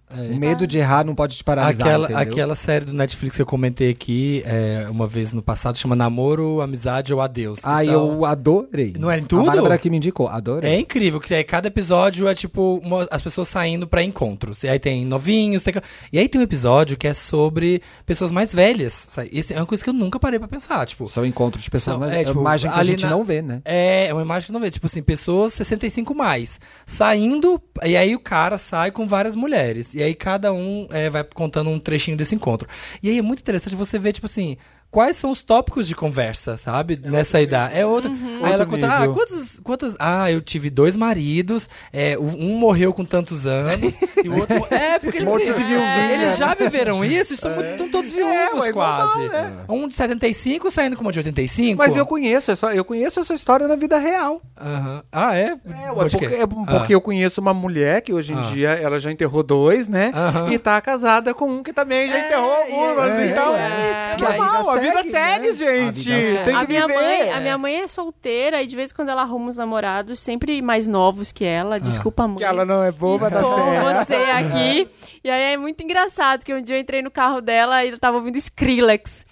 A: O medo de errar não pode te paralisar,
B: Aquela,
A: entendeu?
B: aquela série do Netflix que eu comentei aqui é, uma vez no passado chama Namoro, Amizade ou Adeus. que
A: Ah,
B: são-
A: eu adorei.
B: Não é em
A: A
B: tudo?
A: Bárbara que me indicou,
B: É
A: adorei.
B: incrível, que aí cada episódio é tipo uma- as pessoas saindo pra encontros. E aí tem novinhos, tem... ca- E aí tem um episódio que é sobre pessoas mais velhas. sabe? Esse é uma coisa que eu nunca parei pra pensar, tipo.
A: São encontros de pessoas,
B: São-
A: mas
B: é,
A: é,
B: tipo,
A: uma imagem que a
B: ali
A: gente
B: na-
A: não vê, né?
B: É, é uma imagem que não vê, tipo assim, pessoas 65 mais, saindo, e aí o cara sai com várias mulheres. E aí cada um é, vai contando um trechinho desse encontro. E aí é muito interessante você ver, tipo assim, quais são os tópicos de conversa, sabe? Nessa idade. É outra. Aí ela
D: Uhum. Outro
B: conta, ah,
D: nível.
B: quantas, quantas. Ah, eu tive dois maridos, é, o- um morreu com tantos
D: (laughs)
B: anos, e o outro. É,
D: Um
B: porque tipo,
A: Monte
B: assim,
A: de viúvinha,
B: eles
A: né?
B: já viveram isso, estão todos viúvos
D: É. ué, normal,
B: quase. Um de 75 saindo com uma de 85.
D: Mas eu conheço, essa, eu conheço essa história na vida real.
B: Aham. Ah, é?
D: É, ué,
B: Pode
D: porque,
B: crer.
D: é porque eu conheço uma mulher que hoje em
B: Ah.
D: dia ela já enterrou dois, né?
B: Aham.
D: E tá casada com um que também já enterrou um,
A: é,
D: assim,
A: é,
D: então.
A: é.
D: É,
B: Que a vida
D: normal, a vida segue,
A: segue, né?
D: gente.
A: A vida segue.
D: Tem que
C: É. a minha
D: viver.
C: mãe, a minha mãe é solteira e de vez em quando ela arruma os namorados, sempre mais novos que ela. Desculpa, mãe.
D: Ah. Que ela não é boba da
C: Expor
D: fé.
C: você aqui. E aí é muito engraçado, que um dia eu entrei no carro dela e eu tava ouvindo Skrillex.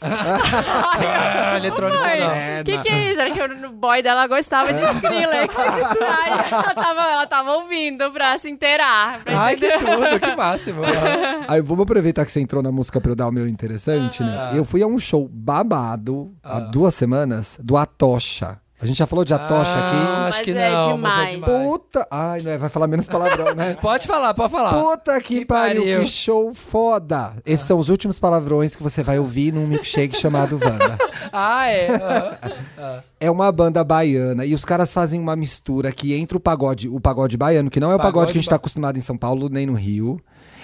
B: Ah, eletrônico.
C: Mãe, o que, que é isso? Era que o boy dela gostava de
D: (laughs)
C: Skrillex. aí ela tava, ela tava ouvindo pra se inteirar. pra
B: Ai, que
C: entender.
B: tudo, que (laughs) máximo. É.
A: Aí vamos aproveitar que você entrou na música pra eu dar o meu interessante, né?
B: Ah.
A: Eu fui a um show babado há duas semanas do Atocha. A gente já falou de Atocha
B: Ah,
A: aqui.
B: Acho que
C: Mas é
B: não, mas
C: demais.
B: é demais.
A: Puta. Ai, não é, vai falar menos palavrão,
B: (laughs)
A: né?
B: Pode falar, pode falar.
A: Puta que,
B: Ah, Que
A: pariu,
B: pariu. Ah.
A: que show foda! Esses são os últimos palavrões que você vai ouvir num milkshake chamado Wanda.
B: Ah, (laughs) é. aham.
A: É uma banda baiana e os caras fazem uma mistura que entre o pagode, o pagode baiano, que não é o pagode,
B: Pagode
A: que a gente tá
B: ba-
A: acostumado em São Paulo nem no Rio,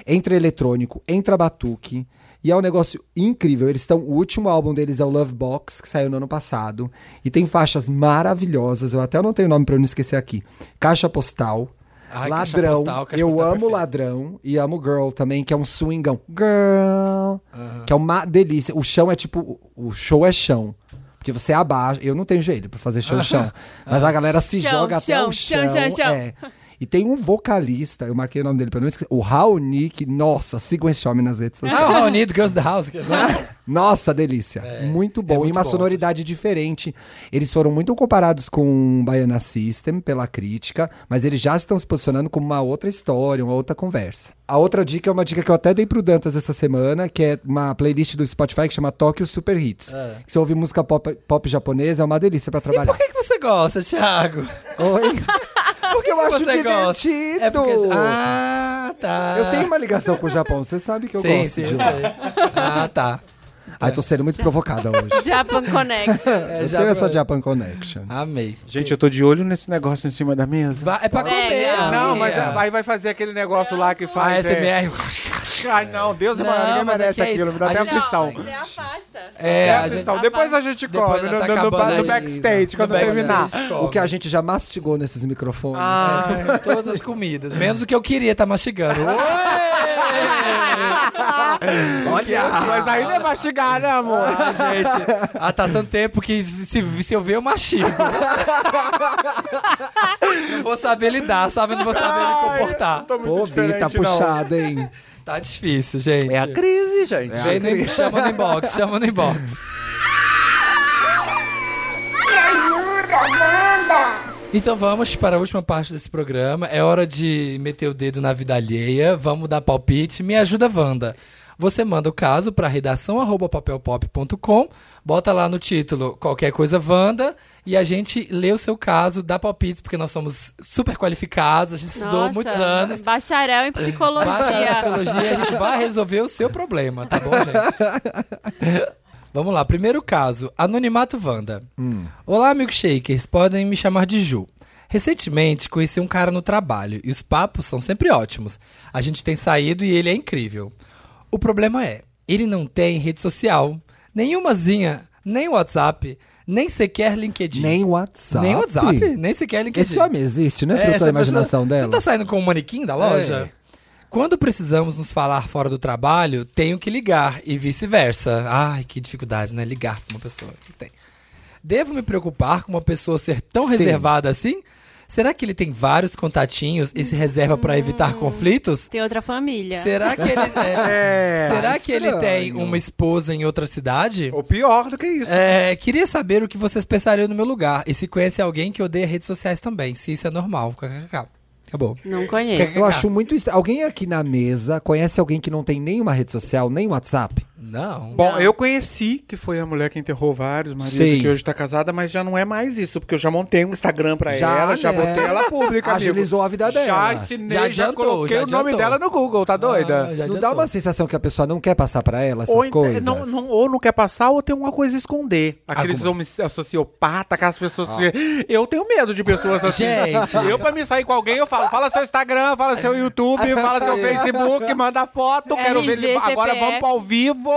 A: entre eletrônico, entra batuque. E é um negócio incrível. Eles estão. O último álbum deles é o Love Box, que saiu no ano passado. E tem faixas maravilhosas. Eu até anotei o nome pra eu não esquecer aqui. Caixa Postal.
B: Ai, Caixa
A: ladrão.
B: Postal, Caixa
A: eu
B: Postal é
A: amo
B: perfeito.
A: Ladrão e amo Girl também, que é um swingão. Girl. Que é uma delícia. O chão é tipo. O show é chão. Porque você abaixa. Eu não tenho joelho pra fazer show chão. Mas a galera se
C: Chão,
A: joga até
C: chão,
A: o chão.
C: chão, chão, chão.
A: é. E tem um vocalista, eu marquei o nome dele pra não esquecer. O Raoni, que, nossa, sigam esse homem nas redes sociais.
B: Ah, o Raoni do Girls da House.
A: Nossa, delícia. muito bom.
B: é
A: e
B: muito
A: uma
B: bom.
A: sonoridade diferente. Eles foram muito comparados com Baiana System pela crítica, mas eles já estão se posicionando como uma outra história, uma outra conversa. A outra dica é uma dica que eu até dei pro Dantas essa semana, que é uma playlist do Spotify que chama Tokyo Super Hits. Que se ouvir música pop, pop japonesa, é uma delícia pra trabalhar.
B: É. Por que, que você gosta, Thiago? (laughs)
A: Oi? porque eu acho
B: você
A: divertido.
B: gosta? É porque... Ah, tá.
A: Eu tenho uma ligação com o Japão, você sabe que eu
B: Sim,
A: gosto
B: sim,
A: de
B: eu
A: lá.
B: sei. Ah, tá.
A: Ai, tô sendo muito provocada
B: (laughs)
A: hoje.
C: Japan Connection.
A: eu
B: É, já-
A: tenho essa Japan Connection.
B: Amei.
D: Gente, eu tô de olho nesse negócio em cima da mesa.
B: Vai- é pra comer. É.
C: Pega.
B: amiga.
D: Não, mas aí vai fazer aquele negócio lá que
B: Ah,
D: faz. é.
B: SMR.
D: Ai, não, Deus e mano, ninguém
B: mas é
D: merece
B: que é
D: aquilo,
B: isso.
D: me dá
B: A
D: até
B: gente-
D: aflição.
C: Você afasta.
B: É,
D: É,
B: a gente...
D: aflição. Depois a gente
B: Depois
D: come
B: tá
D: no, no- no-
B: acabando,
D: no
B: a gente-
D: backstage, quando
B: no backstage
D: terminar.
B: a gente
A: O
B: come.
A: que a gente já mastigou nesses microfones.
B: Ah,
D: Ai.
B: Todas as comidas, menos o que eu queria, tá mastigando. (laughs)
D: Mas aí não é mastigar, né, amor?
B: Ah, gente, ah, tá tanto tempo que se, se eu ver, eu machico. não vou saber lidar, sabe? Não vou saber me comportar.
D: Tô
A: Pô, Vi, tá puxado, hein?
B: Tá difícil, gente.
D: É a crise, gente.
B: Gente, nem- chama no inbox, chama no inbox.
F: Me ajuda, Wanda!
B: Então vamos para a última parte desse programa. É hora de meter o dedo na vida alheia. Vamos dar palpite. Me ajuda, Wanda. Você manda o caso para redação arroba papelpop.com, bota lá no título qualquer coisa Wanda e a gente lê o seu caso, dá palpite, porque nós somos super qualificados, a gente estudou
C: Nossa,
B: muitos anos.
C: Bacharel em
B: Baixa a
C: psicologia.
B: psicologia, a gente vai resolver o seu problema, tá bom, gente? (laughs) Vamos lá, primeiro caso, anonimato Wanda.
A: Hum.
B: Olá, milkshakers, podem me chamar de Ju. Recentemente conheci um cara no trabalho e os papos são sempre ótimos. A gente tem saído e ele é incrível. O problema é, ele não tem rede social, nenhumazinha, nem WhatsApp, nem sequer LinkedIn.
A: Nem WhatsApp.
B: Nem WhatsApp, nem sequer LinkedIn.
A: Esse homem existe, né? Frutou
B: É, essa
A: a imaginação
B: pessoa-
A: dela. É.
B: Você tá saindo com o manequim da loja? Quando precisamos nos falar fora do trabalho, tenho que ligar e vice-versa. Ai, que dificuldade, né? Ligar pra uma pessoa. Tem. Devo me preocupar com uma pessoa ser tão
A: Sim.
B: reservada assim? Será que ele tem vários contatinhos e se reserva pra evitar conflitos?
C: Tem outra família.
B: Será que ele, é,
A: (laughs)
D: É,
B: será que ele tem
A: estranho.
B: uma esposa em outra cidade?
D: Ou É. pior do que isso.
B: É, queria saber o que vocês pensariam no meu lugar e se conhece alguém que odeia redes sociais também, se isso é normal. KKK. Acabou.
C: Não conheço.
A: Eu acho muito. estra- Alguém aqui na mesa conhece alguém que não tem nenhuma rede social, nem WhatsApp?
B: Não.
D: Bom, eu conheci que foi a mulher que enterrou vários maridos,
A: Sim.
D: que hoje tá casada, mas já não é mais isso, porque eu já montei um Instagram pra
A: Já,
D: ela, já
A: né?
D: botei ela pública. amigo.
A: Agilizou a vida
D: Já,
A: dela.
D: assinei,
B: Já
D: já,
B: adiantou,
D: coloquei
B: já
D: o nome
B: adiantou.
D: dela no Google, tá doida?
B: Ah, já
A: né? não dá
B: adiantou.
A: uma sensação que a pessoa não quer passar pra ela essas
D: ou, ent-
A: coisas?
D: Não, não, ou não quer passar ou tem alguma coisa a esconder. Aqueles homens sociopatas, que as pessoas.
A: Ah.
D: Eu tenho medo de pessoas assim.
B: Gente.
D: Eu, pra me sair com alguém, eu falo: fala seu Instagram, fala seu YouTube, fala
A: (laughs)
D: seu Facebook, manda foto, quero ver.
C: RG,
D: ele- Agora
C: CPF.
D: vamos pro ao vivo.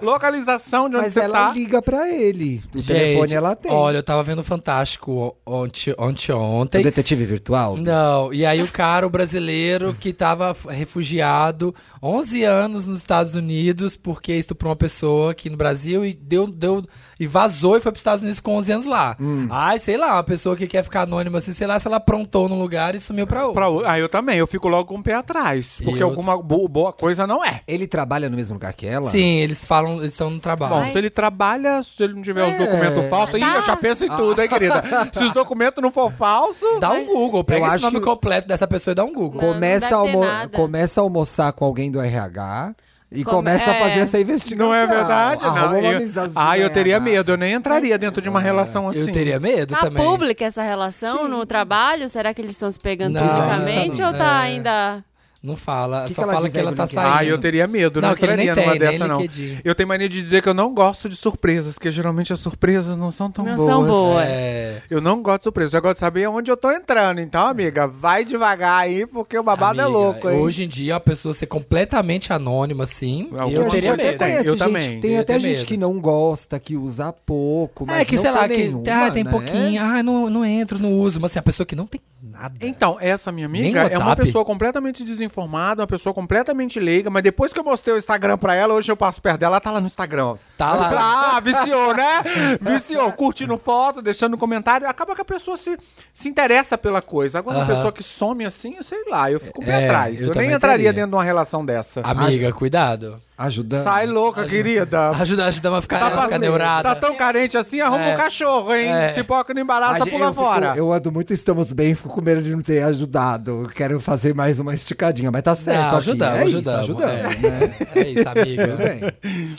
D: Localização de onde
A: Mas
D: você
A: ela é
D: tá.
A: liga pra ele. O telefone ela tem.
B: Olha, eu tava vendo o Fantástico ontem,
A: O
B: ontem.
A: detetive virtual?
B: Não, e aí o cara, o brasileiro, que tava f- refugiado 11 anos nos Estados Unidos porque estuprou uma pessoa aqui no Brasil e deu, deu e vazou e foi pros Estados Unidos com 11 anos lá.
A: Hum.
B: Ai, sei lá, uma pessoa que quer ficar anônima assim, sei lá, se ela aprontou num lugar e sumiu pra outro.
D: Pra o- ah, eu também, eu fico logo com o pé atrás. Porque
B: eu-
D: alguma bo- boa coisa não é.
A: Ele trabalha no mesmo lugar que ela?
B: Sim, eles falam, eles estão no
D: Bom,
A: Ah.
B: trabalho.
D: se ele trabalha, se ele não tiver
A: É.
D: os documentos falsos, aí eu já penso em tudo,
A: (laughs)
D: hein, querida? se os documentos não for falso.
B: Dá um Google, pega esse
A: acho
B: nome
A: que-
B: completo dessa pessoa e dá um Google.
C: Não,
A: Começa,
C: não
A: a
C: deve ter
A: almo-
C: nada.
A: começa a almoçar com alguém do RH e
C: Come-
A: começa a fazer
C: é.
A: essa investigação.
D: Não é verdade,
A: Arruma
D: não.
A: uma
D: Eu,
A: amizade do
D: ah, eu teria
A: RH.
D: medo. Eu nem entraria dentro de uma relação assim.
B: É, Eu teria medo
C: Tá
B: também.
C: pública essa relação no trabalho? Será que eles estão se pegando
B: Não,
C: fisicamente
B: não.
C: ou tá
B: É.
C: ainda.
B: Não fala,
A: Que que
B: só
A: ela
B: fala
A: diz
B: que
A: aí
B: ela
A: no
B: tá
A: LinkedIn?
B: saindo.
D: Ah, eu teria medo. Não,
B: Não, que é ele
D: entraria
B: nem
D: numa
B: tem, nem
D: dessa, não.
B: LinkedIn.
D: Eu tenho mania de dizer que eu não gosto de surpresas, porque geralmente as surpresas não são tão
C: Não
D: boas.
C: são boas.
B: É,
D: Eu não gosto de surpresa, eu gosto de saber onde eu tô entrando. Então, amiga, vai devagar aí, porque o babado é
B: amiga,
D: louco, hein?
B: Hoje em dia, a pessoa ser completamente anônima, assim,
D: Alguma
B: eu
A: Eu
B: teria
D: coisa
A: até
B: medo.
D: tem.
A: conhece
D: Eu
A: gente-
D: também.
A: Tem
B: Eu
A: até
B: tenho
A: gente
B: medo.
A: que não gosta, que usa pouco, mas
B: É que,
A: não
B: sei lá,
A: tem
B: que
A: nenhuma,
B: ah, tem
A: né?
B: pouquinho, ah, não, não entro, não uso. Mas assim, a pessoa que não tem nada.
D: Então, essa minha
B: Nem
D: amiga é uma
B: WhatsApp?
D: pessoa completamente desinformada, uma pessoa completamente leiga, mas depois que eu mostrei o Instagram pra ela, hoje eu passo perto dela, ela tá lá no Instagram. ó.
B: Tá
D: Ela
B: lá.
D: Ah, viciou, né? Viciou, curtindo foto, deixando comentário. Acaba que a pessoa se, se interessa pela coisa. Agora, uma
B: Aham.
D: pessoa que some assim, eu sei lá, eu fico bem
B: É,
D: atrás.
B: eu
D: Eu, nem
B: também
D: entraria
B: teria.
D: dentro de uma relação dessa.
B: Amiga, cuidado.
A: Ajudando.
D: Sai louca, querida.
B: Ajuda, ajuda uma ficar,
D: Tá,
B: ela ficar
D: passe-
B: neurada.
D: tá tão carente assim, arruma
B: É.
D: um cachorro, hein?
B: É.
D: Pipoca não
A: A
D: embaraça,
A: gente-
D: pula
A: eu fico-
D: fora.
A: eu ando muito estamos bem, fico com medo de não ter ajudado. Eu Quero fazer mais uma esticadinha, mas tá certo.
B: Não,
A: aqui.
B: ajudamos,
A: é isso,
B: ajudamos.
A: ajudamos. né?
B: é, é, isso,
A: Tudo
B: amiga.
A: bem.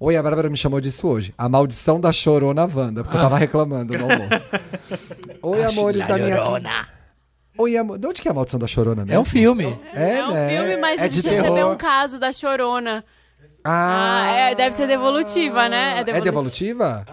A: Oi, a Bárbara me chamou disso hoje. A maldição da chorona Wanda, porque eu
B: Ah.
A: tava reclamando no almoço. Oi, amores da minha. Oi, amor. De onde que é a maldição da chorona mesmo?
B: É um filme.
A: É,
C: um
A: né?
C: filme, mas
A: É
C: a
A: de
C: gente recebeu
A: terror.
C: um caso da chorona.
A: Ah,
C: Ah, é, deve ser devolutiva, né?
A: é devolutiva?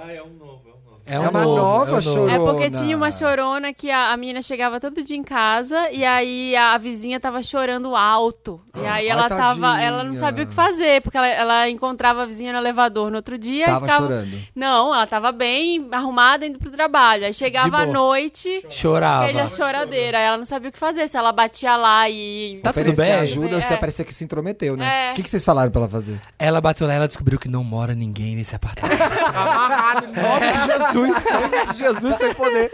B: É, um
A: É uma
B: novo,
A: nova
B: é um novo.
A: chorona.
C: É porque tinha uma chorona que a, a menina chegava todo dia em casa e aí a, a vizinha tava chorando alto. E aí ela
A: Ai,
C: tava.
A: tadinha.
C: Ela não sabia o que fazer, porque ela, ela encontrava a vizinha no elevador no outro dia
A: Tava
C: e ficava.
A: chorando.
C: Não, ela tava bem arrumada indo pro trabalho. Aí chegava
B: boa. Ah,
C: à noite. Velha
B: Chorava.
C: choradeira, aí ela não sabia o que fazer, se ela batia lá e.
B: Tá tudo
A: Oferecer
B: bem?
A: ajuda, você
C: É.
A: parecia que se intrometeu, né? O
C: É.
A: que, que vocês falaram pra ela fazer?
B: Ela bateu lá e ela descobriu que não mora ninguém nesse apartamento. (laughs)
D: Amarrado, em nome de Jesus, em nome de Jesus tem poder.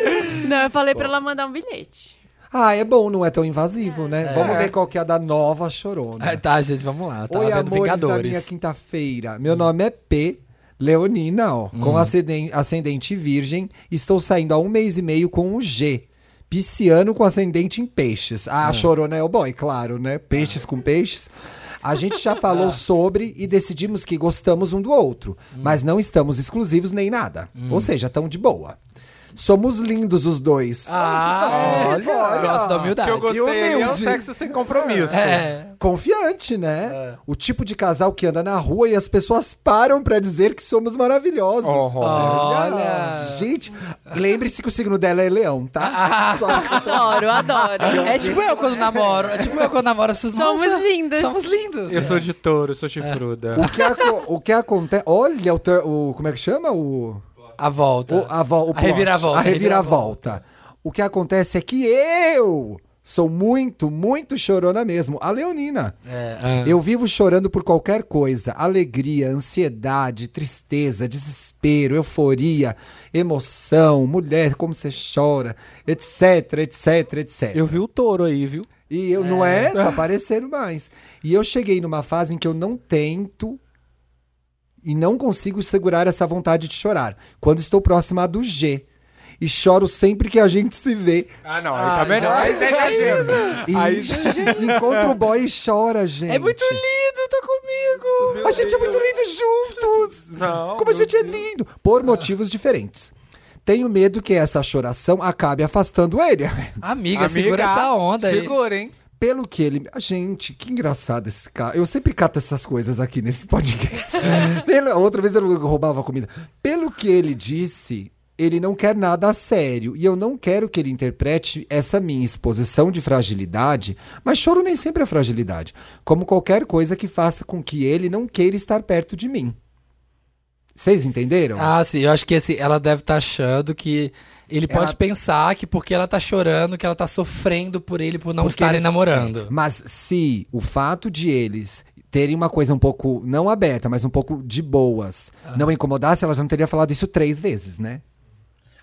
C: Não, eu falei pra ela mandar um bilhete.
A: Ah, é bom, não é tão invasivo, né? Vamos ver qual que é a da nova chorona.
B: É, tá, gente, vamos lá. Tava
A: Oi,
B: vendo
A: amores da minha
B: Vingadores. Hum.
A: quinta-feira. Meu nome é P. Leonina, ó, com ascenden- ascendente virgem. Estou saindo há um mês e meio com o G. Pisciano com ascendente em peixes. Ah, a chorona é o boy, claro, né? Peixes com peixes. A gente já
B: (laughs) Ah.
A: falou sobre e decidimos que gostamos um do outro,
B: Hum.
A: mas não estamos exclusivos nem nada. Ou seja, tão de boa. Somos lindos os dois.
B: Ah,
A: Olha, olha.
B: gosto da humildade.
D: que eu gostei ele é um
A: humilde.
D: sexo sem compromisso.
B: É.
A: Confiante, né? O tipo de casal que anda na rua e as pessoas param pra dizer que somos maravilhosos.
B: Olha.
A: Gente, lembre-se que o signo dela é leão, tá? Só-
C: Adoro, adoro. tá
B: É tipo eu quando namoro. É tipo eu quando namoro. As pessoas,
C: Somos
B: "Nossa,
C: lindas."
B: Somos lindos.
D: Eu sou de touro, eu sou chifruda.
A: O que, aco- o que acontece... Olha o, ter- o- Como é que chama? O...
B: A volta.
A: o- a, vol- o
B: A
A: plot.
B: reviravolta.
A: A reviravolta. O que acontece é que eu Sou muito, muito chorona mesmo. A Leonina.
B: É, ah.
A: Eu vivo chorando por qualquer coisa: alegria, ansiedade, tristeza, desespero, euforia, emoção, mulher, como você chora, etc, etc, etc.
D: Eu vi o touro aí, viu?
A: E eu não é, tá aparecendo mais. E eu cheguei numa fase em que eu não tento e não consigo segurar essa vontade de chorar. Quando estou próxima do G. E choro sempre que a gente se vê.
D: Ah, não,
B: Ah,
D: aí também não.
B: já-
D: Aí você exagera.
A: E
D: Aí-
A: encontra o boy e chora, gente.
B: É muito lindo, tá comigo.
A: A gente é muito lindo juntos.
D: Não,
A: Como a gente é lindo. Por motivos diferentes. Tenho medo que essa choração acabe afastando ele.
B: é? Amiga, segura essa onda aí.
D: Segura, hein?
A: Pelo que ele. Ah, Gente, que engraçado esse cara. Eu sempre cato essas coisas aqui nesse podcast. Pelo- Outra vez eu roubava comida. Pelo que ele disse, ele não quer nada a sério. E eu não quero que ele interprete essa minha exposição de fragilidade. Mas choro nem sempre é fragilidade. Como qualquer coisa que faça com que ele não queira estar perto de mim. Vocês entenderam?
B: Ah, sim, eu acho que esse, ela deve estar achando que. Ele pode
A: Ela-
B: pensar que porque ela tá chorando, que ela tá sofrendo por ele por não
A: Porque
B: estarem
A: eles-
B: namorando.
A: Mas se o fato de eles terem uma coisa um pouco, não aberta, mas um pouco de boas, não incomodasse, ela já não teria falado isso três vezes, né?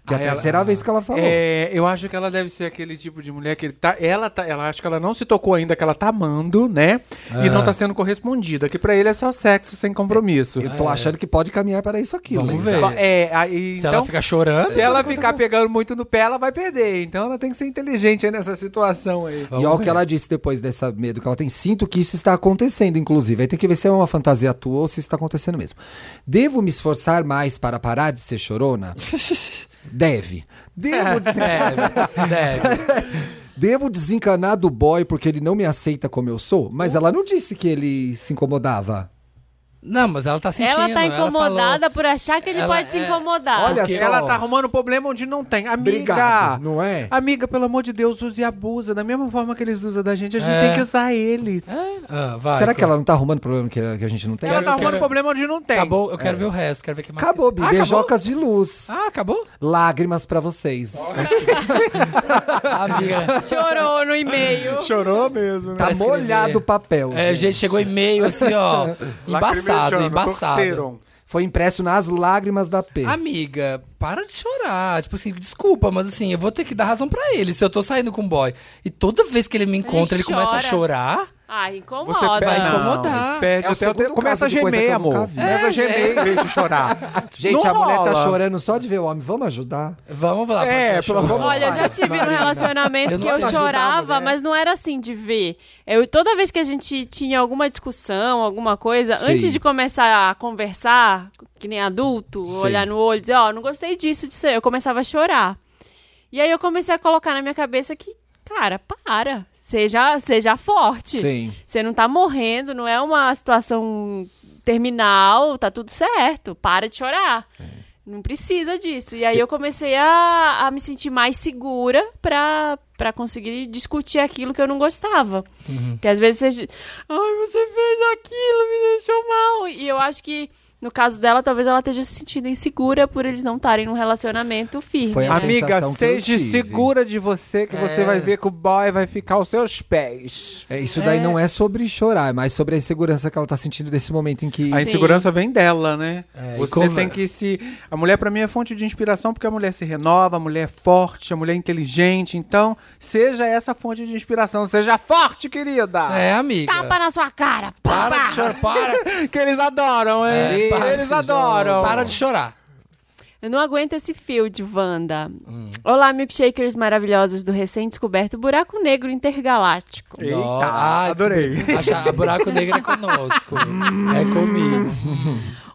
A: Que é a
D: Ah, ela-
A: terceira vez que ela falou.
D: É, eu acho que ela deve ser aquele tipo de mulher que ele tá, ela tá, ela acho que ela não se tocou ainda que ela tá amando, né? E não tá sendo correspondida, que pra ele é só sexo sem compromisso.
A: Eu tô achando que pode caminhar para isso aqui.
B: Vamos
A: Luísa.
B: ver.
D: É, aí,
B: Se
D: então,
B: ela ficar
A: (laughs)
B: chorando.
D: se ela ficar pegando muito no pé, ela vai perder. Então ela tem que ser inteligente aí nessa situação aí.
A: E olha o que ela disse depois dessa medo que ela tem. Sinto que isso está acontecendo, inclusive. Aí tem que ver se é uma fantasia tua ou se está acontecendo mesmo. Devo me esforçar mais para parar de ser chorona? Deve. Devo des-
B: Deve, deve.
A: Devo desencanar do boy porque ele não me aceita como eu sou? Mas ela não disse que ele se incomodava.
B: Não, mas ela tá sentindo.
C: ela tá
B: falou-
C: incomodada por achar que ele
B: Ela
C: pode se
B: é-
C: incomodar.
A: Olha
D: Porque
A: só.
D: ela tá arrumando problema onde não tem. Amiga,
A: Obrigado, não é?
D: amiga, pelo amor de Deus, use e abusa. Da mesma forma que eles usam da gente, a gente
B: É.
D: tem que usar
A: É,
D: eles.
B: Ah, vai,
A: Será que
B: Cor.
A: ela não tá arrumando problema que, que a gente não tem?
D: Ela
B: Quero-
D: tá arrumando
B: quero-
D: problema onde não tem.
B: Acabou, eu quero ver o resto, quero ver que mais.
A: Acabou, Bi.
B: Ah,
A: Beijocas de luz.
B: Ah, acabou?
A: Lágrimas pra vocês.
B: Amiga.
C: Chorou no e-mail.
D: Chorou mesmo, né?
A: Tá
B: escrever.
A: molhado o papel.
B: É, gente, chegou e-mail assim, ó. embaçado,
D: Lacrimejando,
B: embaçado.
D: torceram.
A: Foi impresso nas lágrimas da P.
B: Ah, Amiga, para de chorar. Tipo assim, desculpa, mas assim, eu vou ter que dar razão pra ele se eu tô saindo com um boy. E toda vez que ele me encontra, ele,
C: Ele
B: começa a
C: chora.
B: chorar.
C: Ah, incomoda.
D: Você
B: vai
D: perde-
B: incomodar.
D: não, Perde
A: É o
D: o teu-
A: segundo
D: Começa a
A: caso de coisa que
D: gemer,
A: eu nunca
D: amor.
A: vi. É,
D: Começa a gemer em vez
A: (laughs)
D: de chorar.
A: Gente,
D: Não
A: a mulher tá
D: rola.
A: chorando só de ver o homem. Vamos ajudar?
B: Vamos lá,
D: É,
B: pra-
D: pelo amor de
C: Olha, eu já tive um relacionamento
B: Eu
C: que
B: não sei
C: eu
B: né?
A: ajudar a
C: chorava,
A: mulher.
C: mas não era assim de ver. Eu, toda vez que a gente tinha alguma discussão, alguma coisa,
A: Sim.
C: antes de começar a conversar, que nem adulto,
A: Sim.
C: olhar no olho e dizer, ó, não gostei disso, disso, aí", eu começava a chorar. E aí eu comecei a colocar na minha cabeça que, cara, para. Seja, seja forte.
A: Sim.
C: Você não tá morrendo, não é uma situação terminal, tá tudo certo. Para de chorar. Não precisa disso. E aí eu comecei a, a me sentir mais segura pra, pra conseguir discutir aquilo que eu não gostava. Porque às vezes você. Ai, você fez aquilo, me deixou mal. E eu acho que. No caso dela, talvez ela esteja se sentindo insegura por eles não estarem num relacionamento firme.
A: Foi a-
D: Amiga,
A: É sensação que eu
D: seja
A: tive.
D: segura de você, que você vai ver que o boy vai ficar aos seus pés.
A: É, isso daí não é sobre chorar, é mais sobre a insegurança que ela tá sentindo desse momento em que.
D: A
C: Sim.
D: insegurança vem dela, né?
B: É, e
D: você
B: como-
D: tem que se. A mulher, pra mim, é fonte de inspiração, porque a mulher se renova, a mulher é forte, a mulher é inteligente. Então, seja essa fonte de inspiração. Seja forte, querida!
B: É, amiga.
C: Tapa na sua cara! pá!
B: Para de chorar, para.
D: Que eles adoram, hein?
B: É, para
D: eles
A: esse
D: adoram.
B: Para de chorar.
C: Eu não aguento esse field, Wanda.
A: Hum.
C: Olá, milkshakers maravilhosos do recém-descoberto Buraco Negro Intergaláctico.
D: Eita,
B: Ai,
D: adorei.
B: Achar, buraco negro é conosco. é comigo.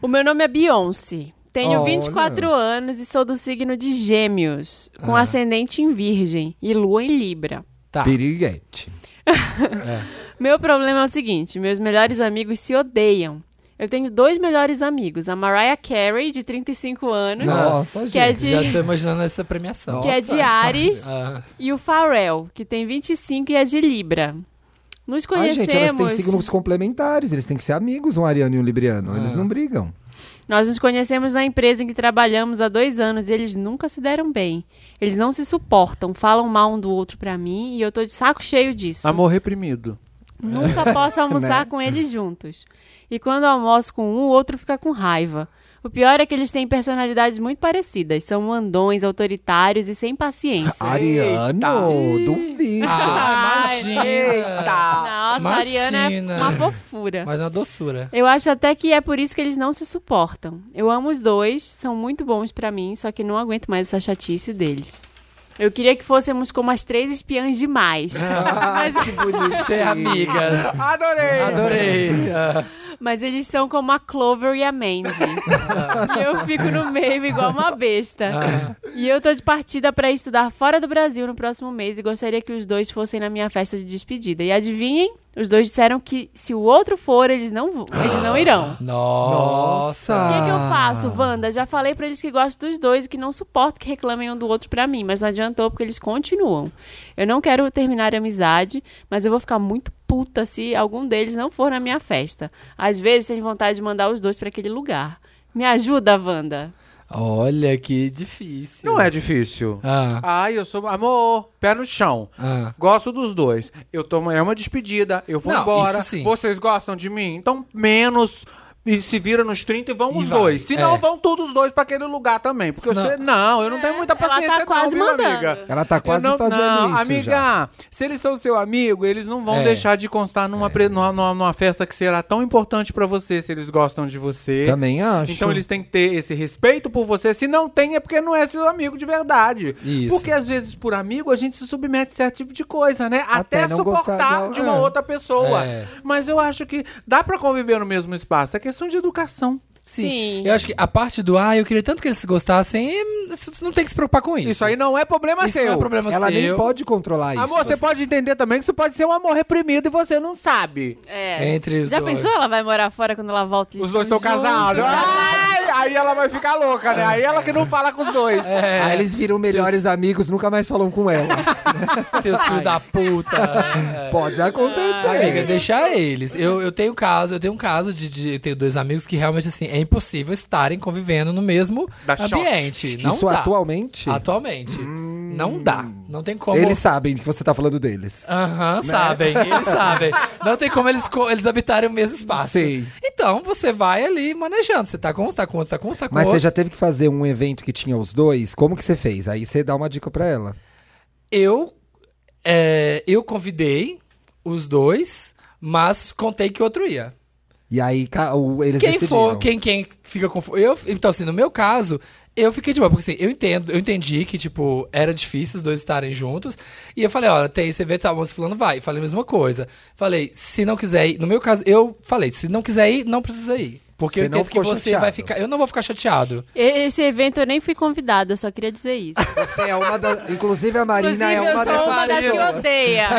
C: O meu nome é Beyoncé. Tenho
A: Olha.
C: 24 anos e sou do signo de Gêmeos, com
A: Ah.
C: ascendente em Virgem e lua em Libra.
B: Tá.
A: Piriguete.
C: Meu problema é o seguinte: meus melhores amigos se odeiam. Eu tenho dois melhores amigos, a Mariah Carey, de 35 anos,
A: Nossa,
C: que é
A: gente.
C: de,
B: Já tô imaginando essa premiação.
C: que é
A: Nossa,
C: de Ares,
B: Ah,
C: e o Pharrell, que tem 25 e é de Libra. Nos
A: Ai,
C: conhecemos.
A: gente, elas têm signos complementares, eles têm que ser amigos, um ariano e um libriano. Eles não brigam.
C: Nós nos conhecemos na empresa em que trabalhamos há dois anos e eles nunca se deram bem. Eles não se suportam, falam mal um do outro pra mim e eu tô de saco cheio disso.
D: Amor reprimido.
C: Nunca posso almoçar com eles juntos. E quando almoço com um, o outro fica com raiva. O pior é que eles têm personalidades muito parecidas. São mandões, autoritários e sem paciência.
A: Ariano, duvido.
B: Ah,
C: Ai,
B: imagina!
C: Nossa, a Ariana é
B: imagina.
C: uma fofura.
B: Mas uma doçura.
C: Eu acho até que é por isso que eles não se suportam. Eu amo os dois, são muito bons pra mim, só que não aguento mais essa chatice deles. Eu queria que fôssemos como as três espiãs demais. mas,
B: Ser amigas.
D: Adorei!
B: Adorei. Ah,
C: mas eles são como a Clover e a Mandy. e eu fico no meio igual uma besta. e eu tô de partida pra estudar fora do Brasil no próximo mês e gostaria que os dois fossem na minha festa de despedida. E adivinhem? Os dois disseram que se o outro for, eles não, vo- eles não irão.
B: Nossa.
C: O que, é que eu
A: Ah.
C: faço, Wanda? Já falei pra eles que gosto dos dois e que não suporto que reclamem um do outro pra mim, mas não adiantou porque eles continuam. Eu não quero terminar a amizade, mas eu vou ficar muito puta se algum deles não for na minha festa. Às vezes tenho vontade de mandar os dois pra aquele lugar. Me ajuda, Wanda.
B: Olha que difícil.
D: Não é difícil.
B: Ah,
D: Ai, eu sou. Amor, pé no chão.
B: ah.
D: Gosto dos dois. Eu tomo é uma despedida, eu vou
B: Não,
D: embora.
B: isso sim.
D: Vocês gostam de mim? Então, menos. E se vira nos 30 e vão
B: E
D: os
B: vai,
D: dois. Se não,
B: é.
D: vão todos os dois pra aquele lugar também. Porque
B: Não.
D: você. Não, eu não tenho muita
C: Ela tá
D: paciência, não,
C: quase
D: viu,
C: mandando.
D: amiga.
A: Ela tá quase
D: Eu não-
A: fazendo
D: não,
A: isso
D: Amiga,
A: já.
D: se eles são seu amigo, eles não vão
B: É.
D: deixar de constar numa, pre- numa, numa- numa festa que será tão importante pra você, se eles gostam de você.
A: Também acho.
D: Então eles têm que ter esse respeito por você. Se não tem, é porque não é seu amigo de verdade.
B: Isso.
D: Porque às vezes, por amigo, a gente se submete a certo tipo de coisa, né? Até,
A: Até não
D: suportar
A: gostar de
D: de, uma
A: al- é.
D: outra pessoa.
B: É.
D: Mas eu acho que dá pra conviver no mesmo espaço. É questão de educação.
B: Sim.
C: Sim.
B: Eu acho que a parte do ah, eu queria tanto que eles se gostassem, eh, isso- tu não tem que se preocupar com isso.
D: Isso, aí não é problema
B: Isso
D: seu.
B: não é problema
A: Ela
B: seu.
A: nem pode controlar isso.
D: Amor, você pode entender também que isso pode ser um amor reprimido e você não sabe.
C: É.
B: Entre os
C: Já
B: dois.
C: pensou ela vai morar fora quando ela volta? eles
D: Os dois estão casados. Ai, aí ela vai ficar louca, né? Aí ela que não fala com os dois.
A: Aí Ah, eles viram melhores amigos, nunca mais falam com ela.
B: Seus filhos da puta. É.
A: pode acontecer.
B: Amiga, deixa eles. Eu, eu tenho caso, eu tenho um caso de, de- eu tenho dois amigos que realmente assim é impossível estarem convivendo no mesmo
D: Dá choque.
B: ambiente. Não
A: isso é
B: dá.
A: atualmente,
B: Atualmente. Não dá. Não tem como.
A: eles Né? sabem que você tá falando deles.
B: Aham, sabem, eles sabem. Não tem como eles, co- eles habitarem o mesmo espaço.
A: Sim.
B: Então você vai ali manejando. Você tá com um, tá com outro, tá com outro, tá com
A: Mas você
B: outro.
A: já teve que fazer um evento que tinha os dois? Como que você fez? Aí você dá uma dica pra ela.
B: Eu, é, eu convidei os dois, mas contei que o outro ia.
A: E aí ca- o- eles
B: quem
A: decidiram.
B: for, quem, quem fica confuso. Eu, então, assim, no meu caso, eu fiquei de boa, porque assim, eu entendo, eu entendi que, tipo, era difícil os dois estarem juntos. E eu falei, olha, tem esse evento, tá, moço fulano vai. Falei a mesma coisa. Falei, se não quiser ir, no meu caso, eu falei, se não quiser ir, não precisa ir. Porque
A: Você
B: eu
A: não
B: entendo que
A: ficou
B: você
A: chateado.
B: vai ficar. Eu não vou ficar chateado.
C: Esse evento eu nem fui convidada, eu só queria dizer isso.
A: Você é uma da... Inclusive a Marina
C: Inclusive,
A: é
C: eu
A: uma
C: sou
A: dessas
C: uma das que
A: pessoas.
C: odeia.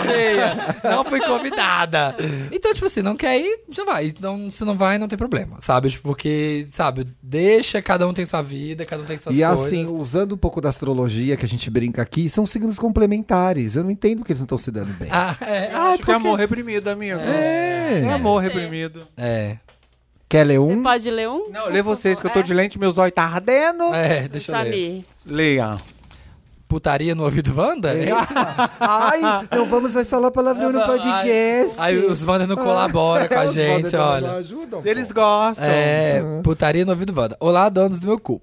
B: Odeia. não fui convidada. Então, tipo assim, não quer ir, já vai. Então, se não vai, não tem problema. Sabe? Tipo, Porque, sabe, deixa, cada um tem sua vida, cada um tem suas
A: E
B: coisas.
A: assim, usando um pouco da astrologia que a gente brinca aqui, são signos complementares. Eu não entendo porque eles não estão se dando bem.
B: Ah, é.
D: Acho que é amor reprimido, amigo.
A: É.
D: É amor
C: ser.
D: reprimido.
B: É.
A: Quer ler um?
C: Você pode ler um?
D: Não, lê vocês, que eu tô de lente, meus olhos tá ardendo.
B: É, deixa eu ler.
C: Samir.
D: Leia.
B: Putaria no ouvido Wanda? É isso?
A: Ai, não vamos mais falar palavrão no podcast.
B: Aí os Wanda não colaboram
A: (laughs)
B: com a
A: é Os modos
B: gente,
A: também
B: olha.
A: não Uhum. ajudam, pô.
D: Eles gostam.
B: É, putaria no ouvido Wanda. Olá, donos do meu cu.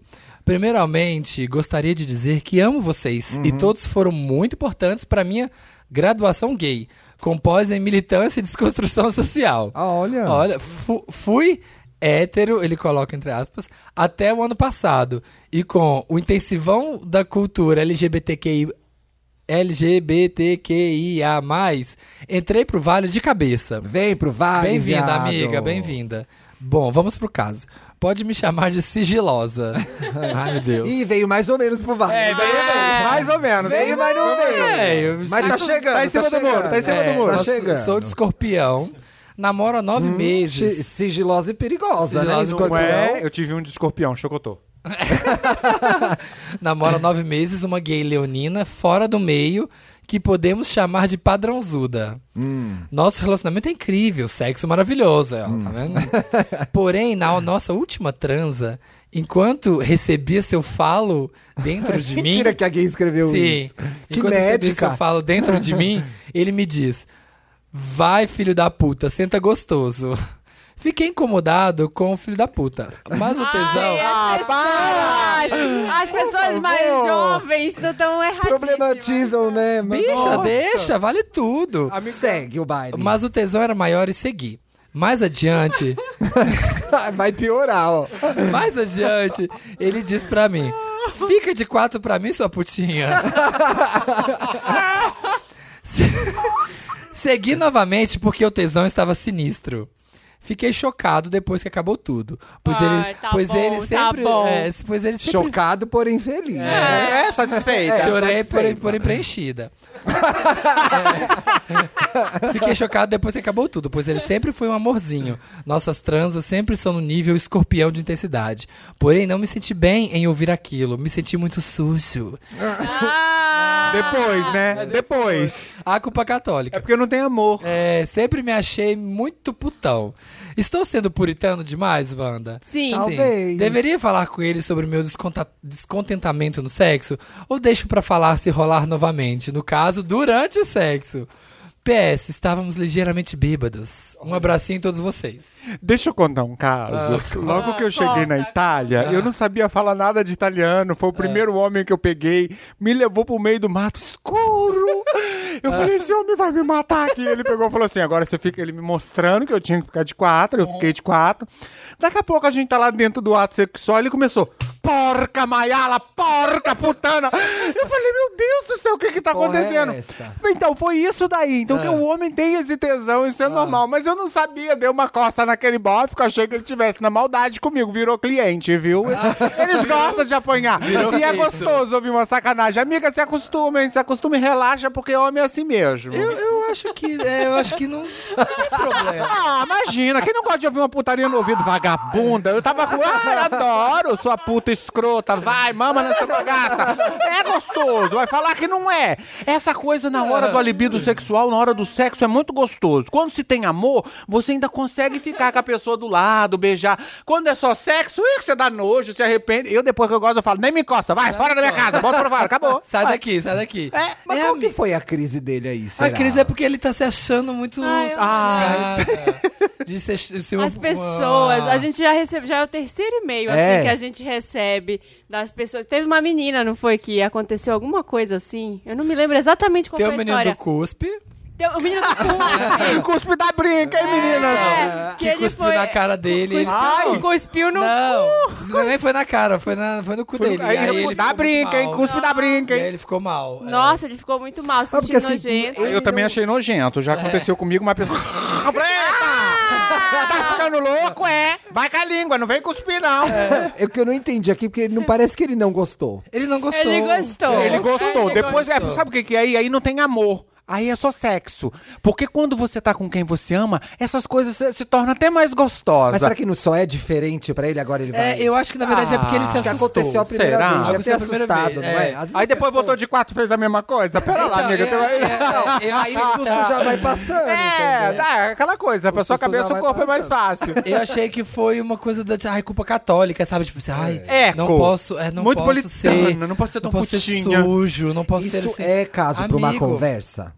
B: Primeiramente, gostaria de dizer que amo vocês
A: Uhum.
B: e todos foram muito importantes para minha graduação gay, com pós em militância e desconstrução social.
A: Ah, olha.
B: Olha, fu- fui hétero, ele coloca entre aspas, até o ano passado. E com o intensivão da cultura LGBTQI, LGBTQIA+, entrei pro vale de cabeça.
A: Vem pro Vale.
B: Bem-vinda,
A: viado.
B: amiga, bem-vinda. Bom, vamos pro caso. Pode me chamar de
A: (laughs)
B: sigilosa. Ai, meu Deus.
A: Ih, veio mais ou menos pro Vale.
D: É, veio bem. Mais ou menos.
A: Veio, mas não veio.
B: É, eu-
A: Mas tá
B: isso-
A: chegando.
D: tá em cima do
A: chegando.
D: muro, tá em cima
B: É,
D: do muro.
A: Tá
B: eu sou-
A: chegando. Hum,
B: Sou de escorpião, namoro há nove meses.
A: Si- Sigilosa e perigosa, né?
B: Sigilosa e
A: Escorpião.
D: eu tive um de escorpião, chocotô.
B: Namora nove meses, uma gay leonina, fora do meio, que podemos chamar de padrãozuda.
A: Hum.
B: Nosso relacionamento é incrível, sexo maravilhoso, ela, tá vendo? Porém, na nossa última transa, enquanto recebia seu falo dentro
A: (laughs)
B: de mim.
A: Mentira que a gay escreveu
B: Sim.
A: isso. Que
B: Enquanto eu sei disso,
A: médica.
B: eu falo dentro
A: (laughs)
B: de mim, ele me diz: Vai, filho da puta, senta gostoso. Fiquei incomodado com o filho da puta. Mas o tesão.
A: Ah,
C: Ai, as pessoas, as pessoas mais
A: favor.
C: jovens não estão erradíssimas.
A: Problematizam, né? Mas-
B: Deixa,
A: Nossa.
B: deixa, vale tudo.
A: Segue o baile.
B: Mas o tesão era maior e segui. Mais
C: (laughs)
B: adiante,
A: (laughs) Vai piorar,
B: (laughs)
A: ó.
B: mais adiante, ele diz pra mim: Fica de quatro pra mim, sua
C: (laughs)
B: putinha. Se- Segui novamente porque o tesão estava sinistro. Fiquei chocado depois que acabou tudo. Pois
C: Ai,
B: ele,
C: tá
B: pois
C: bom,
B: ele
C: tá
B: sempre,
C: bom.
B: é, pois ele sempre
A: Chocado, porém feliz. né?
D: É, satisfeita.
B: Chorei,
A: satisfeita.
B: porém, porém preenchida. É. Fiquei chocado depois que acabou tudo, pois ele sempre foi um amorzinho. Nossas transas sempre são no nível escorpião de intensidade. Porém, não me senti bem em ouvir aquilo. Me senti muito sujo.
D: Depois, né? Depois.
B: A culpa católica.
D: É porque não tem amor.
B: É, sempre me achei muito putão. Estou sendo puritano demais, Wanda?
C: Sim.
A: Talvez.
B: Deveria falar com ele sobre o meu desconta- descontentamento no sexo? Ou deixo pra falar se rolar novamente? No caso, durante o sexo. PS, estávamos ligeiramente bêbados. Um abracinho em todos vocês.
D: Deixa eu contar um caso.
A: Ah,
D: (laughs) Logo que eu cheguei na Itália, eu não sabia falar nada de italiano. Foi o primeiro homem que eu peguei. Me levou pro meio do mato escuro. Eu falei, esse homem vai me matar aqui. Ele pegou e falou assim, agora você fica... Ele me mostrando que eu tinha que ficar de quatro. Eu fiquei de quatro. Daqui a pouco a gente tá lá dentro do ato sexual. Ele começou... Porca maiala, porca putana! Eu falei, meu Deus do céu, o que que tá
A: Porra é
D: acontecendo?
A: essa?
D: (laughs) Então, foi isso daí. Então, que o homem tem esse tesão, isso é normal. Mas eu não sabia, deu uma costa naquele bofe, que eu achei que ele tivesse na maldade comigo. Virou cliente, viu? Eles gostam de apanhar.
B: Virou
D: e é
B: fixo.
D: gostoso ouvir uma sacanagem. Amiga, se acostume, hein? Se acostume, relaxa, porque homem é assim mesmo.
B: Eu, eu acho que. é, eu acho que não, não tem problema.
D: (laughs) Ah, imagina, quem não gosta de ouvir uma putaria no ouvido, vagabunda? Eu tava com. Ah, adoro, sua puta escrota, vai, mama nessa bagaça. É gostoso, vai falar que não é. Essa coisa na hora do alibido sexual, na hora do sexo, é muito gostoso. Quando se tem amor, você ainda consegue ficar com a pessoa do lado, beijar. Quando é só sexo, ih, você dá nojo, se arrepende. Eu, depois que eu gosto, eu falo, nem me encosta, vai, fora da minha casa, bota pra fora, acabou.
B: Sai daqui, sai daqui.
D: É,
A: Mas
B: É,
A: qual
B: amigo.
A: que (laughs) foi a crise dele aí?
B: A
A: será?
B: crise é porque ele tá se achando muito.
C: Ai, eu-
D: Ah,
A: (laughs)
B: sugada. de ser, ser uma-
C: As pessoas, a gente já recebe, já é o terceiro e-mail
A: É.
C: assim que a gente recebe das pessoas. Teve uma menina, não foi que aconteceu alguma coisa assim? Eu não me lembro exatamente qual
B: Tem
C: foi
B: o
C: a
B: menino do
C: história.
B: cuspe.
C: Tem o menino
B: (laughs)
C: do cu.
D: Cuspe da brinca, hein, menina?
C: é,
B: que cuspiu na cara dele.
C: Cuspiu,
D: Ai.
C: cuspiu no
B: Não, nem foi na cara, foi, na, foi no cu dele.
D: Aí,
B: Aí ele
D: dá
B: ficou
D: brinca, hein?
B: mal.
D: Cuspe da brinca,
B: E
D: hein?
B: aí ele ficou mal. é.
C: Nossa, ele ficou muito mal, se
A: Ah, porque
C: sentiu
A: assim,
C: nojento.
A: ele
D: Eu também
A: não-
D: achei nojento. Já aconteceu comigo uma (laughs) pessoa. Eita! Tá ficando louco, é? Vai com a língua, não vem cuspir, não.
A: É o que eu não entendi aqui, porque
B: (laughs)
A: ele não parece que ele não gostou.
B: Ele não gostou.
C: Ele gostou.
D: Ele
C: Gostei,
D: gostou.
C: ele
D: Depois, é, sabe o que, que é aí? Aí não tem amor. Aí é só sexo. Porque quando você tá com quem você ama, essas coisas se, se tornam até mais gostosas.
A: Mas será que não só é diferente pra ele? Agora ele vai.
B: É, eu acho que na verdade é porque ele se
D: Ah,
A: que
B: assustou.
A: aconteceu a primeira
D: Será?
A: vez. Deve ter
B: Aconteceu a primeira
A: assustado,
B: vez,
A: não é?
B: é.
A: Às vezes
D: Aí depois
A: assustou.
D: botou de quatro, fez a mesma coisa? Pera lá,
B: Então,
D: amiga.
B: é-
D: tem-
B: é-
D: (laughs)
B: é- eu
A: Aí o
B: (laughs) achei-
A: susto já vai passando.
D: É,
A: entendeu?
D: tá, é aquela coisa. Pra
A: O
D: sua
A: susto já
D: cabeça, o
A: vai
D: corpo é mais fácil.
B: Eu achei que foi uma coisa da ai, culpa católica, sabe? Tipo assim, ai,
D: É.
B: não
D: Eco.
B: posso, é, não
D: Muito
B: posso
D: politana,
B: ser,
D: não posso ser tão
B: ser
D: putinha.
B: sujo, não posso ser
A: Isso
B: assim.
A: é caso pra uma
B: Amigo.
A: conversa.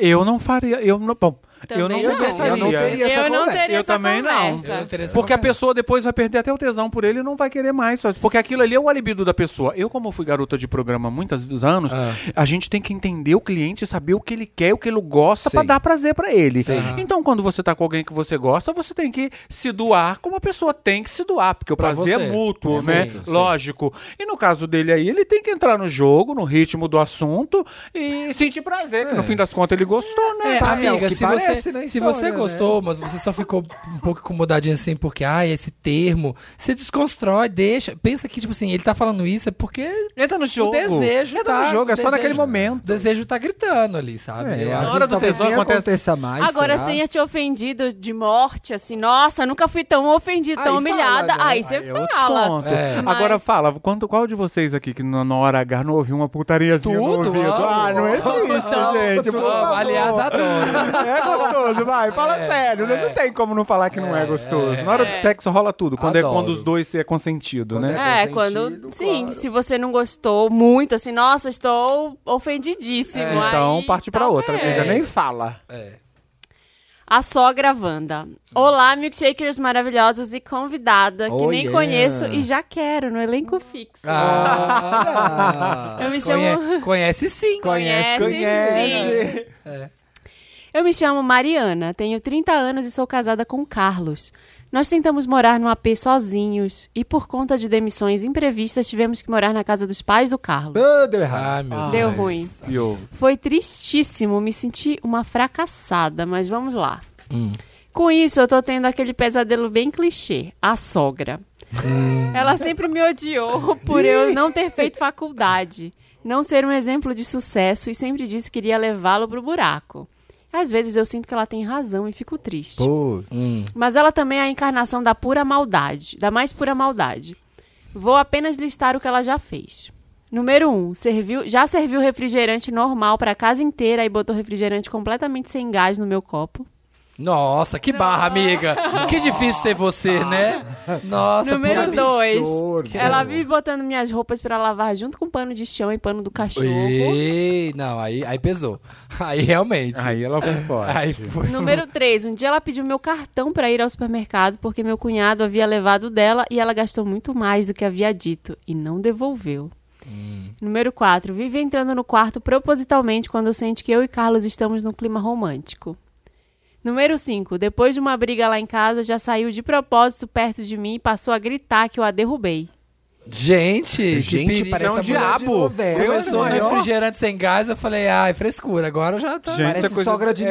D: Eu não faria. Eu não. Bom, eu não
C: Também não.
D: conversaria.
A: Eu não teria essa
C: Eu não
A: conversa.
C: teria
D: Eu
C: essa
D: também não.
B: Eu não
C: conversa.
B: teria essa
D: Porque a
B: conversa.
D: pessoa depois vai perder até o tesão por ele e não vai querer mais. só- Porque aquilo ali é o alibido da pessoa. Eu, como fui garota de programa há muitos anos,
B: Ah.
D: a gente tem que entender o cliente, saber o que ele quer, o que ele gosta, pra dar prazer pra ele. Então, quando você tá com alguém que você gosta, você tem que se doar como a pessoa tem que se doar. Porque o
B: Pra
D: prazer
B: você.
D: é mútuo,
B: Sim,
D: né?
B: sim.
D: Lógico. E no caso dele aí, ele tem que entrar no jogo, no ritmo do assunto e sentir prazer, que no fim das contas ele gostou, né?
B: É,
A: Tá, é o
B: amiga,
A: que
B: se você
A: aparece
B: você,
A: na
B: se
A: história,
B: você
A: né?
B: gostou, mas você só ficou um pouco incomodadinho assim, porque, ai, esse termo, se desconstrói, deixa. Pensa que, tipo assim, ele tá falando isso é porque
G: Entra no jogo.
B: o desejo
G: Entra
B: tá.
G: no jogo, é
B: o
G: só
B: desejo-
G: naquele
B: O
G: momento.
B: desejo tá gritando ali, sabe?
A: É,
B: Eu
A: às
B: acho-
G: na hora
A: vezes
G: do
A: talvez
G: tesão
A: nem
G: acontece-
A: aconteça mais.
C: Agora,
A: será?
C: se tinha te ofendido de morte, assim, nossa, nunca fui tão ofendida,
A: Aí
C: tão
A: fala,
C: humilhada.
A: né?
C: Aí você
G: Aí é outro
C: fala.
G: desconto.
B: É.
D: Agora
C: Mas-
D: fala, quanto, qual de vocês aqui que na na hora H não ouviu uma putariazinha no
B: Tudo,
D: ouvido?
B: amo.
D: ah, não existe,
B: Amo,
D: gente.
B: tudo,
D: por
B: amo.
D: favor.
B: Aliás, adoro.
D: É gostoso, vai, fala sério. né? Não tem como não falar que não é gostoso. Na hora do sexo rola tudo, quando é
B: Adoro.
D: quando os dois é consentido,
A: Quando
D: né?
C: É,
A: consentido,
C: quando. Sim,
A: claro.
C: se você não gostou muito, assim, nossa, estou ofendidíssimo.
A: É.
D: Então
C: É. aí,
D: parte pra
C: talvez.
D: outra, ainda nem fala.
C: A sogra Wanda. Olá, milkshakers maravilhosos e convidada, que
A: Oh,
C: nem
A: yeah.
C: conheço e já quero no elenco fixo.
B: Ah,
A: Ah,
C: Eu me chamo.
B: conhe- conhece sim.
C: é um Conhece, sim. Eu me chamo Mariana, tenho 30 anos e sou casada com Carlos. Nós tentamos morar num AP sozinhos e por conta de demissões imprevistas tivemos que morar na casa dos pais do Carlos.
A: ah, deu errado.
B: Ah, meu
C: Deu
B: Deus.
C: ruim.
D: E o-
C: Foi tristíssimo, me senti uma fracassada, mas vamos lá.
B: Hum.
C: Com isso, eu tô tendo aquele pesadelo bem clichê, a sogra. Ela sempre me odiou por eu não ter feito faculdade, não ser um exemplo de sucesso e sempre disse que iria levá-lo pro buraco. Às vezes eu sinto que ela tem razão e fico triste.
A: Pô,
C: Mas ela também é a encarnação da pura maldade, da mais pura maldade. Vou apenas listar o que ela já fez. Número 1. Um, serviu, já serviu refrigerante normal pra casa inteira e botou refrigerante completamente sem gás no meu copo.
B: Nossa, que barra, amiga. Que difícil ser você, né? Nossa,
C: Número
B: puta-
A: absurdo.
C: 2. Ela vive botando minhas roupas pra lavar junto com pano de chão e pano do cachorro.
B: Ei, não, aí, aí pesou. Aí realmente.
D: Aí ela foi fora.
B: Aí (laughs) foi.
C: Número 3. Um dia ela pediu meu cartão pra ir ao supermercado porque meu cunhado havia levado o dela e ela gastou muito mais do que havia dito e não devolveu. Número 4. Vive entrando no quarto propositalmente quando sente que eu e Carlos estamos num clima romântico. Número 5. Depois de uma briga lá em casa, já saiu de propósito perto de mim e passou a gritar que eu a derrubei.
B: Gente, que
A: gente,
B: perigo.
A: parece
D: um
A: uma mulher
D: diabo.
A: de novela.
B: Começou
D: né?
A: Olha,
B: no
A: maior-
B: refrigerante sem gás, eu falei, ai, frescura, agora já tá.
A: Parece
D: essa coisa-
A: sogra de
D: É,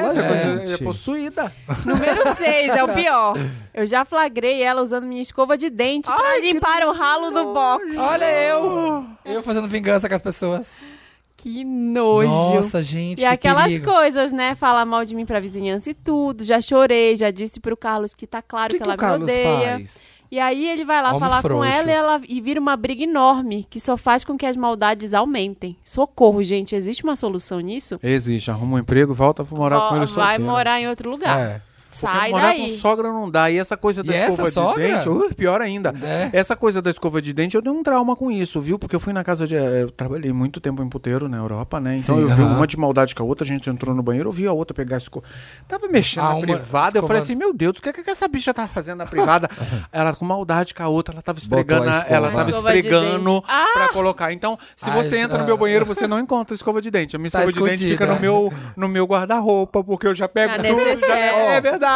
A: novela,
D: essa coisa
A: gente.
D: é possuída.
C: Número 6. É o pior. Eu já flagrei ela usando minha escova de dente pra limpar o ralo do box.
B: Olha eu! Eu fazendo vingança com as pessoas.
C: Que nojo.
B: Nossa, gente.
C: E
A: é
B: que
C: aquelas
B: perigo.
C: coisas, né? Falar mal de mim pra vizinhança e tudo. Já chorei, já disse pro Carlos que tá
A: O
C: claro
A: que,
C: que,
A: que
C: ela
A: o Carlos
C: me odeia.
A: faz?
C: E aí ele vai lá
B: Homem
C: falar
B: frouxo.
C: com ela e, ela e vira uma briga enorme, que só faz com que as maldades aumentem. Socorro, gente. Existe uma solução nisso?
D: Existe, arruma um emprego, volta pra morar
C: Ó,
D: com ele
C: vai
D: solteiro.
C: morar em outro lugar.
B: É.
C: Sai
D: morar
C: daí.
D: com sogra não dá. E essa coisa da
B: E essa
D: escova
B: sogra?
D: de dente, uh, pior ainda.
B: É.
D: Essa coisa da escova de dente, eu dei um trauma com isso, viu? Porque eu fui na casa de. eh, Eu trabalhei muito tempo em puteiro na Europa, né? Então
B: Sim,
D: eu vi
B: aham.
D: uma de maldade com a outra, a gente entrou no banheiro, eu vi a outra pegar a escova. Tava mexendo
B: Ah,
D: na
B: uma
D: privada, eu
B: escova-
D: falei assim: meu Deus, o que, é que essa bicha tá fazendo
B: (laughs)
D: na privada? ela com maldade com a outra, ela tava
A: Botou a
D: esfregando, a- ela
A: escova.
D: tava
C: Escova de
D: esfregando
C: dente. Ah!
D: pra colocar. Então, se
B: Ai,
D: você entra
B: já-
D: no meu banheiro, você não encontra escova de dente. A minha
B: Ah, Tá
D: escova de dente fica
B: escondida.
D: no meu, no meu guarda-roupa, porque eu já pego
C: Na
D: tudo. Já,
C: necessaire.
D: é verdade.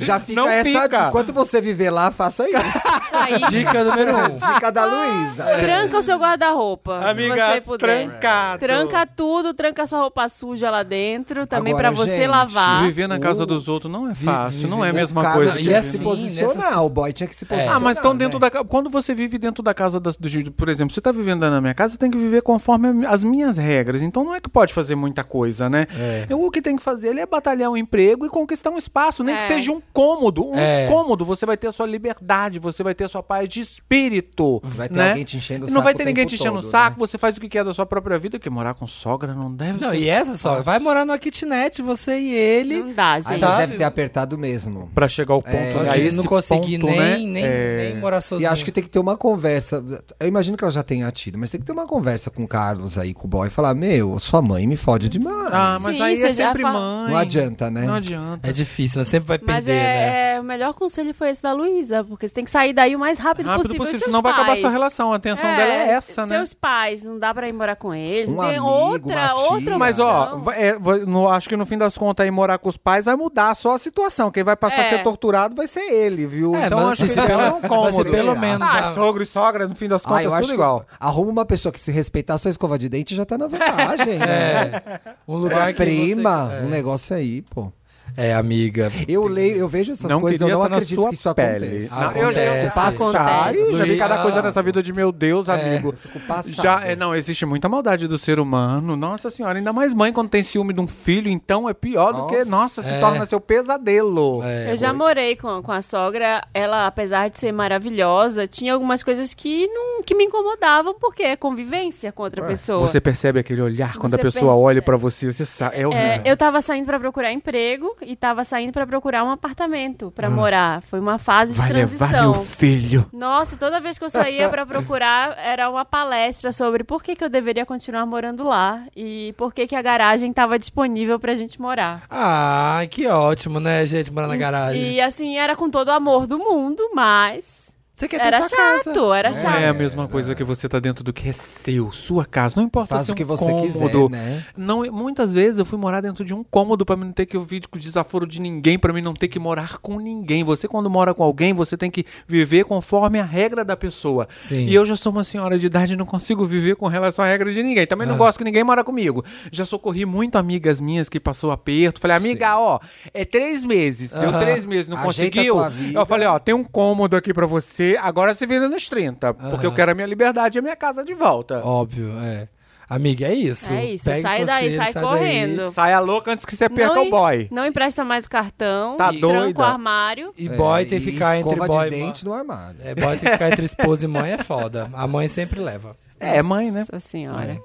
A: Já fica
D: não
A: essa.
D: Fica.
A: Enquanto você viver lá, faça isso.
D: (laughs)
C: Sai.
B: Dica número um.
A: Dica
D: Ah,
A: da Luísa.
D: é.
C: Tranca o seu guarda-roupa, se você
D: Amiga,
C: puder.
D: trancado.
C: Tranca tudo, tranca sua roupa suja lá dentro, também
A: Agora,
C: pra você
A: gente,
C: lavar.
D: Viver na casa dos outros não é fácil, não é a
A: O
D: mesma
A: Carlos
D: coisa.
B: e
D: que
A: Tinha que
B: assim,
A: se
D: viver-
A: posicionar.
B: nessas-
A: O boy tinha que se posicionar.
D: Ah, mas estão dentro
A: né?
D: da casa. Quando você vive dentro da casa das- do Gil, por exemplo, você tá vivendo na minha casa, você tem que viver conforme a- as minhas regras. Então não é que pode fazer muita coisa, né? Eu, o que tem que fazer ele é batalhar um emprego e conquistar um espaço, nem que
C: É.
D: seja um cômodo. Um
B: É.
D: cômodo, você vai ter a sua liberdade, você vai ter a sua paz de espírito.
A: Vai ter
D: né?
A: alguém te enchendo o
D: Não
A: saco
D: vai
A: o
D: ter ninguém
A: tempo
D: te enchendo
A: todo, né?
D: o saco, você faz o que quer da sua própria vida, que morar com sogra não
B: (laughs)
D: deve
B: Não,
D: ser
B: e essa só, vai morar numa kitnet, você e ele.
C: Não dá,
A: Aí
C: gente.
A: mas
B: Sabe?
A: deve ter apertado mesmo.
D: Pra chegar ao ponto,
A: É,
D: né? a esse
B: não consegui
D: ponto,
B: nem,
D: né?
B: nem,
D: É.
B: nem morar sozinho.
A: E acho que tem que ter uma conversa. Eu imagino que ela já tenha tido, mas tem que ter uma conversa com o Carlos aí, com o boy, e falar: Meu, sua mãe me fode demais.
D: Ah, mas
C: Sim,
D: aí é
C: você já
D: sempre
C: fala-
D: mãe.
A: Não adianta, né?
D: Não adianta.
B: É difícil, né? Sempre vai perder,
C: Mas
B: né?
C: é, é, o melhor conselho foi esse da Luísa, porque você tem que sair daí o mais rápido,
D: Rápido
C: possível.
D: possível,
C: E seus
D: Ah, senão vai acabar
C: pais?
D: sua relação. A atenção dela é essa, né?
C: Seus pais, não dá pra ir morar com eles.
A: Um
C: tem
A: amigo,
C: outra,
A: uma tia.
C: outra
D: Mas, ó,
C: opção.
D: vai- é, vai- no- acho que no fim das contas, aí morar com os pais vai mudar só a situação. Quem vai passar a
C: É.
D: ser torturado vai ser ele, viu?
B: É,
D: então
B: mas
D: acho que
B: assim,
D: ele
B: pelo-
D: é um
B: (laughs) mas
D: cômodo.
B: assim, pelo menos,
D: Ah,
B: a-
D: sogro e sogra, no fim das contas,
A: Ah, eu
D: tudo
A: acho
D: igual.
A: que arruma uma pessoa que se respeitar sua escova
B: (laughs)
A: de dente já tá na vantagem. né?
B: Um lugar É. que você-
A: Prima,
B: é.
A: um negócio aí, pô.
B: É, amiga.
A: Eu leio, eu vejo essas
D: Não
A: coisas, eu
D: queria
A: não
D: tá na
A: acredito
D: sua
A: que isso Ah,
D: pele. Ah,
A: aconteça.
D: Não, eu já Ah.
B: Acontece.
D: eu passar,
C: Acontece.
D: eu já vi cada
B: Luísa.
D: coisa nessa vida de meu
A: É,
D: Deus, amigo.
A: Ah, fico passado.
D: Já, é, não, existe muita maldade do ser humano. Nossa senhora, ainda mais mãe quando tem ciúme de um filho, então é pior do que, nossa, se
B: É.
D: torna seu pesadelo.
B: É,
C: Eu já morei com, com a sogra, ela, apesar de ser maravilhosa, tinha algumas coisas que, não, que me incomodavam, porque é convivência com outra pessoa.
D: Você percebe aquele olhar quando
C: Você
D: a pessoa
C: percebe.
D: olha pra você, você sabe, é horrível.
C: É, eu tava saindo pra procurar emprego e tava saindo pra procurar um apartamento pra morar. Foi uma fase de
D: Ah. Vai
C: transição.
D: levar meu filho.
C: Nossa, toda vez que eu saía
D: (laughs)
C: pra procurar, era uma palestra sobre por que, que eu deveria continuar morando lá e por que, que a garagem tava disponível pra gente morar.
B: Ah, que ótimo, né, gente? Morar na garagem.
C: E assim, era com todo o amor do mundo, mas
B: Você quer ter
C: era
B: sua
C: chato,
B: casa.
C: era
D: Não
C: chato.
D: é a mesma coisa que você tá dentro do que é seu, sua casa. Não importa
A: Faz
D: se é
A: o que
D: um
A: você
D: cômodo.
A: quiser, né?
D: Não, muitas vezes eu fui morar dentro de um cômodo pra mim não ter que ouvir o desaforo de ninguém, pra mim não ter que morar com ninguém. Você quando mora com alguém, você tem que viver conforme a regra da pessoa.
B: Sim.
D: E eu já sou uma senhora de idade e não consigo viver com relação à regra de ninguém. Também
A: É.
D: não gosto que ninguém mora comigo. Já socorri muito amigas minhas que passou aperto. Falei, amiga, ó, é três meses. Deu
B: Aham.
D: três meses, não
A: Ajeita
D: conseguiu.
A: a tua vida.
D: Eu falei, ó, tem um cômodo aqui pra você, agora se vira nos 30, porque eu quero a minha liberdade e a minha casa de volta.
B: Óbvio, é. Amiga, é isso.
C: É isso,
B: Pega os
C: sai daí,
B: conselhos,
C: sai correndo.
D: Saia louca antes é que você perca o
C: em-
D: boy.
C: não empresta mais o cartão,
D: Tá
C: e
D: doida.
C: tranca o armário.
B: E boy tem
A: É, e
B: que ficar entre
A: escova
B: boy
A: de
B: e mãe.
A: dente no armário.
B: É, boy tem que ficar entre esposa e mãe é foda. A mãe sempre leva.
D: É, mãe, né?
C: Nossa senhora.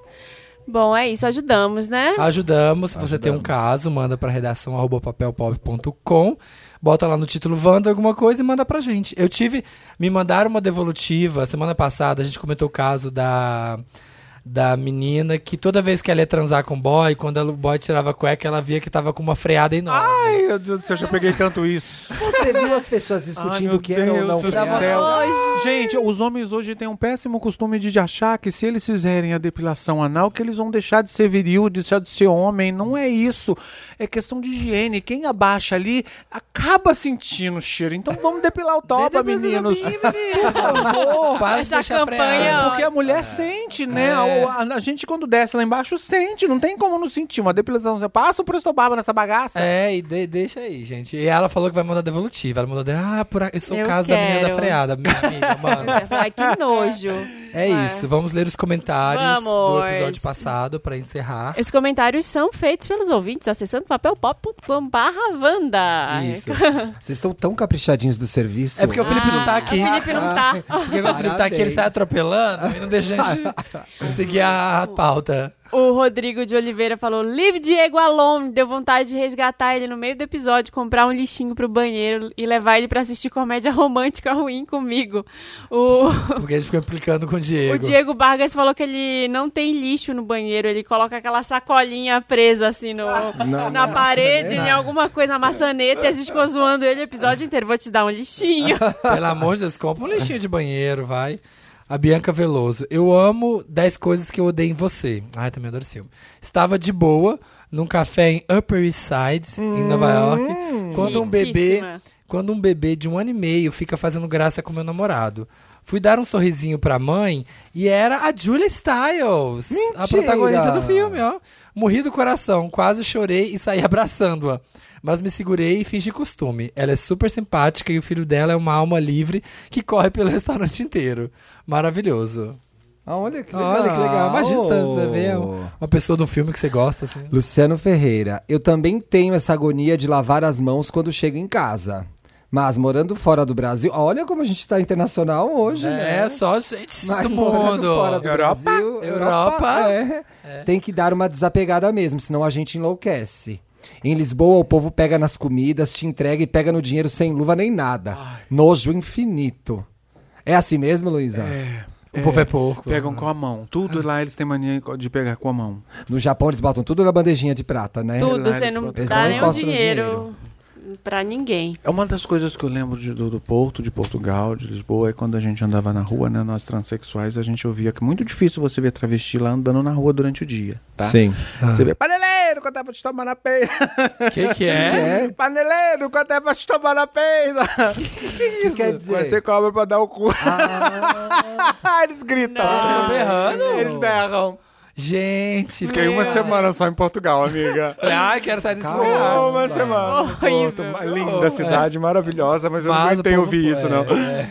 C: Bom, é isso, ajudamos, né?
B: Ajudamos. Se você tem um caso, manda pra redação arroba papelpop.com. Bota lá no título Wanda alguma coisa e manda pra gente. Eu tive. Me mandaram uma devolutiva semana passada. A gente comentou o caso da. Da menina que toda vez que ela ia transar com o boy, quando ela- o boy tirava a cueca, ela via que tava com uma freada enorme.
D: Ai, meu Deus do céu, eu já peguei tanto isso.
A: Você viu as pessoas
D: Ai,
A: Tá discutindo
D: meu
A: o que era ou
D: Deus
A: não
D: do
A: que é. era?
D: céu.
C: Hoje.
D: Gente, os homens hoje têm um péssimo costume de achar que se eles fizerem a depilação anal, que eles vão deixar de ser viril, deixar de ser homem. Não é isso. É questão de higiene. Quem abaixa ali acaba sentindo o cheiro. Então vamos depilar o toba,
A: um
D: meninos. Por favor.
B: Para
C: Essa
B: deixar
C: campanha
B: freada.
D: Porque
C: (laughs)
D: a mulher sente, né?
A: É.
D: A, a- a gente, quando desce lá embaixo, sente. Não tem como não sentir. Uma depilação. Você passa um prestobaba nessa bagaça.
B: É, e de- deixa aí, gente. E ela falou que vai mandar devolutiva. Ela mandou, de- ah, por, a- eu sou o
C: Eu
B: caso da menina da
C: quero.
B: freada, minha
C: (laughs)
B: amiga, mano.
C: Ai, que nojo.
B: É isso, vamos ler os comentários do
C: Vamos.
B: episódio passado pra encerrar.
C: Os comentários são feitos pelos ouvintes acessando papelpop.com barra Wanda. (laughs)
B: Isso.
A: Vocês estão tão caprichadinhos do serviço. né?
B: É porque o Felipe não tá aqui.
C: O Felipe não tá.
B: Porque quando o Felipe tá aqui, ele sai atropelando e não deixa a
C: (laughs)
B: gente seguir a pauta.
C: O Rodrigo de Oliveira falou: Leave Diego alone. Deu vontade de resgatar ele no meio do episódio, comprar um lixinho pro banheiro e levar ele pra assistir comédia romântica ruim comigo. O,
B: Porque a gente ficou implicando com o Diego.
C: o Diego Vargas falou que ele não tem lixo no banheiro, ele coloca aquela sacolinha presa assim no,
A: Não, é
C: na
A: não.
C: parede, em alguma coisa, na maçaneta, e a gente ficou zoando ele o episódio inteiro. Vou te dar um
A: (laughs)
C: lixinho.
B: Pelo amor de Deus, compra um lixinho de banheiro, vai. A Bianca Veloso. Eu amo 10 coisas que eu odeio em você. Ai, também adoro esse filme. Estava de boa num café em Upper East Side, em Nova York, quando um bebê,
C: Riquíssima.
B: quando um bebê de um ano e meio fica fazendo graça com meu namorado. Fui dar um sorrisinho pra mãe e era a Julia Stiles, a
A: Mentira!
B: protagonista do filme, ó. Morri do coração, quase chorei e saí (laughs) abraçando-a. Mas me segurei e fiz de costume. Ela é super simpática e o filho dela é uma alma livre que corre pelo (laughs) restaurante inteiro. Maravilhoso.
A: Ah, olha que legal.
B: Olha que legal. Imagina é você ver
A: Oh.
B: uma pessoa de um filme que você gosta, assim.
A: Luciano Ferreira, eu também tenho essa agonia de lavar as mãos quando chego em casa. Mas morando fora do Brasil, olha como a gente tá internacional hoje, né?
B: É, só gente
A: Mas
B: do
A: morando
B: mundo.
A: fora do
D: Europa?
A: Brasil,
B: Europa?
A: é. Tem que dar uma desapegada mesmo, senão a gente enlouquece. Em Lisboa, o povo pega nas comidas, te entrega e pega no dinheiro sem luva nem nada. Nojo infinito. É assim mesmo, Luísa?
B: O povo é porco. É.
D: Pegam com a mão. Tudo lá eles têm mania de pegar com a mão.
A: No Japão, eles botam tudo na bandejinha de prata, né?
C: Tudo,
D: Eles
C: você não
A: não
C: dá nenhum
A: encostam no
C: dinheiro pra ninguém.
D: É uma das coisas que eu lembro de- do, do Porto, de Portugal, de Lisboa, é quando a gente andava na rua, né? Nós transexuais, a gente ouvia que é muito difícil você ver travesti lá andando na rua durante o dia, tá?
A: Sim.
D: Você vê, paneleiro, quanto é pra te tomar na peida?
B: O que, que
A: (laughs)
B: é?
D: (laughs) paneleiro, quanto é pra te tomar na peida? (laughs)
A: O que quer dizer?
D: Você cobra pra dar o cu. (laughs) Eles gritam.
B: Ah. Eles ficam tá berrando?
D: Eles berram.
B: Gente, é.
D: Fiquei uma semana só em Portugal, (laughs) amiga.
B: Falei, Ai, quero sair desse
A: Calma.
B: lugar.
D: Ficou uma semana.
C: Horrível.
D: Uma linda cidade, maravilhosa, mas eu não
B: Mas o
D: aguentei
B: povo-
D: ouvir isso,
B: é,
D: não. (laughs)
B: é.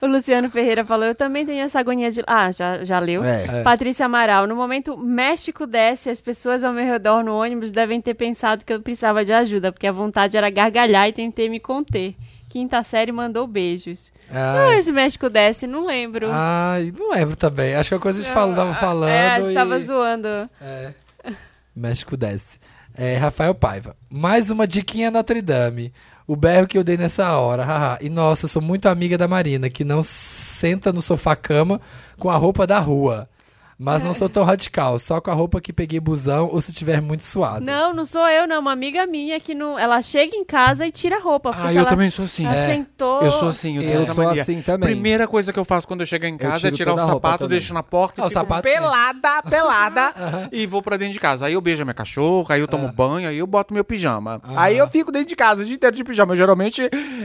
C: O Luciano Ferreira falou: Eu também tenho essa agonia de. Ah, já, já leu.
A: É.
C: Patrícia Amaral, no momento México desce, as pessoas ao meu redor no ônibus devem ter pensado que eu precisava de ajuda, porque a vontade era gargalhar e tentei me conter. Quinta série mandou beijos.
B: Ai.
C: Ah, esse México desce, não lembro.
B: Ai, não lembro também. Acho que a coisa a gente fal- Ah, tava falando.
C: é, a gente
B: e-
C: tava zoando.
B: É. México desce. É, Rafael Paiva. Mais uma diquinha Notre Dame. O berro que eu dei nessa hora. haha. E nossa, eu sou muito amiga da Marina, que não senta no sofá-cama com a roupa da rua. Mas
D: É.
B: não sou tão radical, só com a roupa que peguei busão ou se tiver muito suado.
C: Não, não sou eu, não. Uma amiga minha que não. Ela chega em casa e tira a roupa. porque
D: Ah,
C: se
D: eu
C: ela-
D: também sou assim.
C: Ela
B: É.
C: sentou.
D: Eu sou assim, eu tenho
A: Eu
D: essa
A: sou
D: mania.
A: assim também.
D: Primeira coisa que eu faço quando eu chego em casa é
A: tiro
D: tirar o
A: toda a roupa
D: sapato,
A: também.
D: deixo na porta
B: Ah,
D: e
B: o
D: fico
B: sapato também.
D: pelada, pelada e vou pra dentro de casa. Aí eu beijo a minha cachorra, aí eu tomo banho, aí eu boto meu pijama. Aí eu fico dentro de casa o dia inteiro de pijama. Geralmente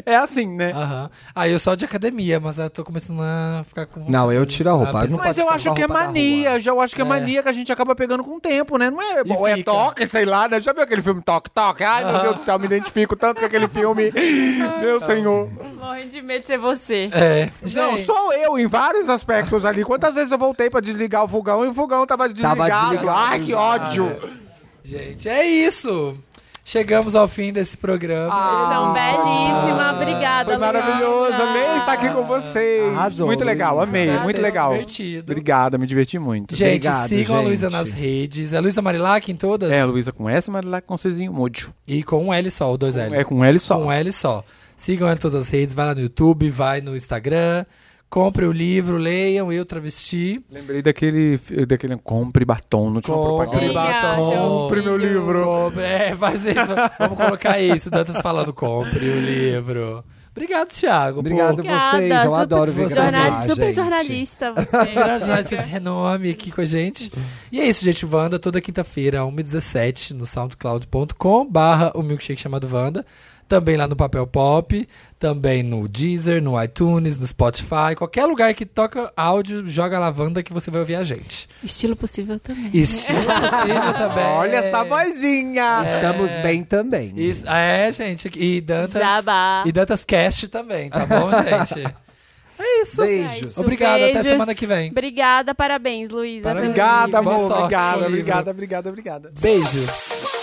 D: é assim, né?
B: Aham. Ah, eu sou de academia, mas eu tô começando a ficar com.
A: Não, eu tiro a roupa.
B: Ah,
A: Eu não
D: Mas
A: posso ficar
D: eu
A: com
D: acho
A: a
D: que é
A: roupa da
D: mania,
A: rua.
D: já, eu acho que é, mania que a gente acaba pegando com o tempo, né? Não é, ou é
B: fica.
D: toque, sei lá, né? Já viu aquele filme Toque Toque? Ai, meu Deus do céu, me identifico tanto com aquele filme. (laughs) meu senhor.
C: Morrendo de medo de ser você.
B: É.
D: Não,
B: Gente,
D: sou eu em vários aspectos ali. Quantas vezes eu voltei pra desligar o fogão e o fogão tava desligado. Ah,
A: desligado.
D: Ai, que ódio.
B: Gente, é isso. Chegamos ao fim desse
D: Ah,
B: programa.
C: São belíssima, obrigada.
D: é. Foi maravilhoso.
C: Luísa.
D: Amei estar aqui com vocês.
A: Arrasou,
D: muito legal,
A: Luísa.
D: amei.
C: Arrasou.
D: Muito legal.
B: Divertido.
D: Obrigada, me diverti muito.
B: Gente,
A: Obrigado,
B: sigam a
A: gente.
B: Luísa nas redes. É Luísa Marilac em todas?
D: É, Luísa com S, mas lá com Czinho Mojo.
B: E com um L só, o dois L.
D: É com L só.
B: Com um L só. Sigam ela em todas as redes, vai lá no YouTube, vai no Instagram. Compre o livro, leiam Eu Travesti.
D: Lembrei daquele, daquele compre batom, não tinha uma propaganda.
B: Compre
C: Sim, ah,
B: batom.
C: seu
D: Compre meu
C: filho.
D: livro.
B: Compre- É, faz isso. Vamos colocar isso. O Dantas falando, compre o livro. Obrigado, Thiago.
A: Obrigado
B: por...
A: a vocês. Eu
C: super-
A: adoro ver
C: jornal-
A: gravar,
C: Super
A: gente.
C: jornalista
B: Obrigado,
D: Tá.
C: você.
B: jornalista, esse renome aqui com a gente. E é isso, gente. Wanda, toda quinta-feira, 1h17, no soundcloud.com barra o milkshake chamado Wanda. Também lá no Papel Pop, também no Deezer, no iTunes, no Spotify, qualquer lugar que toca áudio, joga lá Wanda que você vai ouvir a gente.
C: (laughs) Estilo possível também.
B: Isso. Possível também.
D: Olha essa vozinha.
A: Estamos
D: É.
A: bem também.
B: Isso, é, gente. E Dantas.
C: Jabá.
B: E Dantas Cast também, tá bom, gente? É isso.
A: Beijos.
B: Obrigado, até
C: Beijos.
B: semana que vem.
C: Obrigada, parabéns, Luísa.
B: Parabéns.
C: pelo livro.
D: Obrigada,
B: Boa
D: amor.
B: sorte com o
D: Obrigada,
B: livro.
D: obrigada, obrigada, obrigada.
B: Beijo.